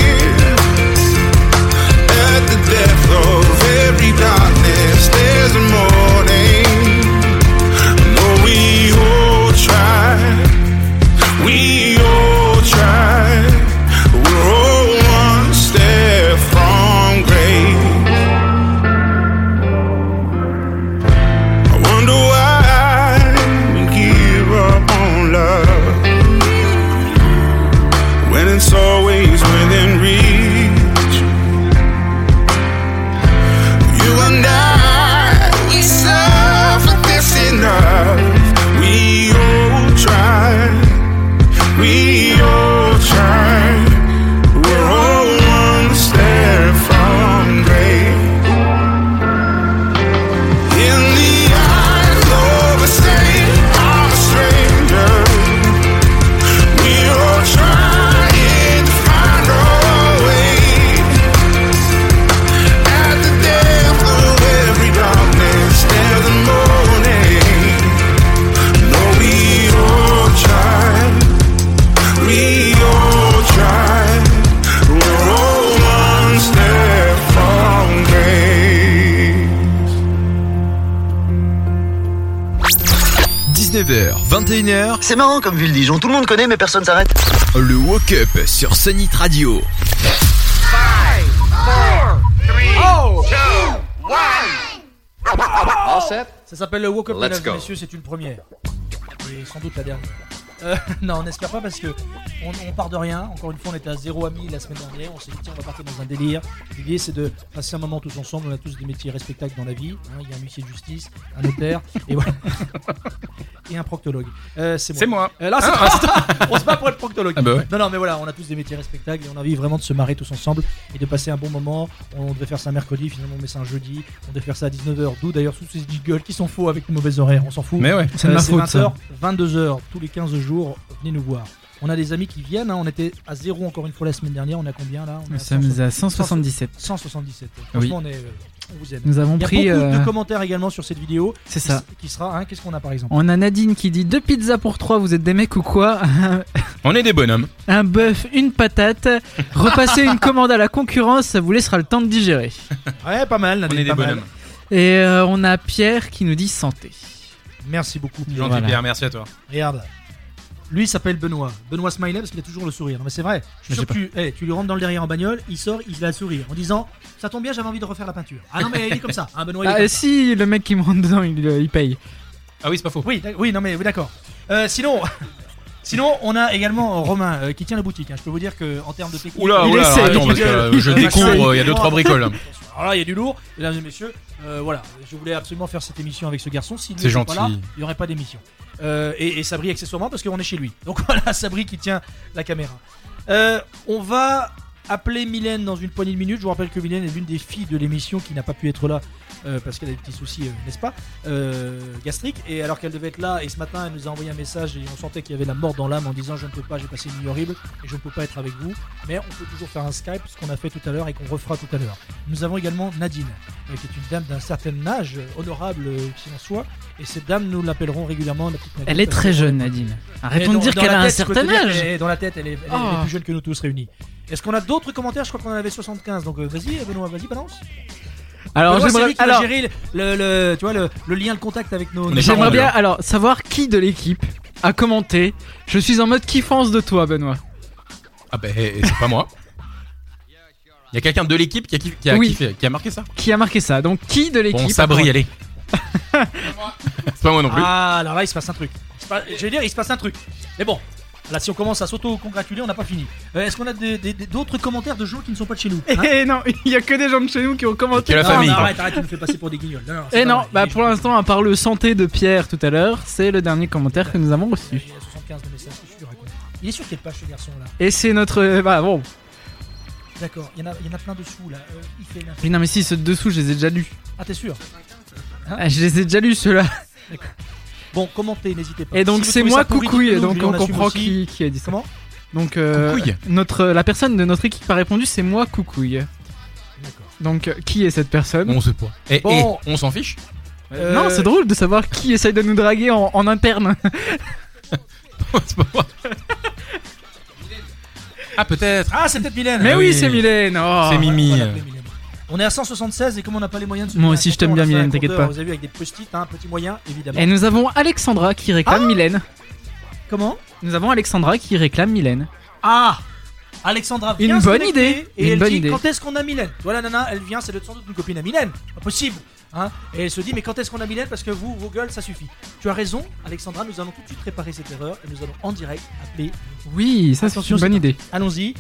S19: At the death of every darkness, there's a morning. Though we all try, we all try. We're all one step from grace. I wonder why we give up on love when it's always within reach. You and I, we suffer this enough. We all try, we all try. We're all one step from grace. In the eyes of a saint, I'm a stranger. We're all trying to find our way. At the death of every darkness, there's a morning. No, we all try. We all try. We're all one step from grace.
S5: 19h, 21h.
S18: C'est marrant comme ville Dijon, tout le monde connaît mais personne s'arrête.
S5: Le Woke Up sur Sunnit Radio.
S1: Ça s'appelle le Walk Up,
S5: Let's
S1: Oh. mesdames et
S5: go.
S1: messieurs, c'est une première. Et sans doute la dernière. Euh, non, on n'espère pas parce que on, on part de rien. Encore une fois, on était à 0 à 1000 la semaine dernière. On s'est dit, tiens, on va partir dans un délire. L'idée, c'est de passer un moment tous ensemble. On a tous des métiers respectables dans la vie. hein. Il y a un huissier de justice, un notaire et voilà. et un proctologue. Euh, c'est moi.
S3: C'est moi.
S1: Euh, là, c'est
S3: Ah,
S1: toi. on se bat pour être proctologue.
S3: Ah bah ouais.
S1: Non, non, mais voilà, on a tous des métiers respectables et on a envie vraiment de se marrer tous ensemble et de passer un bon moment. On devait faire ça un mercredi, finalement, on met ça un jeudi. On devait faire ça à 19h, d'où d'ailleurs tous ces gueules qui sont faux avec nos mauvais horaires. On s'en fout. Euh,
S3: Mais ouais, c'est de ma faute,
S1: 20h,
S3: ça.
S1: 22h, tous les 15 jours, venez nous voir. On a des amis qui viennent, hein, on était à zéro encore une fois la semaine dernière, on a combien là On est
S4: Nous sommes à 177.
S1: 177.
S4: Oui.
S1: Franchement, on, est, euh, on vous aime.
S4: Nous avons
S1: Il y a
S4: pris,
S1: beaucoup de
S4: euh,
S1: commentaires également sur cette vidéo.
S4: C'est
S1: qui-
S4: ça.
S1: Qui sera, hein, qu'est-ce qu'on a par exemple
S4: On a Nadine qui dit deux pizzas pour trois, vous êtes des mecs ou quoi
S3: On est des bonhommes.
S4: Un bœuf, une patate. Repasser une commande à la concurrence, ça vous laissera le temps de digérer.
S1: Ouais, pas mal, Nadine,
S3: On est des
S1: pas mal.
S3: bonhommes.
S4: Et euh, on a Pierre qui nous dit santé.
S1: Merci beaucoup, Pierre.
S3: Gentil
S4: Voilà.
S3: Pierre, merci à toi.
S1: Regarde. Lui il s'appelle Benoît. Benoît Smiley parce qu'il a toujours le sourire. Non, mais c'est vrai. Je suis
S4: Mais
S1: sûr que
S4: j'ai
S1: tu, eh, tu lui rentres dans le derrière en bagnole, il sort, il a le sourire en disant Ça tombe bien, j'avais envie de refaire la peinture. Ah non, mais il est comme ça. hein, Benoît, il est
S4: Ah,
S1: comme
S4: et si le mec qui me rentre dedans, il, euh, il paye.
S3: Ah oui, c'est pas faux.
S1: Oui, d'ac- oui non, mais oui, d'accord. Euh, sinon. Sinon, on a également euh, Romain euh, qui tient la boutique. hein. Je peux vous dire que en termes de technique,
S3: Oula,
S1: il
S3: oula,
S1: essaie,
S3: alors, attends,
S1: il
S3: parce que,
S1: gueule.
S3: euh, je découvre, euh, il y a deux, trois bricoles.
S1: Alors là, il y a du lourd, mesdames et messieurs. euh, voilà, je voulais absolument faire cette émission avec ce garçon. S'il
S3: C'est
S1: n'était pas là,
S3: gentil.
S1: il n'y aurait pas d'émission. Euh, et, et Sabri accessoirement parce qu'on est chez lui. Donc voilà, Sabri qui tient la caméra. Euh, on va appeler Mylène dans une poignée de minutes. Je vous rappelle que Mylène est l'une des filles de l'émission qui n'a pas pu être là euh, parce qu'elle a des petits soucis, euh, n'est-ce pas, euh, gastriques. Et alors qu'elle devait être là, et ce matin, elle nous a envoyé un message et on sentait qu'il y avait la mort dans l'âme en disant je ne peux pas, j'ai passé une nuit horrible et je ne peux pas être avec vous. Mais on peut toujours faire un Skype, ce qu'on a fait tout à l'heure et qu'on refera tout à l'heure. Nous avons également Nadine, euh, qui est une dame d'un certain âge, euh, honorable euh, qu'il en soit. Et cette dame, nous l'appellerons régulièrement la petite Nadine.
S4: Elle est
S1: parce
S4: très
S1: que-
S4: jeune, Nadine.
S1: et
S4: Arrêtons
S1: dans-
S4: de dire
S1: dans
S4: qu'elle
S1: la
S4: a un
S1: tête, je peux te
S4: certain
S1: dire
S4: âge.
S1: qu'elle est- Dans la tête, elle est, elle est- elle est
S4: Oh.
S1: plus jeune que nous tous réunis. Est-ce qu'on a d'autres commentaires Je crois qu'on en avait 75, donc euh, vas-y, Benoît, vas-y, balance.
S4: Alors,
S1: Benoît, c'est
S4: j'aimerais-
S1: lui qui va
S4: alors-
S1: gérer le, le- le- tu vois, le, le lien, le contact avec nos. nos
S4: J'aimerais
S1: parents,
S4: bien
S1: d'ailleurs.
S4: alors savoir qui de l'équipe a commenté. Je suis en mode kiffance de toi, Benoît.
S3: Ah bah, eh, eh, c'est pas moi. Il y a quelqu'un de l'équipe qui a, kiff- qui a
S4: Oui.
S3: kiffé- qui a marqué ça
S4: Qui a marqué ça Donc qui de l'équipe
S3: Bon, Sabri,
S4: a-
S3: allez. c'est pas moi non plus.
S1: Ah, alors là, il se passe un truc. Il se passe- je veux dire, il se passe un truc. Mais bon, là, si on commence à s'auto-congratuler, on n'a pas fini. Euh, Est-ce qu'on a des- des- des- d'autres commentaires de gens qui ne sont pas de chez nous hein
S4: Eh non, il y a que des gens de chez nous qui ont commenté.
S1: Non, non, arrête, arrête, tu nous fais passer pour des guignols. Non, non, c'est
S4: Et
S1: pas
S4: non,
S1: vrai.
S4: bah pour l'instant, à part le santé de Pierre tout à l'heure, c'est le dernier commentaire que nous avons reçu.
S1: Il y a 75 de messages, qu'est-ce que tu racontes Il est sûr qu'il n'y a pas ce garçon-là.
S4: Et c'est notre. euh, Bah bon.
S1: D'accord, il y, en a- il y en a plein dessous là. Euh, il fait l'info.
S4: Mais non, mais si, ceux de dessous, je les ai déjà lus.
S1: Ah, t'es sûr Hein
S4: Ah, je les ai déjà lus, ceux-là.
S1: D'accord. Bon, commentez, n'hésitez pas.
S4: Et donc,
S1: Si vous
S4: c'est
S1: trouvez
S4: moi,
S1: ça pourri,
S4: Coucouille,
S1: dites-le nous,
S4: donc
S1: je
S4: on
S1: l'assume
S4: comprend
S1: aussi.
S4: qui, qui a dit ça.
S1: Comment
S4: Donc, euh,
S1: Coucouille.
S4: notre, la personne de notre équipe qui a répondu, c'est moi, Coucouille. Donc, euh, qui est cette personne
S3: On sait pas. Eh, Et,
S4: Bon.
S3: on s'en fiche
S4: Euh, Non, c'est drôle de savoir qui essaye de nous draguer en, en interne.
S3: Ah, peut-être.
S1: Ah, c'est peut-être Mylène.
S4: Mais oui, c'est Mylène. oh.
S3: C'est Mimi.
S1: On est à 176 et comme on n'a pas les moyens de se
S4: Moi
S1: faire
S4: aussi,
S1: un
S4: je t'aime
S1: compteur,
S4: bien,
S1: on a fait un
S4: Mylène, t'inquiète
S1: compteur,
S4: pas.
S1: Vous avez vu avec des post-it, hein, petit moyen, évidemment.
S4: Et nous avons Alexandra qui
S1: Ah
S4: réclame Mylène.
S1: Comment
S4: Nous avons Alexandra qui réclame Mylène.
S1: Ah Alexandra
S4: Une
S1: vient se
S4: bonne
S1: connecter
S4: idée,
S1: Et
S4: une
S1: elle
S4: bonne
S1: dit
S4: idée.
S1: quand est-ce qu'on a Mylène Tu vois la nana, elle vient, c'est de- sans doute une copine à Mylène. Pas possible. Hein et elle se dit mais quand est-ce qu'on a Mylène Parce que vous, vos gueules, ça suffit. Tu as raison, Alexandra, nous allons tout de suite réparer cette erreur et nous allons en direct appeler.
S4: Oui, ça c'est
S1: Attention,
S4: une bonne
S1: c'est-
S4: idée.
S1: Allons-y.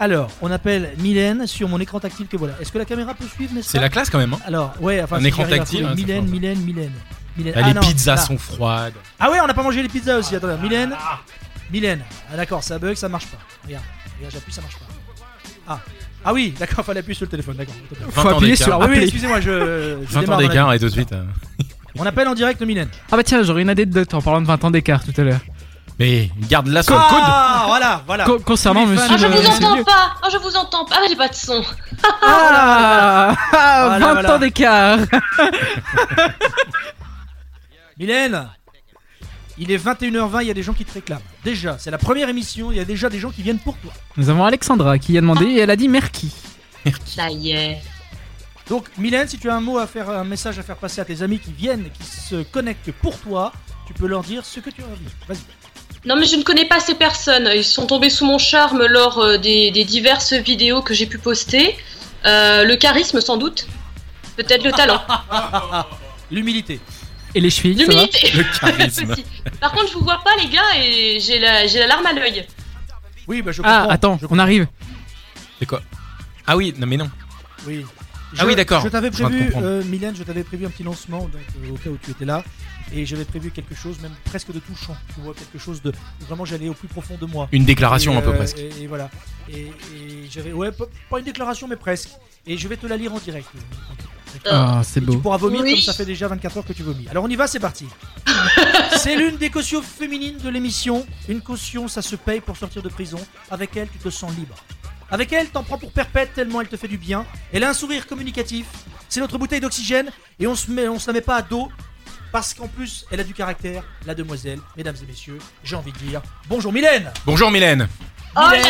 S1: Alors, on appelle Mylène sur mon écran tactile que voilà. Est-ce que la caméra peut suivre, n'est-ce
S3: C'est
S1: pas
S3: la classe quand même, hein.
S1: Alors, ouais, enfin,
S3: Un
S1: si
S3: écran
S1: j'arrive à
S3: tactile,
S1: trouver
S3: hein, ça
S1: Mylène, Mylène, Mylène, Mylène.
S3: Ah,
S1: Ah
S3: les
S1: non,
S3: pizzas
S1: là.
S3: sont froides.
S1: Ah ouais, on n'a pas mangé les pizzas aussi.
S3: Ah
S1: Attends, Mylène. Mylène. Ah d'accord, ça bug, ça marche pas. Regarde, regarde, j'appuie, ça marche pas. Ah. Ah oui, d'accord, fallait appuyer sur le téléphone, d'accord. Ah
S3: Faut 20 ans appuyer d'écart. sur
S1: Oui, oui,
S3: appeler.
S1: excusez-moi, je. je
S3: 20
S1: démarre
S3: ans
S1: dans la
S3: d'écart
S1: vie.
S3: et tout de suite. euh.
S1: On appelle en direct Mylène.
S4: Ah bah tiens, j'aurais une anecdote en parlant de 20 ans d'écart tout à l'heure.
S3: Mais garde-la sur le coude.
S1: Ah, voilà, voilà.
S4: Co- concernant
S1: Tous les fans-
S4: monsieur
S14: Ah, je
S4: le-
S14: vous
S4: monsieur
S14: entends
S4: Dieu.
S14: pas Ah, je vous entends pas Ah, j'ai pas de son
S4: Ah, ah,
S1: Voilà,
S4: 20
S1: voilà.
S4: ans d'écart.
S1: Mylène Il est 21h20, il y a des gens qui te réclament. Déjà, c'est la première émission, il y a déjà des gens qui viennent pour toi.
S4: Nous avons Alexandra qui a demandé et elle a dit Merki.
S14: Ça y est.
S1: Donc, Mylène, si tu as un mot à faire, un message à faire passer à tes amis qui viennent, qui se connectent pour toi, tu peux leur dire ce que tu as envie. Vas-y.
S14: Non, mais je ne connais pas ces personnes. Ils sont tombés sous mon charme lors euh, des, des diverses vidéos que j'ai pu poster. Euh, le charisme, sans doute. Peut-être le talent.
S1: L'humilité.
S4: Et les chevilles,
S14: Deux
S4: ça va
S14: minutes. Le charisme. Par contre, je vous vois pas, les gars, et j'ai la, j'ai la larme à l'œil.
S1: Oui, bah je
S4: Ah, attends, on arrive.
S3: Oh. C'est quoi Ah oui, non mais non.
S1: Oui.
S3: Ah oui, d'accord.
S1: Je t'avais
S3: Je viens de
S1: prévu,
S3: comprendre.
S1: euh, Mylène, je t'avais prévu un petit lancement donc, euh, au cas où tu étais là. Et j'avais prévu quelque chose, même presque de touchant. Tu vois, quelque chose de. Vraiment, j'allais au plus profond de moi.
S3: Une déclaration, un peu, presque.
S1: Et, et voilà. Et, et j'avais. Ouais, pas- pas une déclaration, mais presque. Et je vais te la lire en direct.
S14: Euh,
S4: Ah, c'est
S1: Et Tu
S4: beau.
S1: pourras vomir
S4: Oui.
S1: comme ça fait déjà 24 heures que tu vomis. Alors on y va, c'est parti. c'est l'une des cautions féminines de l'émission. Une caution, ça se paye pour sortir de prison. Avec elle, tu te sens libre. Avec elle, t'en prends pour perpète tellement elle te fait du bien. Elle a un sourire communicatif. C'est notre bouteille d'oxygène et on se met, on se la met pas à dos. Parce qu'en plus, elle a du caractère, la demoiselle, mesdames et messieurs, j'ai envie de dire bonjour Mylène
S3: Bonjour Mylène.
S1: Mylène,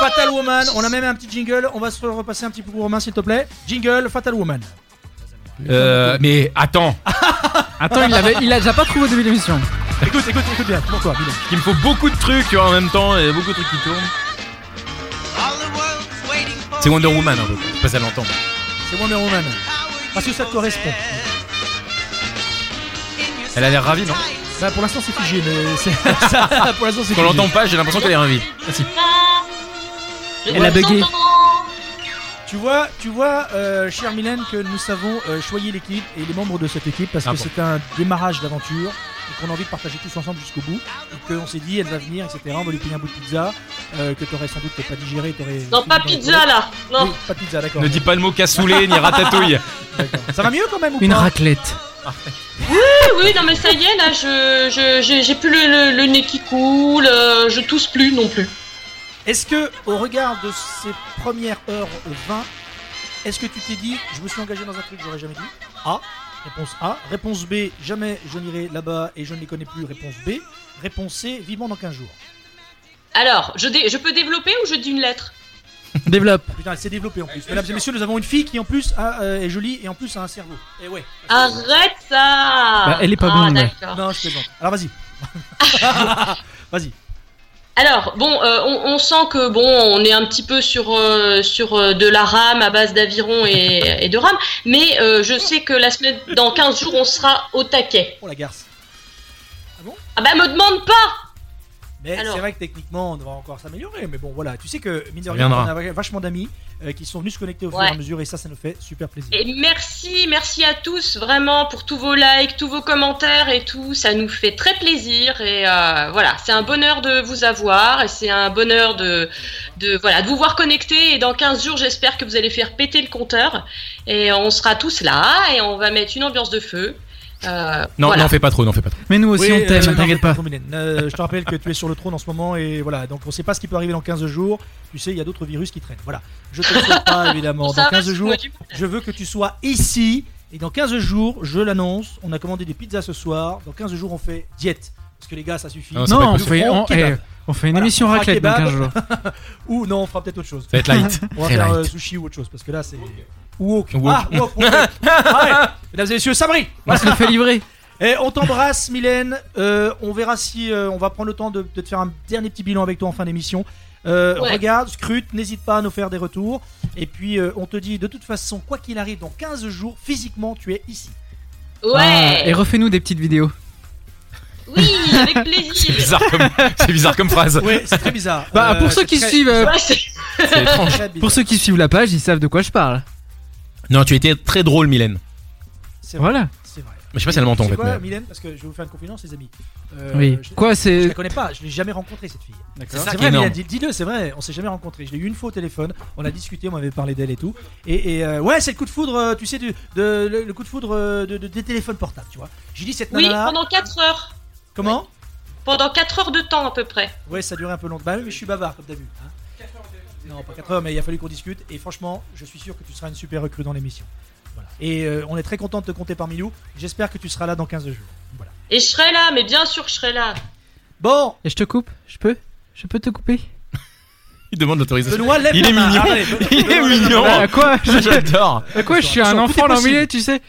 S1: Fatal Woman, on a même un petit jingle, on va se repasser un petit peu pour Romain s'il te plaît. Jingle, Fatal Woman.
S3: Euh, mais attends.
S4: Attends, il l'avait- il l'a déjà pas trouvé au début de l'émission.
S1: Écoute, écoute, écoute bien, pour toi, Mylène.
S3: Il me faut beaucoup de trucs tu vois, en même temps et beaucoup de trucs qui tournent. C'est Wonder Woman un peu. Je sais pas si elle l'entend.
S1: C'est Wonder Woman. Parce que ça te correspond.
S3: Elle a l'air ravie, non
S1: Bah, pour l'instant, c'est figé, mais c'est. ça, pour l'instant, c'est Ah,
S3: Quand on l'entend pas, j'ai l'impression qu'elle est ravie.
S1: Elle a bugué. Tu vois, tu vois, euh, chère Mylène, que nous savons euh, choyer l'équipe et les membres de cette équipe parce
S3: Ah
S1: que
S3: bon.
S1: c'est un démarrage d'aventure et qu'on a envie de partager tous ensemble jusqu'au bout. Et qu'on s'est dit, elle va venir, etc. On va lui payer un bout de pizza euh, que t'aurais sans doute pas digéré. t'aurais-
S14: Non, pas
S1: t'aurais-
S14: pizza, là. Non.
S1: Oui, pas pizza, d'accord.
S3: Ne dis pas le mot cassoulet ni ratatouille.
S1: Ça va mieux quand même ou
S4: Une
S1: pas
S4: raclette.
S14: Oui, oui, non, mais ça y est, là, je, je- j'ai, j'ai plus le, le- le nez qui coule, euh, je tousse plus non plus.
S1: Est-ce que, au regard de ces premières heures au 20, est-ce que tu t'es dit, je me suis engagé dans un truc que j'aurais jamais dit A. Réponse A. Réponse B. Jamais je n'irai là-bas et je ne les connais plus. Réponse B. Réponse C. Vivement dans 15 jours.
S14: Alors, je, dé- je peux développer ou je dis une lettre
S4: Développe.
S1: Putain, elle s'est développée en plus. Mesdames et messieurs, nous avons une fille qui en plus a, euh, est jolie et en plus a un cerveau. Et ouais.
S14: Arrête ça
S4: Bah, elle est pas
S14: Ah,
S4: blonde, ouais.
S14: d'accord.
S1: Non, je plaisante. Alors vas-y. vas-y.
S14: Alors bon, euh, on, on sent que bon, on est un petit peu sur euh, sur euh, de la rame à base d'aviron et, et de rame, mais euh, je sais que la semaine dans 15 jours on sera au taquet.
S1: Oh la garce.
S14: Ah bah me demande pas.
S1: Mais
S14: Alors.
S1: c'est vrai que techniquement, on devrait encore s'améliorer. Mais bon, voilà. Tu sais que, mine de
S3: Ça
S1: rien, on
S3: viendra.
S1: a vachement d'amis euh, qui sont venus se connecter au fur et
S14: Ouais.
S1: à mesure et ça, ça nous fait super plaisir.
S14: Et merci, merci à tous vraiment pour tous vos likes, tous vos commentaires et tout, ça nous fait très plaisir et euh, voilà, c'est un bonheur de vous avoir et c'est un bonheur de de voilà, de vous voir connectés et dans 15 jours, j'espère que vous allez faire péter le compteur et on sera tous là et on va mettre une ambiance de feu. Euh,
S3: Non,
S14: voilà.
S3: n'en fais pas trop, n'en fais pas trop.
S4: Mais nous aussi,
S1: Oui,
S4: on t'aime,
S1: euh,
S4: t'inquiète pas.
S1: non, Mylène, euh, je te rappelle que tu es sur le trône en ce moment et voilà, donc on sait pas ce qui peut arriver dans 15 jours. Tu sais, il y a d'autres virus qui traînent. Voilà, je te le souhaite pas évidemment.
S4: Ça
S1: Dans
S4: va,
S1: 15
S4: c'est
S1: jours,
S4: moi qui-
S1: je veux que tu sois ici et dans 15 jours, je l'annonce, on a commandé des pizzas ce soir. Dans 15 jours, on fait diète parce que les gars, ça suffit.
S4: Non, Non, on fait, on,
S1: kebab.
S4: eh, on fait une
S1: Oh, bah. Voilà, bah,
S4: émission
S1: on fera
S4: raclette dans
S1: kebab.
S4: 15 jours.
S1: ou non, on fera peut-être autre chose.
S3: Ça va être light.
S1: on va
S3: Très
S1: faire
S3: light.
S1: euh, sushi ou autre chose parce que là, c'est wok.
S3: Wok.
S1: Ah, wok, wok, wok. Ah ouais. Mesdames et messieurs, Sabri.
S4: On se le fait livrer.
S1: Et on t'embrasse, Mylène. Euh, on verra si euh, on va prendre le temps de, de te faire un dernier petit bilan avec toi en fin d'émission. Euh,
S4: Ouais.
S1: Regarde, scrute, n'hésite pas à nous faire des retours. Et puis, euh, on te dit de toute façon, quoi qu'il arrive, dans 15 jours, physiquement, tu es ici.
S4: Ah, et refais-nous des petites vidéos.
S14: Oui, avec plaisir.
S3: Bizarre comme, c'est bizarre comme phrase.
S1: Ouais, c'est très bizarre.
S4: Bah, pour ceux qui suivent, euh,
S3: C'est étrange.
S4: Pour ceux qui suivent la page, ils savent de quoi je parle.
S3: Non, tu étais très drôle, Mylène.
S1: C'est vrai.
S4: Voilà.
S1: C'est vrai.
S3: Mais je sais pas si elle m'entend,
S1: C'est
S3: en fait,
S1: quoi,
S3: mais-
S1: Mylène Parce que je vais vous faire une confidence, les amis. Euh,
S4: Oui.
S1: je-
S4: Quoi, c'est-
S1: Je la connais pas, je l'ai jamais rencontrée cette fille.
S4: D'accord.
S1: C'est
S4: C'est ça qui
S1: vrai,
S4: est
S1: Mylène,
S4: énorme.
S1: dis- dis-le, c'est vrai, on s'est jamais rencontrés. Je l'ai eu une fois au téléphone, on a discuté, on m'avait parlé d'elle et tout. Et, et, euh, ouais, c'est le coup de foudre, euh, tu sais, du, de, le, le coup de foudre euh, de, de- des téléphones portables, tu vois. J'ai dit cette
S14: Oui,
S1: nana.
S14: pendant 4 heures.
S1: Comment
S14: Pendant 4 heures de temps à peu près.
S1: Ouais, ça durait un peu longtemps. Bah oui, mais je suis bavard, comme d'habitude. hein. Non, pas 4 heures, mais il a fallu qu'on discute. Et franchement, je suis sûr que tu seras une super recrue dans l'émission. Voilà. Et euh, on est très content de te compter parmi nous. J'espère que tu seras là dans 15 jours.
S14: Et je serai là, mais bien sûr que je serai là.
S1: Bon
S4: Et je te coupe Je peux Je peux te couper
S3: Il demande l'autorisation.
S4: Benoît, lève
S3: Il
S4: la
S3: est
S4: main.
S3: mignon.
S4: Arrête,
S3: Il est mignon.
S4: Ah, quoi Je-
S3: J'adore.
S4: Ah, quoi, je suis un
S1: Attention, tout
S4: enfant
S1: est
S4: là au
S1: possible.
S4: milieu, tu sais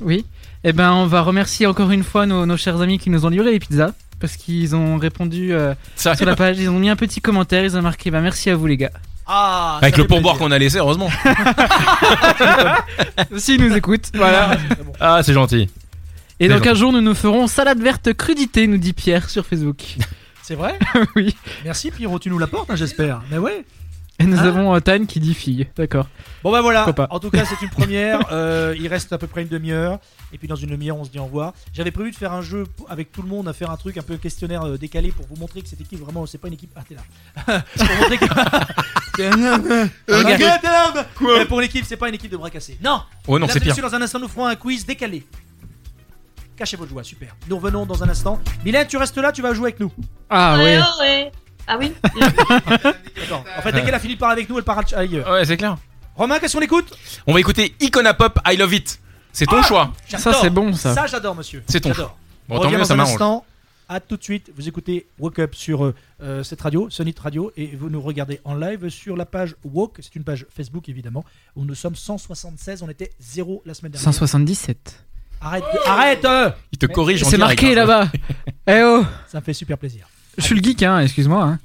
S4: Oui. Eh ben, on va remercier encore une fois nos, nos chers amis qui nous ont livré les pizzas. Parce qu'ils ont répondu euh,
S3: Sérieux
S4: sur la page, ils ont mis un petit commentaire, ils ont marqué bah merci à vous les gars.
S1: Ah,
S3: Avec le pourboire qu'on a laissé, heureusement.
S4: S'ils nous écoutent, voilà.
S3: Ah, c'est gentil.
S4: Et donc
S1: Plaisant.
S4: un jour, nous nous ferons salade verte crudité, nous dit Pierre sur Facebook.
S1: C'est vrai
S4: Oui.
S1: Merci Pierrot, tu nous l'apportes, hein, j'espère. Mais ouais.
S4: Et nous
S1: Ah.
S4: avons euh, Tan qui dit fille. D'accord.
S1: Bon bah voilà,
S4: Pourquoi pas.
S1: en tout cas c'est une première, Euh, il reste à peu près une demi-heure, et puis dans une demi-heure on se dit au revoir. J'avais prévu de faire un jeu p- avec tout le monde, à faire un truc un peu questionnaire euh, décalé pour vous montrer que cette équipe vraiment c'est pas une équipe... Ah t'es là Pour montrer que... Regarde, t'es là.
S3: Quoi
S1: Mais Pour l'équipe c'est pas une équipe de bras cassés. Non
S3: Oh non,
S1: Mesdames
S3: c'est
S1: et messieurs,
S3: pire.
S1: dans un instant nous ferons un quiz décalé. Cachez votre joie, super. Nous revenons dans un instant. Mylène tu restes là, tu vas jouer avec nous.
S4: Ah
S14: Ouais, ouais. Ah oui
S1: D'accord. En fait dès qu'elle a fini de parler avec nous, elle part ailleurs.
S3: Ouais, c'est clair.
S1: Romain, qu'est-ce qu'on écoute
S3: On va écouter Icona Pop, I Love It. C'est ton
S1: Ah
S3: choix.
S1: J'adore. Ça,
S3: Ça,
S1: j'adore, monsieur.
S3: C'est ton
S1: J'adore.
S3: choix. Bon,
S1: On
S3: tant
S1: revient
S3: mieux,
S1: dans
S3: ça
S1: un
S3: m'arrange.
S1: instant. À tout de suite. Vous écoutez Woke Up sur euh, euh, cette radio, Sonite Radio, et vous nous regardez en live sur la page Woke. C'est une page Facebook, évidemment, où nous sommes 176. On était 0 la semaine dernière.
S4: 177.
S1: Arrête, de- arrête euh
S3: Il te
S1: Mais-
S3: corrige en
S4: C'est
S3: direct,
S4: marqué
S3: hein.
S4: là-bas. eh oh.
S1: Ça me fait super plaisir.
S4: Je suis le geek, hein, excuse-moi. hein.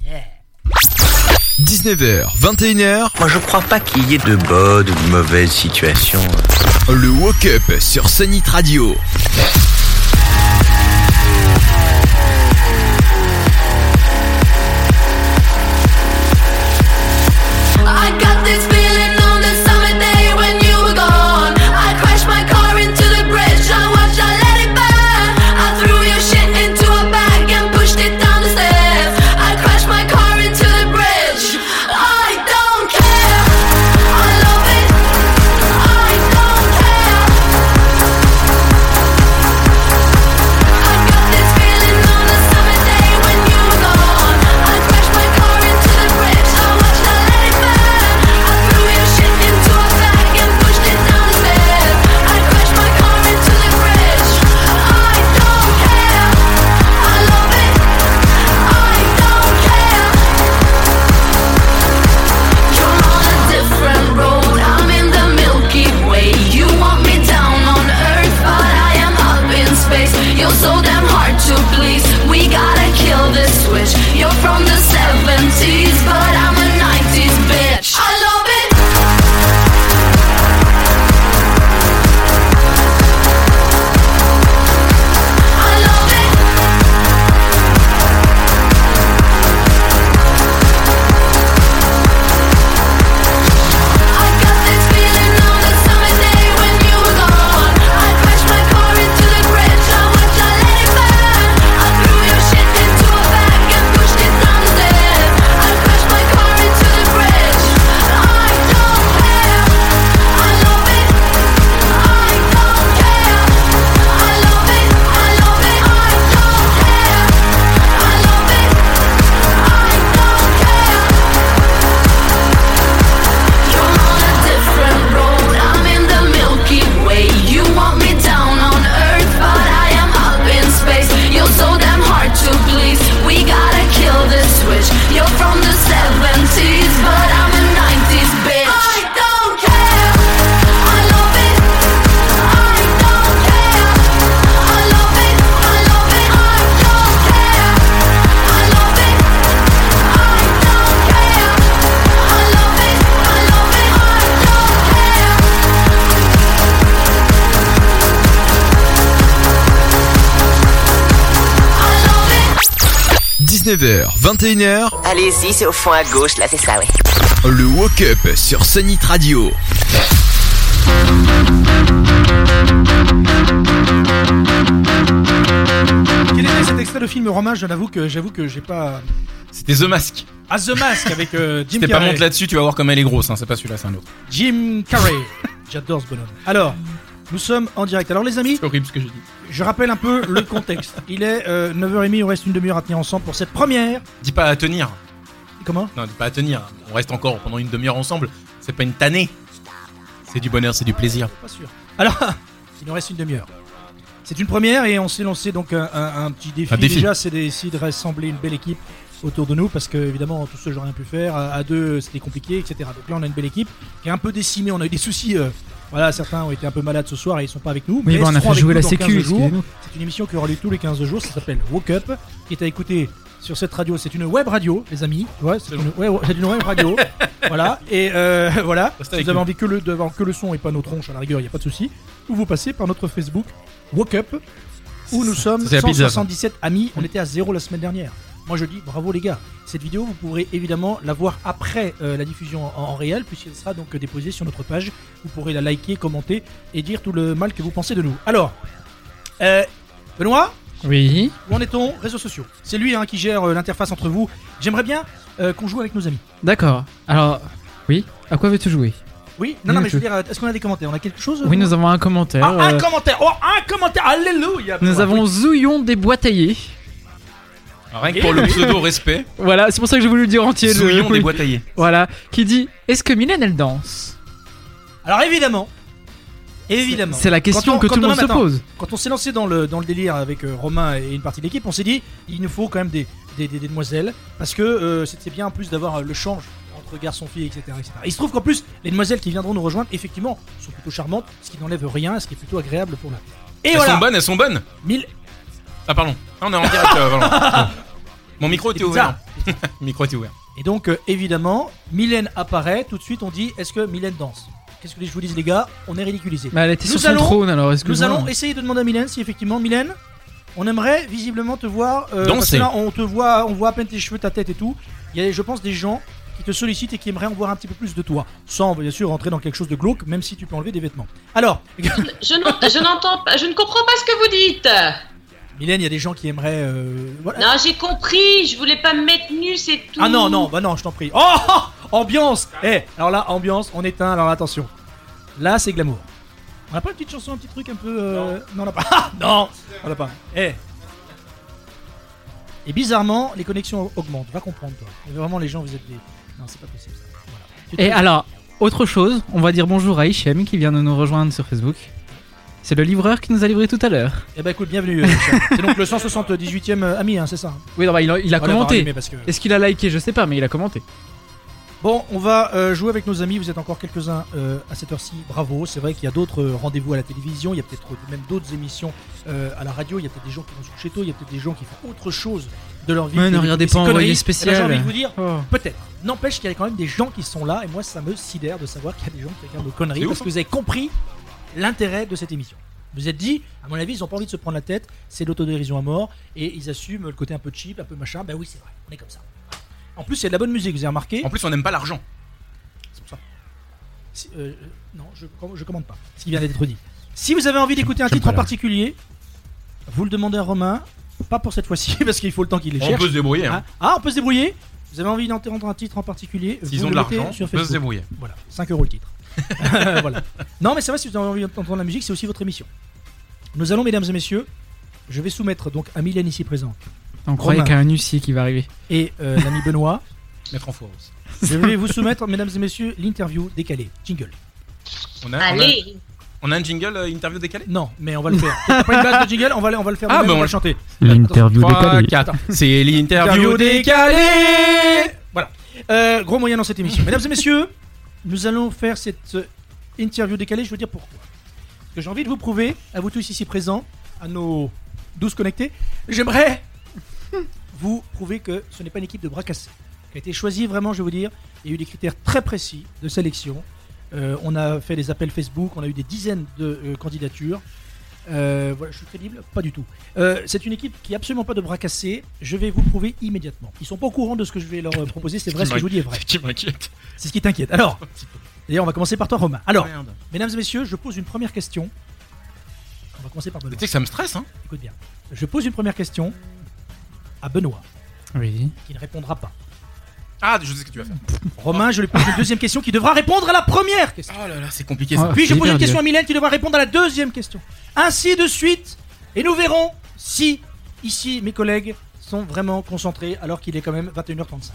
S5: 19h, 21h.
S15: Moi, je crois pas qu'il y ait de bonnes ou de mauvaises situations.
S5: Le Woke Up sur Sunnit Radio.
S20: I got this feeling on the summer day when you were gone. I crashed my car into the bridge. I watched, I let it burn. I threw your shit into a bag and pushed it down the stairs. I crashed my car into the bridge. I don't care. I love it. I don't care. I got this feeling on the summer day when you were gone. I crashed my car into the bridge. I watched, I let it burn. You're from the 70s, but I'm a 90s bitch. I love it. You're from the 70s, but I'm a 90s bitch. I don't care. I love it. I don't care. I love it. I love it. I don't care. I love it. I don't care. I love it. I love it. I don't care. I love it.
S5: 19h, 21h.
S15: Allez-y, c'est au fond à gauche, là, c'est ça, oui.
S5: Le Woke Up sur Sunnit Radio.
S1: Quel était cet extrait de film Romain Je l'avoue que j'avoue que j'ai pas.
S3: C'était The Mask.
S1: Ah, The Mask avec euh,
S3: Si
S1: Jim
S3: t'es pas monte
S1: Carrey.
S3: là-dessus, tu vas voir comme elle est grosse. hein. C'est pas celui-là, c'est un autre.
S1: Jim Carrey. J'adore ce bonhomme. Alors, nous sommes en direct. Alors, les amis.
S3: C'est horrible ce que j'ai dit.
S1: Je rappelle un peu le contexte. Il est euh, 9h30, on reste une demi-heure à tenir ensemble pour cette première.
S3: Dis pas à tenir.
S1: Comment
S3: Non, dis pas à tenir. On reste encore pendant une demi-heure ensemble. C'est pas une tannée. C'est du bonheur, c'est du plaisir.
S1: Pas sûr. Alors, il nous reste une demi-heure. C'est une première et on s'est lancé donc un, un- un petit défi.
S3: Un défi.
S1: Déjà, c'est d'essayer de rassembler une belle équipe autour de nous parce que évidemment tout seul j'aurais rien pu faire. À, à deux, c'était compliqué, etc. Donc là, on a une belle équipe qui est un peu décimée. On a eu des soucis. euh, voilà, certains ont été un peu malades ce soir et ils sont pas avec nous.
S4: Oui,
S1: mais
S4: bon, on a
S1: ils seront
S4: fait
S1: avec
S4: jouer
S1: nous
S4: la
S1: dans
S4: sécu,
S1: 15 jours.
S4: excusez-nous.
S1: C'est une émission qui aura lieu tous les 15 jours. Ça s'appelle Woke Up, qui est à écouter sur cette radio. C'est une web radio, les amis. Ouais, c'est une, ouais, ouais, c'est une web radio. voilà. Et euh, voilà. Si
S3: avec
S1: vous avez
S3: nous.
S1: envie que le, d'avoir que le son et pas nos tronches, à la rigueur, il n'y a pas de souci. Ou vous passez par notre Facebook Woke Up où nous sommes
S3: c'est la pizza,
S1: 177 amis. On était à zéro la semaine dernière. Moi je dis bravo les gars. Cette vidéo vous pourrez évidemment la voir après euh, la diffusion en, en réel puisqu'elle sera donc déposée sur notre page. Vous pourrez la liker, commenter et dire tout le mal que vous pensez de nous. Alors, euh, Benoît
S4: Oui.
S1: Où en est-on Réseaux sociaux. C'est lui hein, qui gère euh, l'interface entre vous. J'aimerais bien euh, qu'on joue avec nos amis.
S4: D'accord. Alors, oui. À quoi veux-tu jouer
S1: Oui, non, non, mais je veux
S4: veux-
S1: dire, euh, est-ce qu'on a des commentaires On a quelque chose euh,
S4: Oui, nous avons un commentaire.
S1: Ah, un
S4: euh,
S1: commentaire Oh, un commentaire Alléluia
S4: Nous avons Zouillon déboitaillé.
S3: Ah, Rien que pour le pseudo respect.
S4: Voilà, c'est pour ça que je voulais le dire entier. le-
S3: Souillon
S4: oui.
S3: déboitaillé.
S4: Voilà, qui dit Est-ce que Mylène elle danse
S1: Alors évidemment, évidemment.
S4: C'est- c'est la question
S1: Quand
S4: que
S1: quand
S4: tout le
S1: on a-
S4: monde se
S1: attends,
S4: pose.
S1: Quand on s'est lancé dans le, dans le délire avec euh, Romain et une partie de l'équipe, on s'est dit il nous faut quand même des, des, des- des demoiselles parce que euh, c'était bien en plus d'avoir euh, le change entre garçons-filles, etc., etc. Il se trouve qu'en plus, les demoiselles qui viendront nous rejoindre, effectivement, sont plutôt charmantes, ce qui n'enlève rien, ce qui est plutôt agréable pour la. Et
S3: elles
S1: voilà
S3: sont bonnes, elles sont bonnes.
S1: Mille-
S3: Ah pardon. Ah, on est en direct. euh, pardon. Mon micro était ouvert. Mon micro était ouvert.
S1: Et donc, euh, évidemment, Mylène apparaît, tout de suite on dit est-ce que Mylène danse Qu'est-ce que je vous dis, les gars On est ridiculisés.
S4: Mais elle était
S1: Nous
S4: sur son
S1: allons-
S4: trône, alors,
S1: Nous
S4: excuse-moi.
S1: allons essayer de demander à Mylène si effectivement, Mylène, on aimerait visiblement te voir. euh,
S4: Danser.
S1: parce que là, on te voit, on voit à peine tes cheveux, ta tête et tout. Il y a, je pense, des gens qui te sollicitent et qui aimeraient en voir un petit peu plus de toi. Sans, bien sûr, rentrer dans quelque chose de glauque, même si tu peux enlever des vêtements. Alors,
S14: Je n'en- je n'entends pas, je ne comprends pas ce que vous dites.
S1: Mylène, il y a des gens qui aimeraient. euh, voilà.
S14: Non, j'ai compris, je voulais pas me mettre nu, c'est tout.
S1: Ah non, non, bah non, je t'en prie. Oh Ambiance Eh, alors là, ambiance, on éteint, alors attention. Là, c'est glamour. On n'a pas une petite chanson, un petit truc un peu. euh, Non, on n'a pas. Ah, non On n'a pas. Eh Et bizarrement, les connexions augmentent. Va comprendre, toi. Mais vraiment, les gens, vous êtes des. Non, c'est pas possible. ça. Voilà. Tu te-
S4: Et alors, autre chose, on va dire bonjour à Hichem qui vient de nous rejoindre sur Facebook. C'est le livreur qui nous a livré tout à l'heure.
S1: Eh bah écoute, bienvenue. euh, Michel. c'est donc le 178 e ami, hein, c'est ça
S4: Oui, non, bah, il a, il a
S1: On va l'avoir
S4: commenté.
S1: allumé parce que-
S4: Est-ce qu'il a liké Je sais pas, mais il a commenté.
S1: Bon, on va euh, jouer avec nos amis. Vous êtes encore quelques-uns euh, à cette heure-ci. Bravo. C'est vrai qu'il y a d'autres euh, rendez-vous à la télévision. Il y a peut-être même d'autres émissions euh, à la radio. Il y a peut-être des gens qui vont se coucher tôt. Il y a peut-être des gens qui font autre chose de leur vie.
S4: Ouais,
S1: que
S4: ne
S1: d'écouter
S4: regardez
S1: ces
S4: pas Envoyé
S1: conneries. Eh ben,
S4: spécial.
S1: J'ai envie de vous dire,
S4: Oh.
S1: peut-être. N'empêche qu'il y a quand même des gens qui sont là. Et moi, ça me sidère de savoir qu'il y a des gens qui regardent nos conneries.
S4: C'est
S1: Parce
S4: ouf.
S1: que vous avez compris l'intérêt de cette émission. Vous vous êtes dit, à mon avis, ils ont pas envie de se prendre la tête. C'est l'autodérision à mort. Et ils assument le côté un peu cheap, un peu machin. Ben oui, c'est vrai. On est comme ça. En plus, il y a de la bonne musique, vous avez remarqué.
S3: En plus, on n'aime pas l'argent.
S1: C'est pour ça. Si- euh, euh, non, je, com- je commande pas. Ce qui vient d'être dit. Si vous avez envie d'écouter un titre en particulier, vous le demandez à Romain. Pas pour cette fois-ci, parce qu'il faut le temps qu'il les
S3: On
S1: cherche.
S3: peut se débrouiller, hein.
S1: Ah, ah, on peut se débrouiller. Vous avez envie d'entendre un titre en particulier
S3: S'ils
S1: vous
S3: ont
S1: le
S3: de
S1: mettez
S3: l'argent,
S1: sur
S3: on peut se
S1: Facebook.
S3: débrouiller.
S1: Voilà, 5 euros le titre. Euh, voilà. Non, mais c'est vrai, si vous avez envie d'entendre la musique, c'est aussi votre émission. Nous allons, mesdames et messieurs, je vais soumettre donc à Mylène ici présente.
S4: On croyait
S1: Romain
S4: qu'il y a un huissier qui va arriver.
S1: Et euh, l'ami Benoît.
S3: Mettre en foire aussi.
S1: Je vais vous soumettre, mesdames et messieurs, l'interview décalée. Jingle.
S3: On a, on a-
S1: Allez.
S3: On a un jingle euh, interview décalé
S1: Non, mais on va le faire. T'as pas une base de jingle, on va, le- on va le faire.
S3: Ah,
S1: nous-mêmes,
S3: bah,
S1: on va
S3: on
S1: le chanter.
S3: L'interview
S1: Attends, trois,
S3: décalée.
S1: quatre.
S3: C'est l'interview décalée
S1: Voilà. Euh, gros moyen dans cette émission. Mesdames et messieurs, nous allons faire cette euh, interview décalée. Je veux dire pourquoi. Parce que j'ai envie de vous prouver, à vous tous ici présents, à nos 12 connectés, j'aimerais vous prouver que ce n'est pas une équipe de bras cassés. Elle a été choisie vraiment, je vais vous dire. Il y a eu des critères très précis de sélection. Euh, on a fait des appels Facebook, on a eu des dizaines de euh, candidatures. Euh, voilà, je suis crédible Pas du tout. Euh, c'est une équipe qui n'a absolument pas de bras cassés. Je vais vous prouver immédiatement. Ils sont pas au courant de ce que je vais leur euh, proposer. C'est vrai, ce que je vous dis est vrai.
S3: Ce qui m'inquiète.
S1: C'est ce qui t'inquiète. Alors, d'ailleurs, on va commencer par toi, Romain. Alors,
S3: Merde.
S1: mesdames et messieurs, je pose une première question. On va commencer par Benoît.
S3: Tu sais que ça me stresse, hein
S1: Écoute bien. Je pose une première question à Benoît,
S4: Oui.
S1: qui ne répondra pas.
S3: Ah, je sais ce que tu vas faire.
S1: Romain, je lui pose une deuxième question qui devra répondre à la première question.
S3: Oh là là, c'est compliqué
S4: Ah,
S3: ça.
S1: Puis je pose une question à Mylène qui devra répondre à la deuxième question. Ainsi de suite. Et nous verrons si, ici, mes collègues sont vraiment concentrés alors qu'il est quand même 21h35.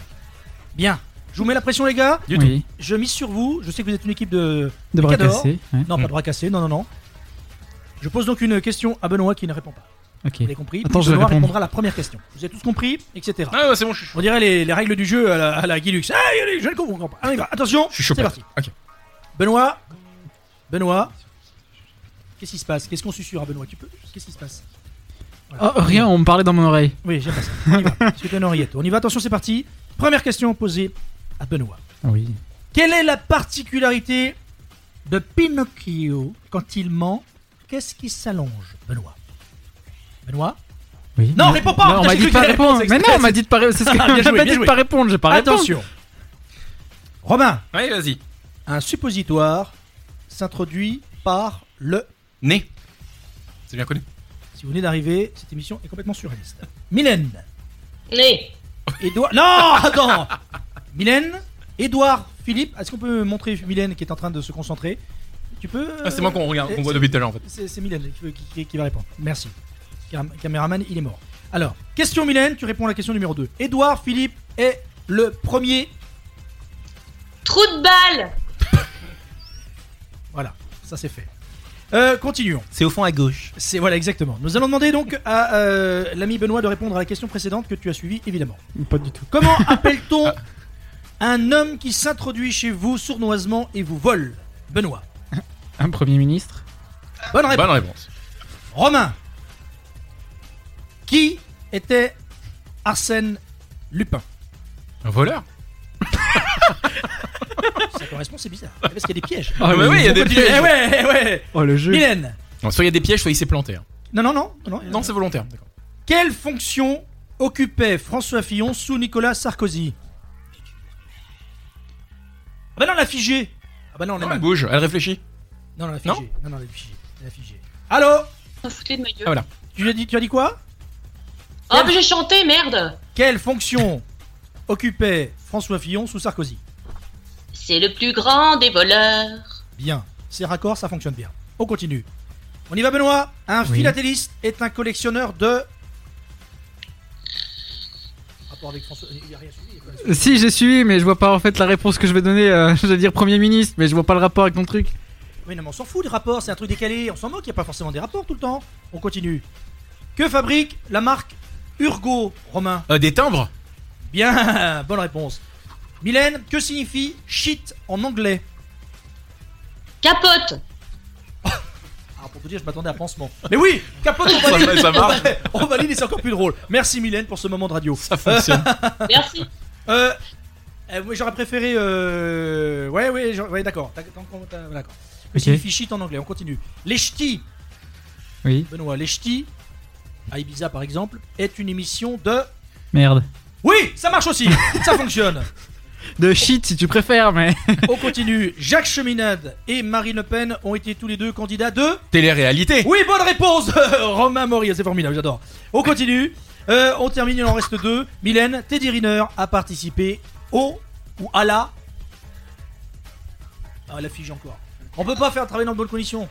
S1: Bien. Je vous mets la pression, les gars.
S4: Du tout. Oui.
S1: Je mise sur vous. Je sais que vous êtes une équipe de.
S4: De bras
S1: cadors.
S4: cassés, ouais. Mm.
S1: Non, pas de bras cassés. Non, non, non. Je pose donc une question à Benoît qui ne répond pas.
S4: Ok.
S1: Vous avez compris
S4: Attends, je vais
S1: Benoît
S4: répondre.
S1: répondra à la première question. Vous avez tous compris, etc. Ah, c'est bon, je suis On dirait les, les règles du jeu à la, à la Guy Lux. Ah, je ne comprends pas. Allez, va. Attention,
S3: Je suis chaud.
S1: c'est parti. Benoît, Benoît, qu'est-ce qui se passe Qu'est-ce qu'on susurre à Benoît Tu peux Qu'est-ce qui se passe
S4: Oh, rien, on me parlait dans mon oreille.
S1: Oui, j'aime pas ça. On y va. Parce que t'as une oreillette. On y va, attention, c'est parti. Première question posée à Benoît.
S4: Ah Oui.
S1: Quelle est la particularité de Pinocchio quand il ment Qu'est-ce qui s'allonge, Benoît Benoît
S4: Oui.
S1: Non, réponds pas
S4: on m'a dit de pas répondre. Mais non, on m'a dit de pas répondre. C'est ce que
S1: Bien
S4: j'ai
S1: joué,
S4: pas
S1: bien
S4: dit de
S1: joué.
S4: pas répondre, j'ai pas répondu.
S1: Attention. Robin.
S3: Oui, vas-y.
S1: Un suppositoire s'introduit par le
S3: nez. C'est bien connu.
S1: Si vous venez d'arriver, cette émission est complètement surréaliste. Mylène.
S14: Né.
S1: Édouard. Non, attends. Mylène, Édouard, Philippe. Est-ce qu'on peut montrer Mylène qui est en train de se concentrer Tu peux. euh,
S3: Ah, c'est moi qu'on regarde,
S1: eh,
S3: qu'on voit
S1: c'est-
S3: depuis tout à l'heure, en fait.
S1: C'est c'est Mylène qui, qui- qui va répondre. Merci. Cam- Caméraman, il est mort. Alors, question Mylène, tu réponds à la question numéro 2. Édouard Philippe est le premier.
S14: Trou de balle.
S1: Voilà, ça c'est fait. Euh, continuons.
S3: C'est au fond à gauche.
S1: C'est voilà exactement. Nous allons demander donc à euh, l'ami Benoît de répondre à la question précédente que tu as suivie évidemment.
S4: Pas du tout.
S1: Comment appelle-t-on un homme qui s'introduit chez vous sournoisement et vous vole Benoît.
S4: Un premier ministre
S1: Bonne réponse. Romain. Qui était Arsène Lupin
S3: Un voleur
S1: Ça correspond, c'est bizarre. Parce qu'il y a des pièges.
S3: Ah, mais oui, il y a des pièges.
S1: Eh ouais, eh ouais.
S3: Oh, le jeu.
S1: Mylène.
S3: Non, soit il y a des pièges, soit il s'est planté. hein.
S1: Non, non, non. Non,
S3: Non, c'est volontaire.
S1: Quelle fonction occupait François Fillon sous Nicolas Sarkozy Ah bah non, la figée Ah bah non, on est
S3: Non,
S1: mal.
S3: elle bouge, elle réfléchit.
S1: Non, non, la figée.
S3: Non
S1: Non, non, la figée. La figée. Allô
S14: S'en foutait de ma gueule.
S1: Ah voilà. Tu as dit, tu as dit quoi
S14: Oh, mais j'ai chanté, merde.
S1: Quelle fonction occupait François Fillon sous Sarkozy
S14: C'est le plus grand des voleurs.
S1: Bien, ces raccords, ça fonctionne bien. On continue. On y va, Benoît. Un
S4: Oui.
S1: philatéliste est un collectionneur de. Rapport avec François. Il y a rien suivi. il y a pas de-
S4: Euh, Si, j'ai suivi, mais je vois pas en fait la réponse que je vais donner. euh, je vais dire Premier ministre, mais je vois pas le rapport avec ton truc.
S1: Oui, non, mais on s'en fout des rapports, c'est un truc décalé. On s'en moque, il n'y a pas forcément des rapports tout le temps. On continue. Que fabrique la marque Urgo, Romain
S3: Euh, des timbres
S1: Bien, bonne réponse. Mylène, que signifie shit en anglais
S14: Capote.
S1: Alors Ah, pour te dire, je m'attendais à pansement. Mais oui, capote, on
S3: Ça
S1: valide,
S3: va, ça
S1: on
S3: marche.
S1: valide, on valide et c'est encore plus drôle. Merci Mylène pour ce moment de radio. Ça
S3: fonctionne.
S14: Merci.
S1: Euh, euh, oui, j'aurais préféré. Euh... Ouais, ouais, j'aurais- ouais, d'accord. T'as- t'as- t'as- ouais, D'accord. Que
S4: Ok.
S1: signifie shit en anglais On continue. Les ch'tis,
S4: Oui.
S1: Benoît, les ch'tis, à Ibiza par exemple, est une émission de.
S4: Merde.
S1: Oui, ça marche aussi, ça fonctionne.
S4: De shit si tu préfères, mais.
S1: On continue. Jacques Cheminade et Marine Le Pen ont été tous les deux candidats de.
S3: Télé-réalité
S1: Oui, bonne réponse Romain Maury, c'est formidable, j'adore. On continue. Euh, on termine, il en reste deux. Mylène, Teddy Riner a participé au ou à la. Ah, elle affiche encore. On peut pas faire travailler dans de bonnes conditions.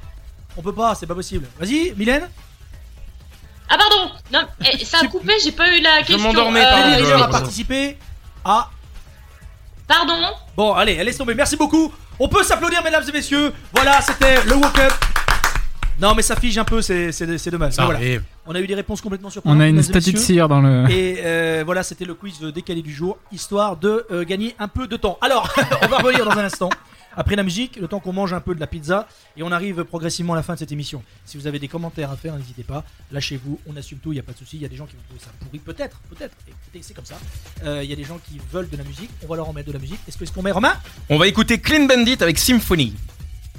S1: On peut pas, c'est pas possible. Vas-y, Mylène.
S14: Ah pardon. Non, eh, ça a coupé, j'ai pas eu la question. Euh,
S1: Teddy Riner a
S14: pardon.
S1: participé à
S14: Pardon.
S1: Bon, allez, laisse tomber. Merci beaucoup. On peut s'applaudir, mesdames et messieurs. Voilà, c'était le Woke Up. Non, mais ça fige un peu, c'est c'est- c'est dommage.
S3: Ça
S1: Mais voilà.
S3: arrive.
S1: On a eu des réponses complètement surprenantes.
S4: On a une
S1: mesdames et
S4: statue de
S1: messieurs.
S4: cire dans le.
S1: Et euh, voilà, c'était le quiz décalé du jour, histoire de euh, gagner un peu de temps. Alors, on va revenir dans un instant. Après la musique, le temps qu'on mange un peu de la pizza, et on arrive progressivement à la fin de cette émission. Si vous avez des commentaires à faire, n'hésitez pas, lâchez-vous, on assume tout, il n'y a pas de souci. Il y a des gens qui vont trouver ça pourri, peut-être, peut-être, écoutez, c'est comme ça. Euh, Il y a des gens qui veulent de la musique, on va leur en mettre de la musique. Est-ce que- est-ce qu'on met Romain
S3: On va écouter Clean Bandit avec Symphony.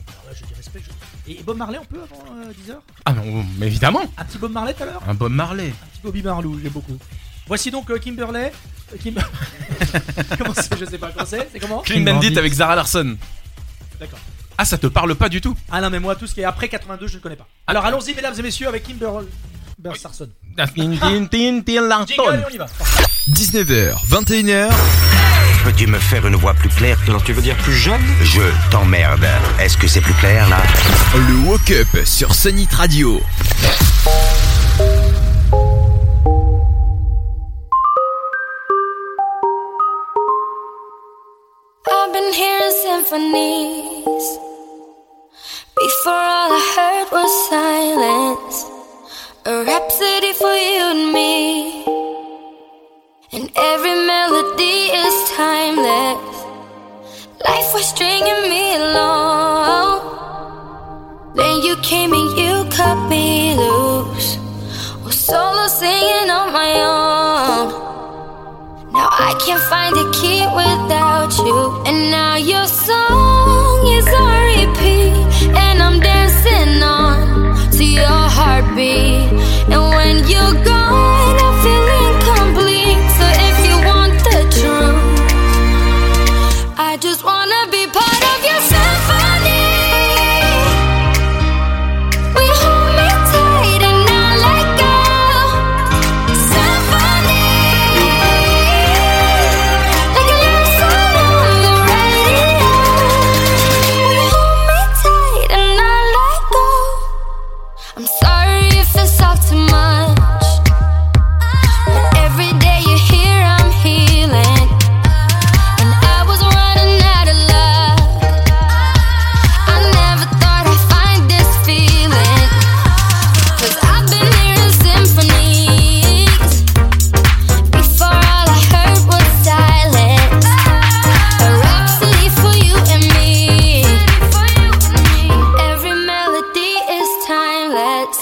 S1: Alors là, Ah je dis respect. je- Et Bob Marley, on peut avant euh, 10h
S3: Ah non, mais évidemment
S1: Un petit Bob Marley tout à l'heure
S3: Un Bob Marley.
S1: Un petit Bobby Marlou, j'aime beaucoup. Voici donc euh, Kimberley. euh, Kim- comment c'est Je sais pas comment c'est. C'est comment
S3: Clean Bandit avec Zara Larson.
S1: D'accord.
S3: Ah, ça te parle pas du tout
S1: Ah non, mais moi, tout ce qui est après 82, je ne connais pas.
S3: Ah.
S1: Alors allons-y, mesdames et messieurs, avec Kimberley. Sarson.
S3: Oh,
S1: Jingle, et on y va.
S5: 19h, 21h.
S21: Peux-tu me faire une voix plus claire que tu veux dire plus jeune Je t'emmerde. Est-ce que c'est plus clair là
S5: Le Woke Up sur Sonic Radio.
S22: I've been hearing symphonies. Before all I heard was silence. A rhapsody for you and me. And every melody is timeless. Life was stringing me along. Then you came and you cut me loose. Was solo singing on my own. Now I can't find a key without you. And now your song is on repeat. And I'm dancing on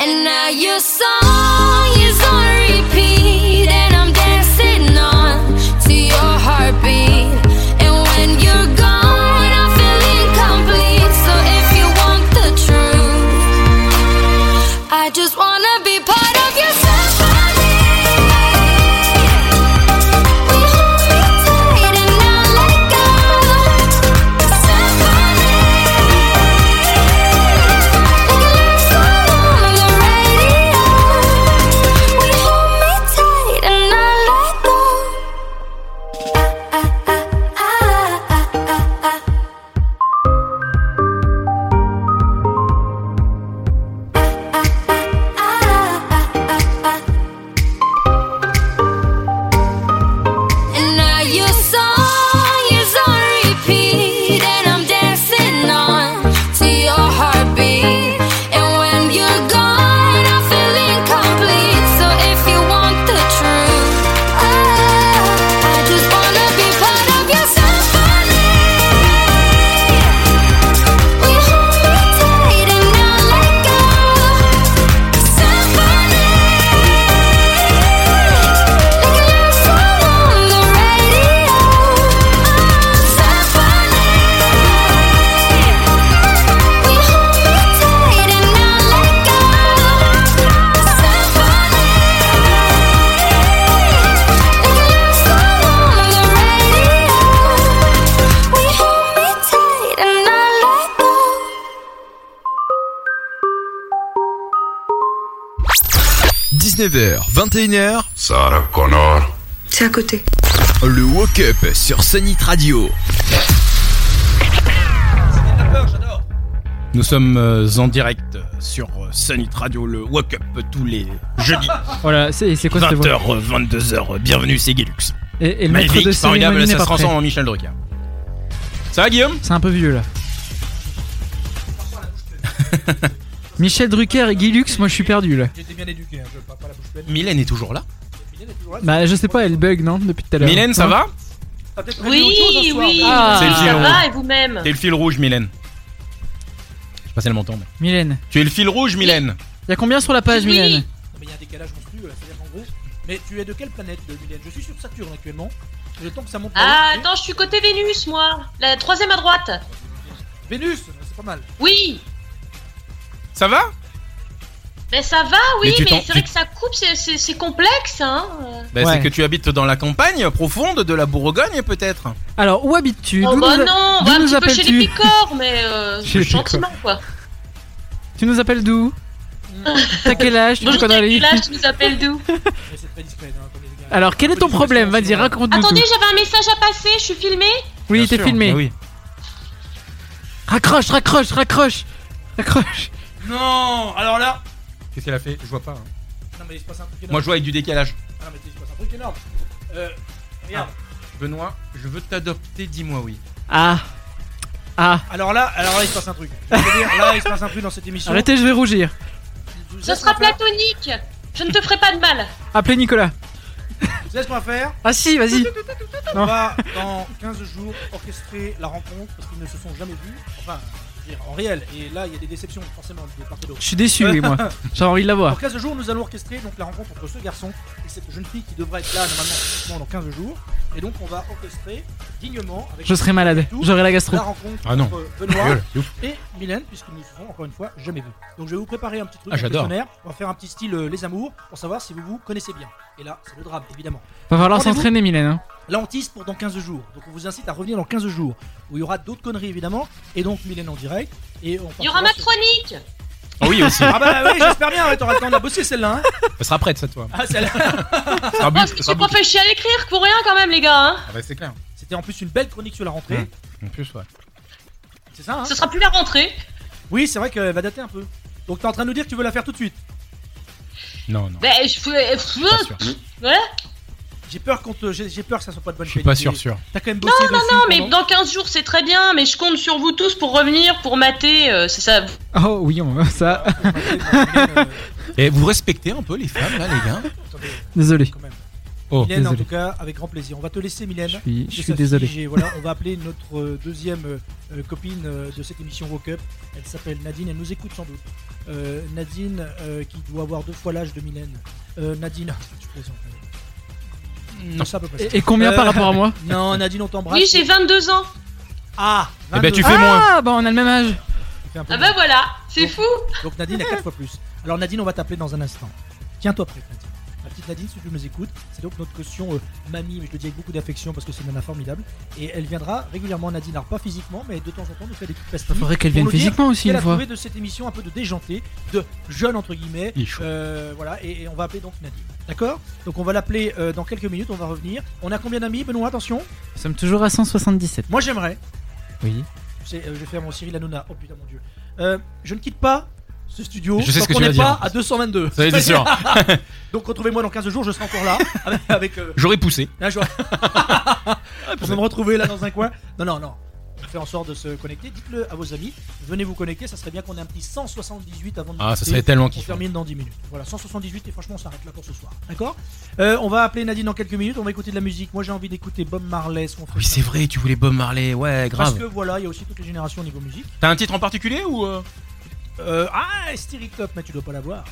S22: And now your song is on repeat, and I'm dancing on to your heartbeat. And when you're gone, I feel incomplete. So if you want the truth, I just wanna be part of your symphony. We hold me tight and now let go. And now your song is on repeat, and I'm dancing on to your heartbeat. And when you're gone, I feel incomplete. So if you want the truth, I just wanna be part of your symphony. We hold me tight and now let go. Symphony. Like a love song on the radio. Symphony. We hold me tight and now let go. Symphony. Like a love song on the radio. We hold me tight and now let go.
S5: h 21h.
S23: Sarah Connor.
S5: C'est à côté. Le Woke Up sur Sonic Radio.
S3: Nous sommes euh, en direct sur euh, Sunnit Radio, le Wake Up tous les jeudis.
S4: Voilà, c'est c'est quoi cette voix
S3: 20h, euh, 22h, euh, bienvenue, c'est Guilux.
S4: Et, et le maître
S3: Magnifique,
S4: de
S3: formidable,
S4: cérémonie n'est
S3: ça se
S4: pas
S3: transforme en
S4: prêt.
S3: Michel Drucker. Ça va, Guillaume
S4: C'est un peu vieux là. Michel Drucker et Guy Lux, moi je suis perdu là.
S1: J'étais bien éduqué, hein, je parle pas la bouche pleine.
S3: Mylène est toujours là
S4: Bah je sais pas, elle bug non depuis tout à l'heure.
S3: Mylène, ça
S4: Non
S3: va
S14: Oui, oui,
S4: Ah.
S3: C'est le
S14: ça
S3: fil
S14: va
S3: rouge.
S14: et vous-même
S3: T'es le fil rouge, Mylène. Je passais le montant, mais.
S4: Mylène.
S3: Tu es le fil rouge, Mylène
S4: Y'a combien Ah, sur la page
S1: Oui.
S4: Mylène
S1: Non, mais il y a un décalage monstrueux, là, c'est-à-dire qu'en gros. Mais tu es de quelle planète, euh, Mylène Je suis sur Saturne actuellement. Le temps que ça monte.
S14: Ah,
S1: là-haut.
S14: attends, je suis côté Vénus, moi. La troisième à droite.
S1: Vénus, c'est pas mal.
S14: Oui,
S3: Ça va
S14: mais Ben, ça va,
S3: Mais
S14: oui,
S3: tu
S14: mais,
S3: t'en-
S14: c'est vrai
S3: tu-
S14: que ça coupe, c'est- c'est c'est complexe, hein. euh.
S3: Bah,
S4: Ouais.
S3: C'est que tu habites dans la campagne profonde de la Bourgogne, peut-être
S4: Alors où habites-tu
S14: Oh
S4: D'où
S14: bah
S4: nous-
S14: non, on
S4: d'où
S14: va un
S4: nous
S14: petit peu chez
S4: appelles-tu
S14: les picors, mais euh,
S4: Chez les
S14: gentiment, quoi.
S4: Tu nous appelles d'où
S1: Mm.
S4: T'as quel âge Tu veux
S14: Bonjour,
S4: qu'on aille
S14: Nicolas, tu nous appelles d'où
S4: Alors quel est ton problème Vas-y, raconte-nous
S14: Attendez,
S4: tout.
S14: j'avais un message à passer, je suis filmée
S4: Oui,
S3: Bien
S4: t'es
S3: sûr,
S4: filmé.
S3: bah oui.
S4: Raccroche, raccroche, raccroche. Raccroche.
S3: Non Alors là Qu'est-ce qu'elle a fait Je vois pas. hein.
S1: Non, mais il se passe un truc énorme.
S3: Moi, je vois avec du décalage.
S1: Ah, non, mais il se passe un truc énorme. Euh, regarde.
S3: Benoît, je veux t'adopter, dis-moi oui.
S4: Ah. Ah.
S1: Alors là, alors là, il se passe un truc. Je veux dire, là, il se passe un truc dans cette émission.
S4: Arrêtez, je vais rougir.
S14: Ce sera platonique Je ne te ferai pas de mal
S4: Appelez Nicolas.
S1: Vous savez ce qu'on va faire
S4: Ah si, vas-y.
S1: On va, dans 15 jours, orchestrer la rencontre parce qu'ils ne se sont jamais vus. Enfin, je veux dire, en réel. Et là, il y a des déceptions, forcément, de part et d'autre.
S4: Je suis déçu, oui, moi. J'ai envie de la voir.
S1: Dans 15 jours, nous allons orchestrer donc, la rencontre entre ce garçon et cette jeune fille qui devrait être là, normalement, physiquement, dans 15 jours. Et donc, on va orchestrer dignement. Avec
S4: Je serai malade.
S1: tout,
S4: J'aurai la gastro.
S1: rencontre
S4: Ah non.
S1: entre Benoît
S4: Ta gueule, c'est ouf.
S1: et Mylène, puisqu'ils ne se sont encore une fois jamais vus. Donc, je vais vous préparer un petit truc.
S4: Ah,
S1: un
S4: j'adore.
S1: questionnaire. On va faire un petit style euh, Les Amours pour savoir si vous vous connaissez bien. Et là, c'est le drame, évidemment.
S4: Va falloir
S1: Rendez-vous
S4: s'entraîner, Mylène. hein.
S1: Là, on tease pour dans 15 jours. Donc, on vous incite à revenir dans 15 jours où il y aura d'autres conneries évidemment. Et donc, Mylène en direct. Et on
S14: Il y aura ma
S1: partira sur-
S14: chronique
S3: Oui, aussi.
S1: Ah, bah oui, j'espère bien. ouais, T'auras le temps de la bosser celle-là. hein.
S3: Elle sera prête, cette fois.
S1: Ah, celle-là.
S3: sera bu-
S14: Oh, ce
S3: ça
S14: qui
S3: sera
S14: s'est
S3: bu-
S14: pas fait chier à l'écrire pour rien quand même les gars hein.
S3: Ah bah, c'est clair.
S1: C'était en plus une belle chronique sur la
S4: Hein
S1: rentrée.
S3: En plus, ouais.
S1: C'est ça, hein
S14: Ce sera plus la rentrée
S1: Oui, c'est vrai qu'elle va dater un peu. Donc, t'es en train de nous dire que tu veux la faire tout de suite.
S3: Non, non.
S14: Ben je fais... Ouais
S1: J'ai peur, qu'on te- j'ai j'ai peur que ça soit pas de bonne Je
S3: suis pas sûr, sûr.
S1: T'as quand même
S14: Non
S1: bossé
S14: non
S1: dessus
S14: non mais
S1: pendant-
S14: dans 15 jours c'est très bien mais je compte sur vous tous pour revenir pour mater euh, c'est ça
S4: Oh oui, on ça.
S3: Et vous respectez un peu les femmes, là, les gars
S4: Désolé. Oh,
S1: Mylène, en
S4: désolé.
S1: tout cas, avec grand plaisir. On va te laisser, Mylène. Je
S4: suis- je suis désolé.
S1: Voilà, on va appeler notre euh, deuxième euh, copine euh, de cette émission Woke Up. Elle s'appelle Nadine, elle nous écoute sans doute. Euh, Nadine, euh, qui doit avoir deux fois l'âge de Mylène. Euh, Nadine, je plaisante.
S4: Non.
S1: C'est à peu près
S4: Et-
S1: ça. Euh,
S4: et combien par rapport à moi
S1: Non, Nadine, on t'embrasse.
S14: Oui, j'ai 22 ans.
S1: Ah
S4: Eh ben, tu
S1: 22.
S4: fais moins. Ah, bah on a le même âge.
S1: Fais un peu
S14: Ah
S1: moins.
S14: bah voilà, c'est fou.
S1: Donc Nadine a 4 fois plus. Alors Nadine, on va t'appeler dans un instant. Tiens-toi prête, Nadine. Ma petite Nadine, si tu nous écoutes, c'est donc notre caution euh, mamie, mais je le dis avec beaucoup d'affection parce que c'est une nana formidable. Et elle viendra régulièrement, Nadine, alors pas physiquement, mais de temps en temps nous fait des petites pastilles.
S4: Faudrait qu'elle
S1: pour
S4: vienne
S1: nous dire
S4: physiquement aussi,
S1: qu'elle
S4: une
S1: a
S4: fois.
S1: trouvé de cette émission un peu de déjanté, de jeune entre guillemets.
S4: Il est chaud.
S1: Euh, voilà, et, et on va appeler donc Nadine. D'accord Donc on va l'appeler euh, dans quelques minutes, on va revenir. On a combien d'amis, Benoît Attention
S4: Nous sommes toujours à 177.
S1: Moi j'aimerais.
S4: Oui.
S1: C'est- euh, je vais faire mon Cyril Hanouna. Oh putain, mon dieu. Euh, je ne quitte pas ce studio.
S3: Je sais
S1: tant
S3: ce que
S1: qu'on
S3: tu vas
S1: n'est pas
S3: dire.
S1: à 222.
S3: Ça, c'est sûr.
S1: Donc retrouvez-moi dans 15 jours, je serai encore là. avec- avec, euh,
S3: J'aurais poussé.
S1: Là, j'aurais- je vais Ah, me retrouver là dans un coin. Non, non, non. On fait en sorte de se connecter. Dites-le à vos amis. Venez vous connecter. Ça serait bien qu'on ait un petit 178 avant de
S3: Ah, ça
S1: quitter.
S3: serait tellement
S1: On
S3: kiffant.
S1: termine dans 10 minutes. Voilà, 178 et franchement, on s'arrête là pour ce soir. D'accord Euh, On va appeler Nadine dans quelques minutes. On va écouter de la musique. Moi, j'ai envie d'écouter Bob Marley. ce qu'on fait
S3: Oui, c'est vrai, tu voulais Bob Marley, ouais,
S1: Parce
S3: grave.
S1: que voilà, il y a aussi toutes les générations au niveau musique.
S3: T'as un titre en particulier ou. euh
S1: Euh, ah, Stereo Top, mais tu dois pas l'avoir.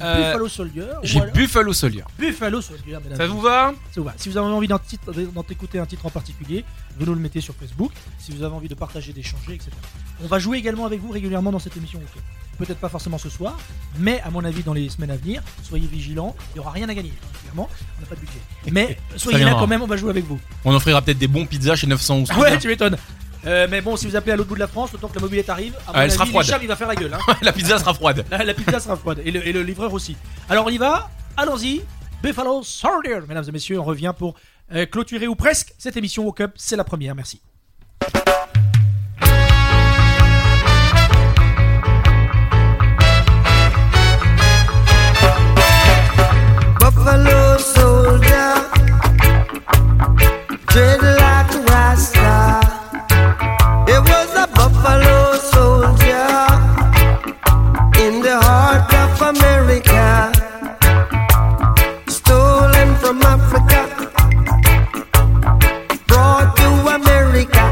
S3: Euh,
S1: Buffalo Soldier.
S3: J'ai
S1: voilà.
S3: Buffalo Soldier.
S1: Buffalo Soldier, mesdames
S3: Ça
S1: et
S3: vous
S1: messieurs.
S3: va
S1: Ça vous va. Si vous avez envie d'en titre- d'en écouter un titre en particulier, vous nous le mettez sur Facebook. Si vous avez envie de partager, d'échanger, etc. On va jouer également avec vous régulièrement dans cette émission. ok. Peut-être pas forcément ce soir, mais à mon avis, dans les semaines à venir, soyez vigilants. Il n'y aura rien à gagner, hein, clairement. On n'a pas de budget. Mais soyez là
S3: viendra.
S1: quand même, on va jouer avec vous.
S3: On offrira peut-être des bons pizzas chez 911.
S1: Ah ouais, tu m'étonnes. Euh, mais bon, si vous appelez à l'autre bout de la France, le temps que la mobilette arrive, à
S3: Ah,
S1: mon
S3: elle sera
S1: avis,
S3: froide.
S1: Hicham, il va faire la gueule. hein. Ah,
S3: La pizza sera froide.
S1: La, la pizza sera froide et le, et le livreur aussi. Alors on y va, allons-y. Buffalo Soldier, mesdames et messieurs, on revient pour euh, clôturer ou presque cette émission Woke Up. C'est la première, merci.
S6: Buffalo soldier, dreaded like a rasta. It was a buffalo soldier in the heart of America, stolen from Africa, brought to America.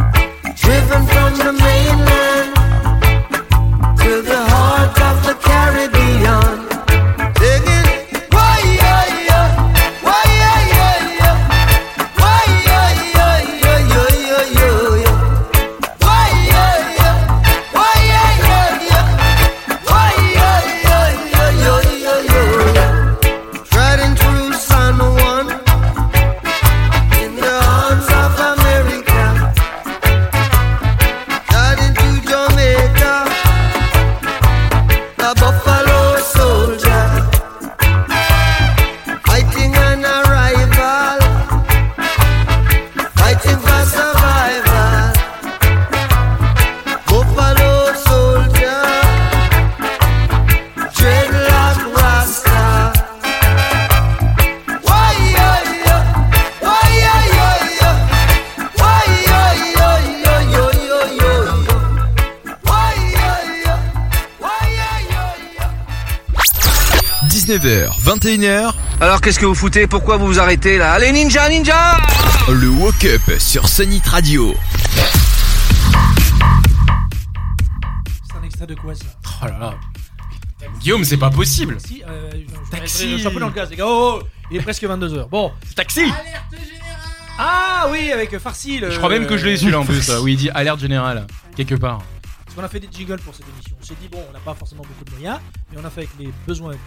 S6: from the mainland to the heart of the Caribbean. Sing it. Why, yeah, yeah. Why, yeah, yeah, yeah. Why, yeah, yeah, yeah, yeah, yeah, yeah, yeah. Why, yeah, yeah. Why, yeah, yeah, yeah. Why, yeah, yeah, yeah, yeah, yeah, yeah, yeah. Riding through San Juan in the arms of America. Riding to Jamaica, a buffalo soldier. Fighting an arrival, fighting for survival. Buffalo soldier, dreadlock rasta. Why, yeah, yeah. Why, yeah, yeah, yeah. Why, yeah, yeah, yeah, yeah, yeah, yeah, yeah. Why, yeah, yeah. Why, yeah, yeah, yeah.
S5: 19h, 21h,
S23: Alors qu'est-ce que vous foutez Pourquoi vous vous arrêtez là Allez ninja, ninja
S5: le Woke Up sur Sunnit Radio.
S1: C'est un extrait de quoi ça
S3: Oh là là. Guillaume, c'est pas possible.
S1: Si, euh, non, je- Je suis un peu dans le gaz, les gars. Oh, oh, il est presque 22h. Bon.
S3: Taxi
S1: Ah oui, avec Farsi. le-
S3: Je crois même que je l'ai celui-là en plus, euh, où il dit alerte générale, quelque part.
S1: Parce qu'on a fait des jingles pour cette émission. On s'est dit, bon, on n'a pas forcément beaucoup de moyens, mais on a fait avec les besoins, du,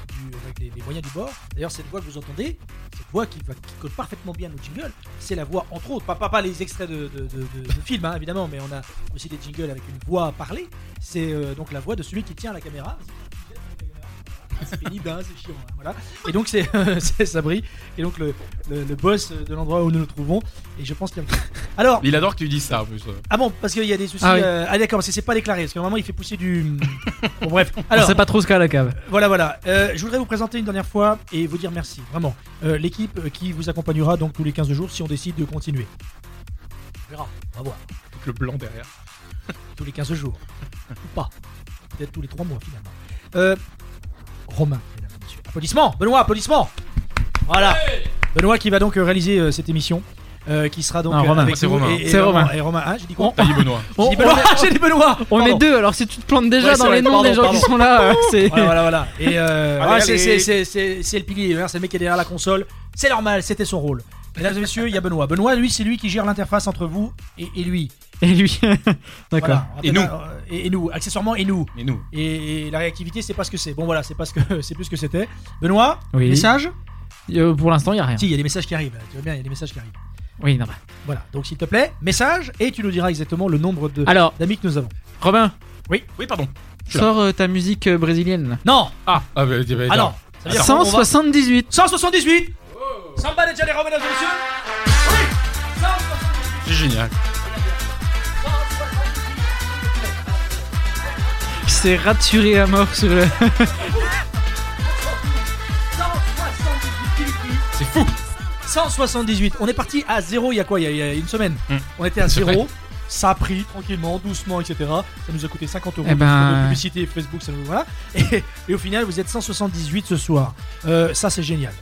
S1: avec les, les moyens du bord. D'ailleurs, cette voix que vous entendez, cette voix qui, va- qui colle parfaitement bien à nos jingles, c'est la voix, entre autres, pas, pas, pas les extraits de, de, de- de- de films, hein, évidemment, mais on a aussi des jingles avec une voix parlée. C'est euh, donc la voix de celui qui tient la caméra. C'est pénible, hein, c'est chiant. hein, voilà. Et donc, c'est c'est Sabri, et donc le, le- le boss de l'endroit où nous nous trouvons. Et je pense qu'il y a- Alors,
S3: Il adore que tu dises ça en plus. euh,
S1: ah bon, parce qu'il y a des soucis.
S4: Ah oui.
S1: euh, ah d'accord, parce que c'est pas déclaré. Parce que normalement, il fait pousser du. bon, bref.
S4: Alors,
S1: Alors,
S4: c'est pas trop ce cas à la cave.
S1: voilà, voilà. Euh, je voudrais vous présenter une dernière fois et vous dire merci, vraiment. Euh, L'équipe euh, qui vous accompagnera donc tous les 15 jours si on décide de continuer. On verra, on va voir.
S3: Avec le blanc derrière.
S1: Tous les 15 jours. Ou pas. Peut-être tous les 3 mois finalement. Euh, Romain, mesdames et messieurs. Applaudissements, Benoît, applaudissements. Voilà. Benoît qui va donc euh, réaliser euh, cette émission. euh, qui sera donc
S4: Non,
S1: euh,
S4: Romain.
S1: avec
S4: C'est
S1: nous
S4: Romain.
S1: et- et
S4: C'est
S1: Laurent-
S4: Romain.
S1: et Romain ah j'ai dit quoi
S4: T'as dit
S3: Benoît
S4: On-
S1: j'ai dit Benoît,
S4: on-
S1: j'ai dit Benoît
S4: Oh, On
S1: Pardon.
S4: est deux, alors si tu te plantes déjà
S1: Ouais, c'est
S4: dans
S1: vrai,
S4: les noms
S1: pardon,
S4: des gens
S1: pardon.
S4: qui sont là, euh, c'est.
S1: Voilà, voilà, voilà. Et euh,
S4: Allez,
S1: ouais, c'est-
S4: allez.
S1: c'est- c'est- c'est c'est le pilier, hein, c'est le mec qui est derrière la console. C'est normal, c'était son rôle. Mesdames et messieurs, il y a Benoît. Benoît, lui, c'est lui qui gère l'interface entre vous et, et lui.
S4: Et lui. D'accord.
S1: Voilà.
S4: Et nous.
S1: Euh, Et, et nous, accessoirement, et nous.
S3: Et nous.
S1: Et, la réactivité, c'est pas ce que c'est. Bon, voilà, c'est pas ce que c'est plus ce que c'était. Benoît,
S4: Oui.
S1: message
S4: Euh, Pour l'instant, il a rien.
S1: Si, il y a des messages qui arrivent. là. Tu vois bien, il y a des messages qui arrivent.
S4: Oui, non, bah.
S1: Voilà. Donc, s'il te plaît, message et tu nous diras exactement le nombre de
S4: Alors.
S1: d'amis que nous avons.
S4: Robin,
S1: Oui.
S3: Oui, pardon.
S4: sors euh, ta musique euh, brésilienne.
S1: Non
S3: Ah, ah, bah, bah,
S4: Ah non.
S1: Ça veut dire qu'on va-
S4: 178.
S1: 178 Samba de Janeiro, mesdames et messieurs
S3: C'est génial.
S4: Il s'est raturé à mort sur le.
S3: C'est fou
S1: 178. On est parti à zéro il y a quoi Il y a, il y a une semaine.
S4: Hmm.
S1: On était à
S4: C'est vrai.
S1: zéro. Ça a pris tranquillement, doucement, etc. Ça nous a coûté 50 euros
S4: Eh ben-
S1: de publicité Facebook, ça nous voilà. Et, et au final, vous êtes 178 ce soir. Euh, ça, c'est génial.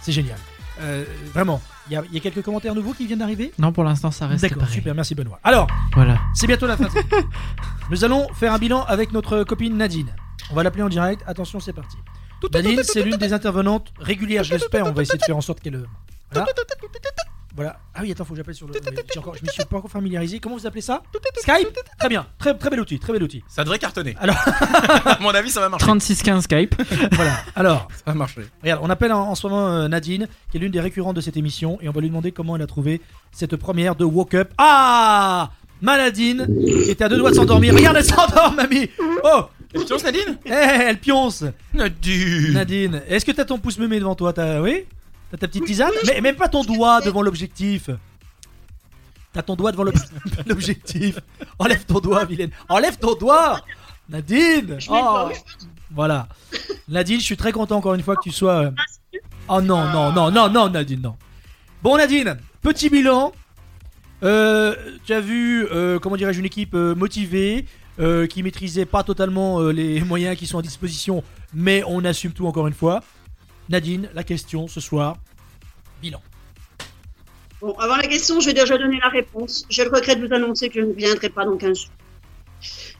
S1: C'est génial. Euh, vraiment. Il y, a, il y a quelques commentaires nouveaux qui viennent d'arriver.
S4: Non, pour l'instant, ça reste
S1: D'accord,
S4: pareil.
S1: super, merci Benoît. Alors,
S4: Voilà.
S1: c'est bientôt la fin. de cette émission. Nous allons faire un bilan avec notre copine Nadine. On va l'appeler en direct. Attention, c'est parti. Nadine, c'est l'une des intervenantes régulières, je l'espère. On va essayer de faire en sorte qu'elle. euh, Voilà. Voilà. Ah oui, attends, faut que j'appelle sur le. j'ai encore- Je me suis pas encore familiarisé. Comment vous appelez ça Skype Très bien. Très, très bel outil. Très bel outil.
S3: Ça devrait cartonner.
S1: Alors.
S3: à mon avis, ça va marcher.
S4: 3615 Skype.
S1: voilà. Alors.
S3: Ça va marcher.
S1: Regarde, on appelle en, en ce moment euh, Nadine, qui est l'une des récurrentes de cette émission, et on va lui demander comment elle a trouvé cette première de Woke Up. Ah Ma Nadine qui était à deux doigts de s'endormir. Regarde, elle s'endort, mamie Oh
S3: Mhm. Elle pionce, Nadine
S1: Eh, elle pionce
S3: Nadine
S1: Nadine, est-ce que t'as ton pouce mémé devant toi t'as... Oui T'as ta petite tisane Mais même pas ton doigt devant l'objectif T'as ton doigt devant l'ob- l'objectif Enlève ton doigt, Vilaine Enlève ton doigt Nadine
S6: mets le doigt,
S1: Oh.
S6: oui.
S1: Voilà. Nadine, je suis très content encore une fois que tu sois. euh, Oh non, non, non, non, non, Nadine, non. Bon, Nadine, petit bilan. Euh, tu as vu, euh, comment dirais-je, une équipe euh, motivée, euh, qui maîtrisait pas totalement euh, les moyens qui sont à disposition, mais on assume tout encore une fois. Nadine, la question ce soir.
S15: Bon, avant la question, j'ai déjà donné la réponse. Je le regrette de vous annoncer que je ne viendrai pas dans 15 jours.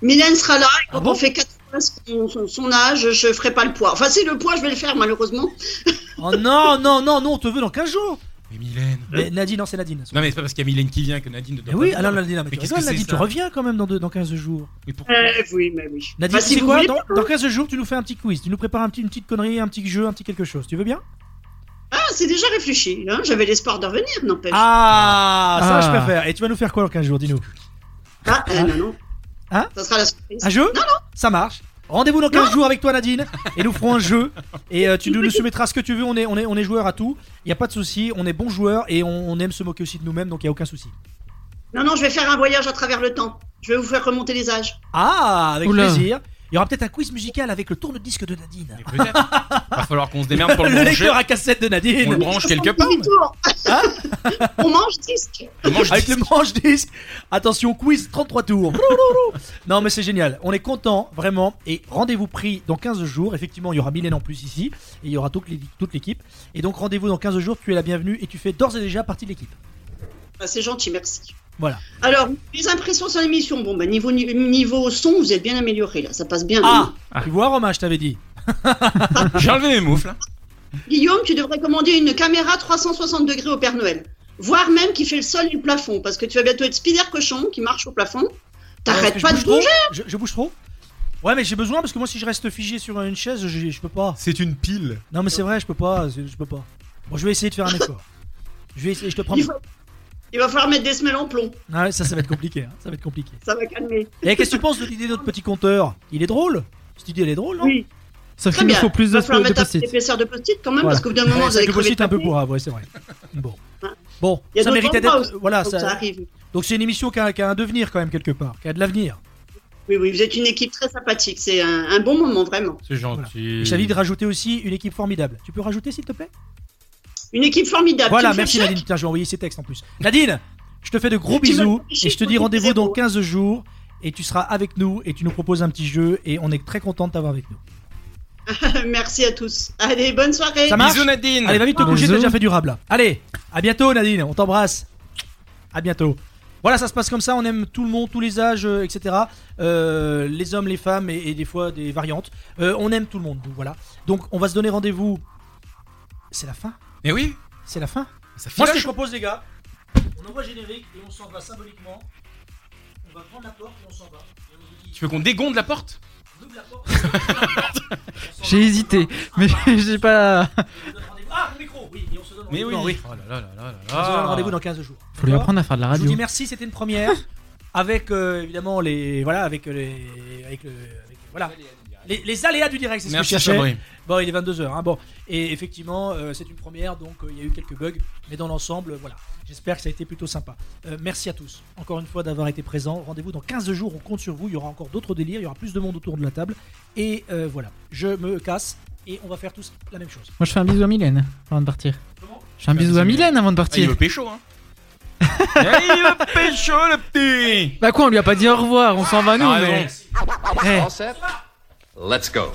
S15: Mylène sera là.
S1: Ah
S15: et Quand on fait 4 fois son, son- son âge, je ferai pas le poids. Enfin, si le poids, je vais le faire malheureusement.
S1: Oh non, non, non, non, on te veut dans 15 jours.
S3: Euh.
S1: Mais Mylène. Nadine, non, c'est Nadine.
S3: Non, mais c'est pas parce qu'il y a Mylène qui vient que Nadine ne doit
S1: Eh
S3: pas
S1: oui,
S3: venir.
S1: alors Nadine, mais tu
S3: qu'est-ce
S1: rigoles,
S3: que c'est,
S1: Nadine, tu
S3: ça
S1: reviens quand même dans, deux- dans 15 jours.
S15: Euh, oui, mais oui.
S1: Nadine,
S15: Bah,
S1: tu
S15: si
S1: sais
S15: vous
S1: quoi
S15: voulez-
S1: dans, dans 15 jours, tu nous fais un petit quiz, tu nous prépares un petit, une petite connerie, un petit jeu, un petit quelque chose. Tu veux bien
S15: Ah, c'est déjà réfléchi. hein. J'avais l'espoir de revenir, n'empêche.
S1: Ah, ça
S15: Ah.
S1: je préfère. Et tu vas nous faire quoi dans 15 jours, dis-nous
S15: Ah, euh, non, non.
S1: Hein
S15: Ça sera la surprise.
S1: Un jeu Non, non. Ça marche. Rendez-vous dans 15 jours avec toi, Nadine, et nous ferons un jeu. Et euh, tu nous, nous soumettras ce que tu veux. On est, on est, on est joueurs à tout. Il n'y a pas de souci. On est bons joueurs et on, on aime se moquer aussi de nous-mêmes, donc il n'y a aucun souci.
S15: Non, non, je vais faire un voyage à travers le temps. Je vais vous faire remonter les âges.
S1: Ah, avec
S15: Oula.
S1: plaisir. Il y aura peut-être un quiz musical avec le tourne-disque de Nadine.
S3: Va falloir qu'on se démerde pour le,
S1: Le
S3: brancher.
S1: lecteur à cassette de Nadine.
S3: On le branche quelque part.
S15: Ah. on mange disque.
S1: Avec le manche disque. Attention, quiz 33 tours. Brourourou. non, mais c'est génial. On est content, vraiment. Et rendez-vous pris dans 15 jours. Effectivement, il y aura Mylène en plus ici. Et il y aura toute l'é- toute l'équipe. Et donc, rendez-vous dans 15 jours. Tu es la bienvenue et tu fais d'ores et déjà partie de l'équipe.
S15: Ah, c'est gentil, merci.
S1: Voilà.
S15: Alors, les impressions sur l'émission. Bon, bah, niveau, ni- niveau son, vous êtes bien amélioré là. Ça passe bien.
S1: Ah, Tu vois, Romain, je t'avais dit.
S3: J'ai enlevé mes moufles. hein.
S15: Guillaume, tu devrais commander une caméra 360 degrés au Père Noël. Voire même qui fait le sol et le plafond. Parce que tu vas bientôt être Spider Cochon qui marche au plafond.
S1: Parce
S15: T'arrêtes
S1: que Euh, je
S15: pas de
S1: bouge trop.
S15: bouger.
S1: je, je bouge trop Ouais, mais j'ai besoin parce que moi, si je reste figé sur une chaise, je, je peux pas.
S3: C'est une pile.
S1: Non, mais c'est vrai, je peux pas. c'est- Je peux pas. Bon, je vais essayer de faire un effort. Je vais essayer, je te promets.
S15: Il va, il va falloir mettre des semelles en plomb.
S1: Ah ouais, ça, ça va être compliqué. hein. Ça va être compliqué.
S15: Ça va calmer.
S1: Et qu'est-ce que tu penses de l'idée de notre petit compteur Il est drôle Cette idée, elle est drôle, non
S15: Oui.
S4: Sauf
S15: Très
S4: qu'il nous
S15: bien.
S4: faut plus
S15: Il va
S4: de,
S15: falloir
S4: de
S15: mettre
S4: post-it.
S15: l'épaisseur de post-it quand même,
S1: Voilà.
S15: parce qu'au bout d'un moment,
S1: Ouais,
S15: vous allez
S1: c'est que
S15: crever
S1: possible,
S15: de
S1: un peu
S15: papier.
S1: bourrave, ouais, c'est vrai. Bon. Bon,
S15: Il y a
S1: ça
S15: d'autres
S1: méritait
S15: endroits
S1: d'être.
S15: où-
S1: Voilà,
S15: où
S1: ça.
S15: ça arrive.
S1: Donc, c'est une émission qui a, qui a un devenir quand même, quelque part, qui a de l'avenir.
S15: Oui, oui, vous êtes une équipe très sympathique. C'est un, un bon moment, vraiment.
S3: C'est gentil.
S1: Et Je t'avais dit de rajouter aussi une équipe formidable. Tu peux rajouter, s'il te plaît
S15: Une équipe formidable. Tu
S1: Voilà,
S15: me fais
S1: merci
S15: le chèque
S1: Nadine. Tiens, je vais envoyer ces textes en plus. Nadine, je te fais de gros
S15: Tu me
S1: bisous
S15: fais
S1: et je te dis
S15: chier,
S1: rendez-vous dans
S15: zéro.
S1: 15 jours. Et tu seras avec nous et tu nous proposes un petit jeu et on est très content de t'avoir avec nous.
S15: merci à tous. Allez, bonne soirée.
S1: Ça marche Allez, va vite te coucher, t'as déjà fait du rab là. Allez, à bientôt Nadine, on t'embrasse. À bientôt. Voilà, ça se passe comme ça, on aime tout le monde, tous les âges, euh, etc. Euh, les hommes, les femmes et, et des fois des variantes. Euh, on aime tout le monde, donc voilà. Donc on va se donner rendez-vous. C'est la fin
S3: Mais oui
S1: C'est la fin
S3: file
S1: Moi
S3: à
S1: ce que je
S3: chaud.
S1: propose les gars, on envoie générique et on s'en va symboliquement. On va prendre la porte et on s'en va.
S3: Tu veux qu'on dégonde la porte
S4: J'ai hésité, mais j'ai pas.
S1: Ah, le micro Oui, et on se donne
S3: Mais oui.
S1: rendez-vous.
S3: Oh là là là là là
S1: On se donne rendez-vous dans 15 jours.
S4: Faut lui apprendre à faire de la
S1: Je vous
S4: radio.
S1: dis merci, c'était une première. avec euh, évidemment les voilà avec euh, les avec le avec- voilà. Les, les aléas du direct, c'est ce
S3: Merci,
S1: que je cherchais.
S3: Chabri.
S1: Bon, il est 22h. Bon, et effectivement, euh, c'est une première, donc euh, il y a eu quelques bugs, mais dans l'ensemble, voilà. J'espère que ça a été plutôt sympa. Euh, merci à tous, encore une fois, d'avoir été présents. Rendez-vous dans 15 jours, on compte sur vous. Il y aura encore d'autres délires, il y aura plus de monde autour de la table. Et euh, voilà, je me casse et on va faire tous la même chose.
S4: Moi, je fais un bisou à Mylène avant de partir. Je fais un bisou à Mylène avant de
S3: Ah, Il
S4: partir.
S3: veut pécho, hein. Eh, Il veut pécho, le petit
S4: Bah quoi, on lui a pas dit au revoir, on s'en va nous, Eh.
S3: Ah,
S4: mais.
S3: non.
S4: Eh.
S2: Let's go.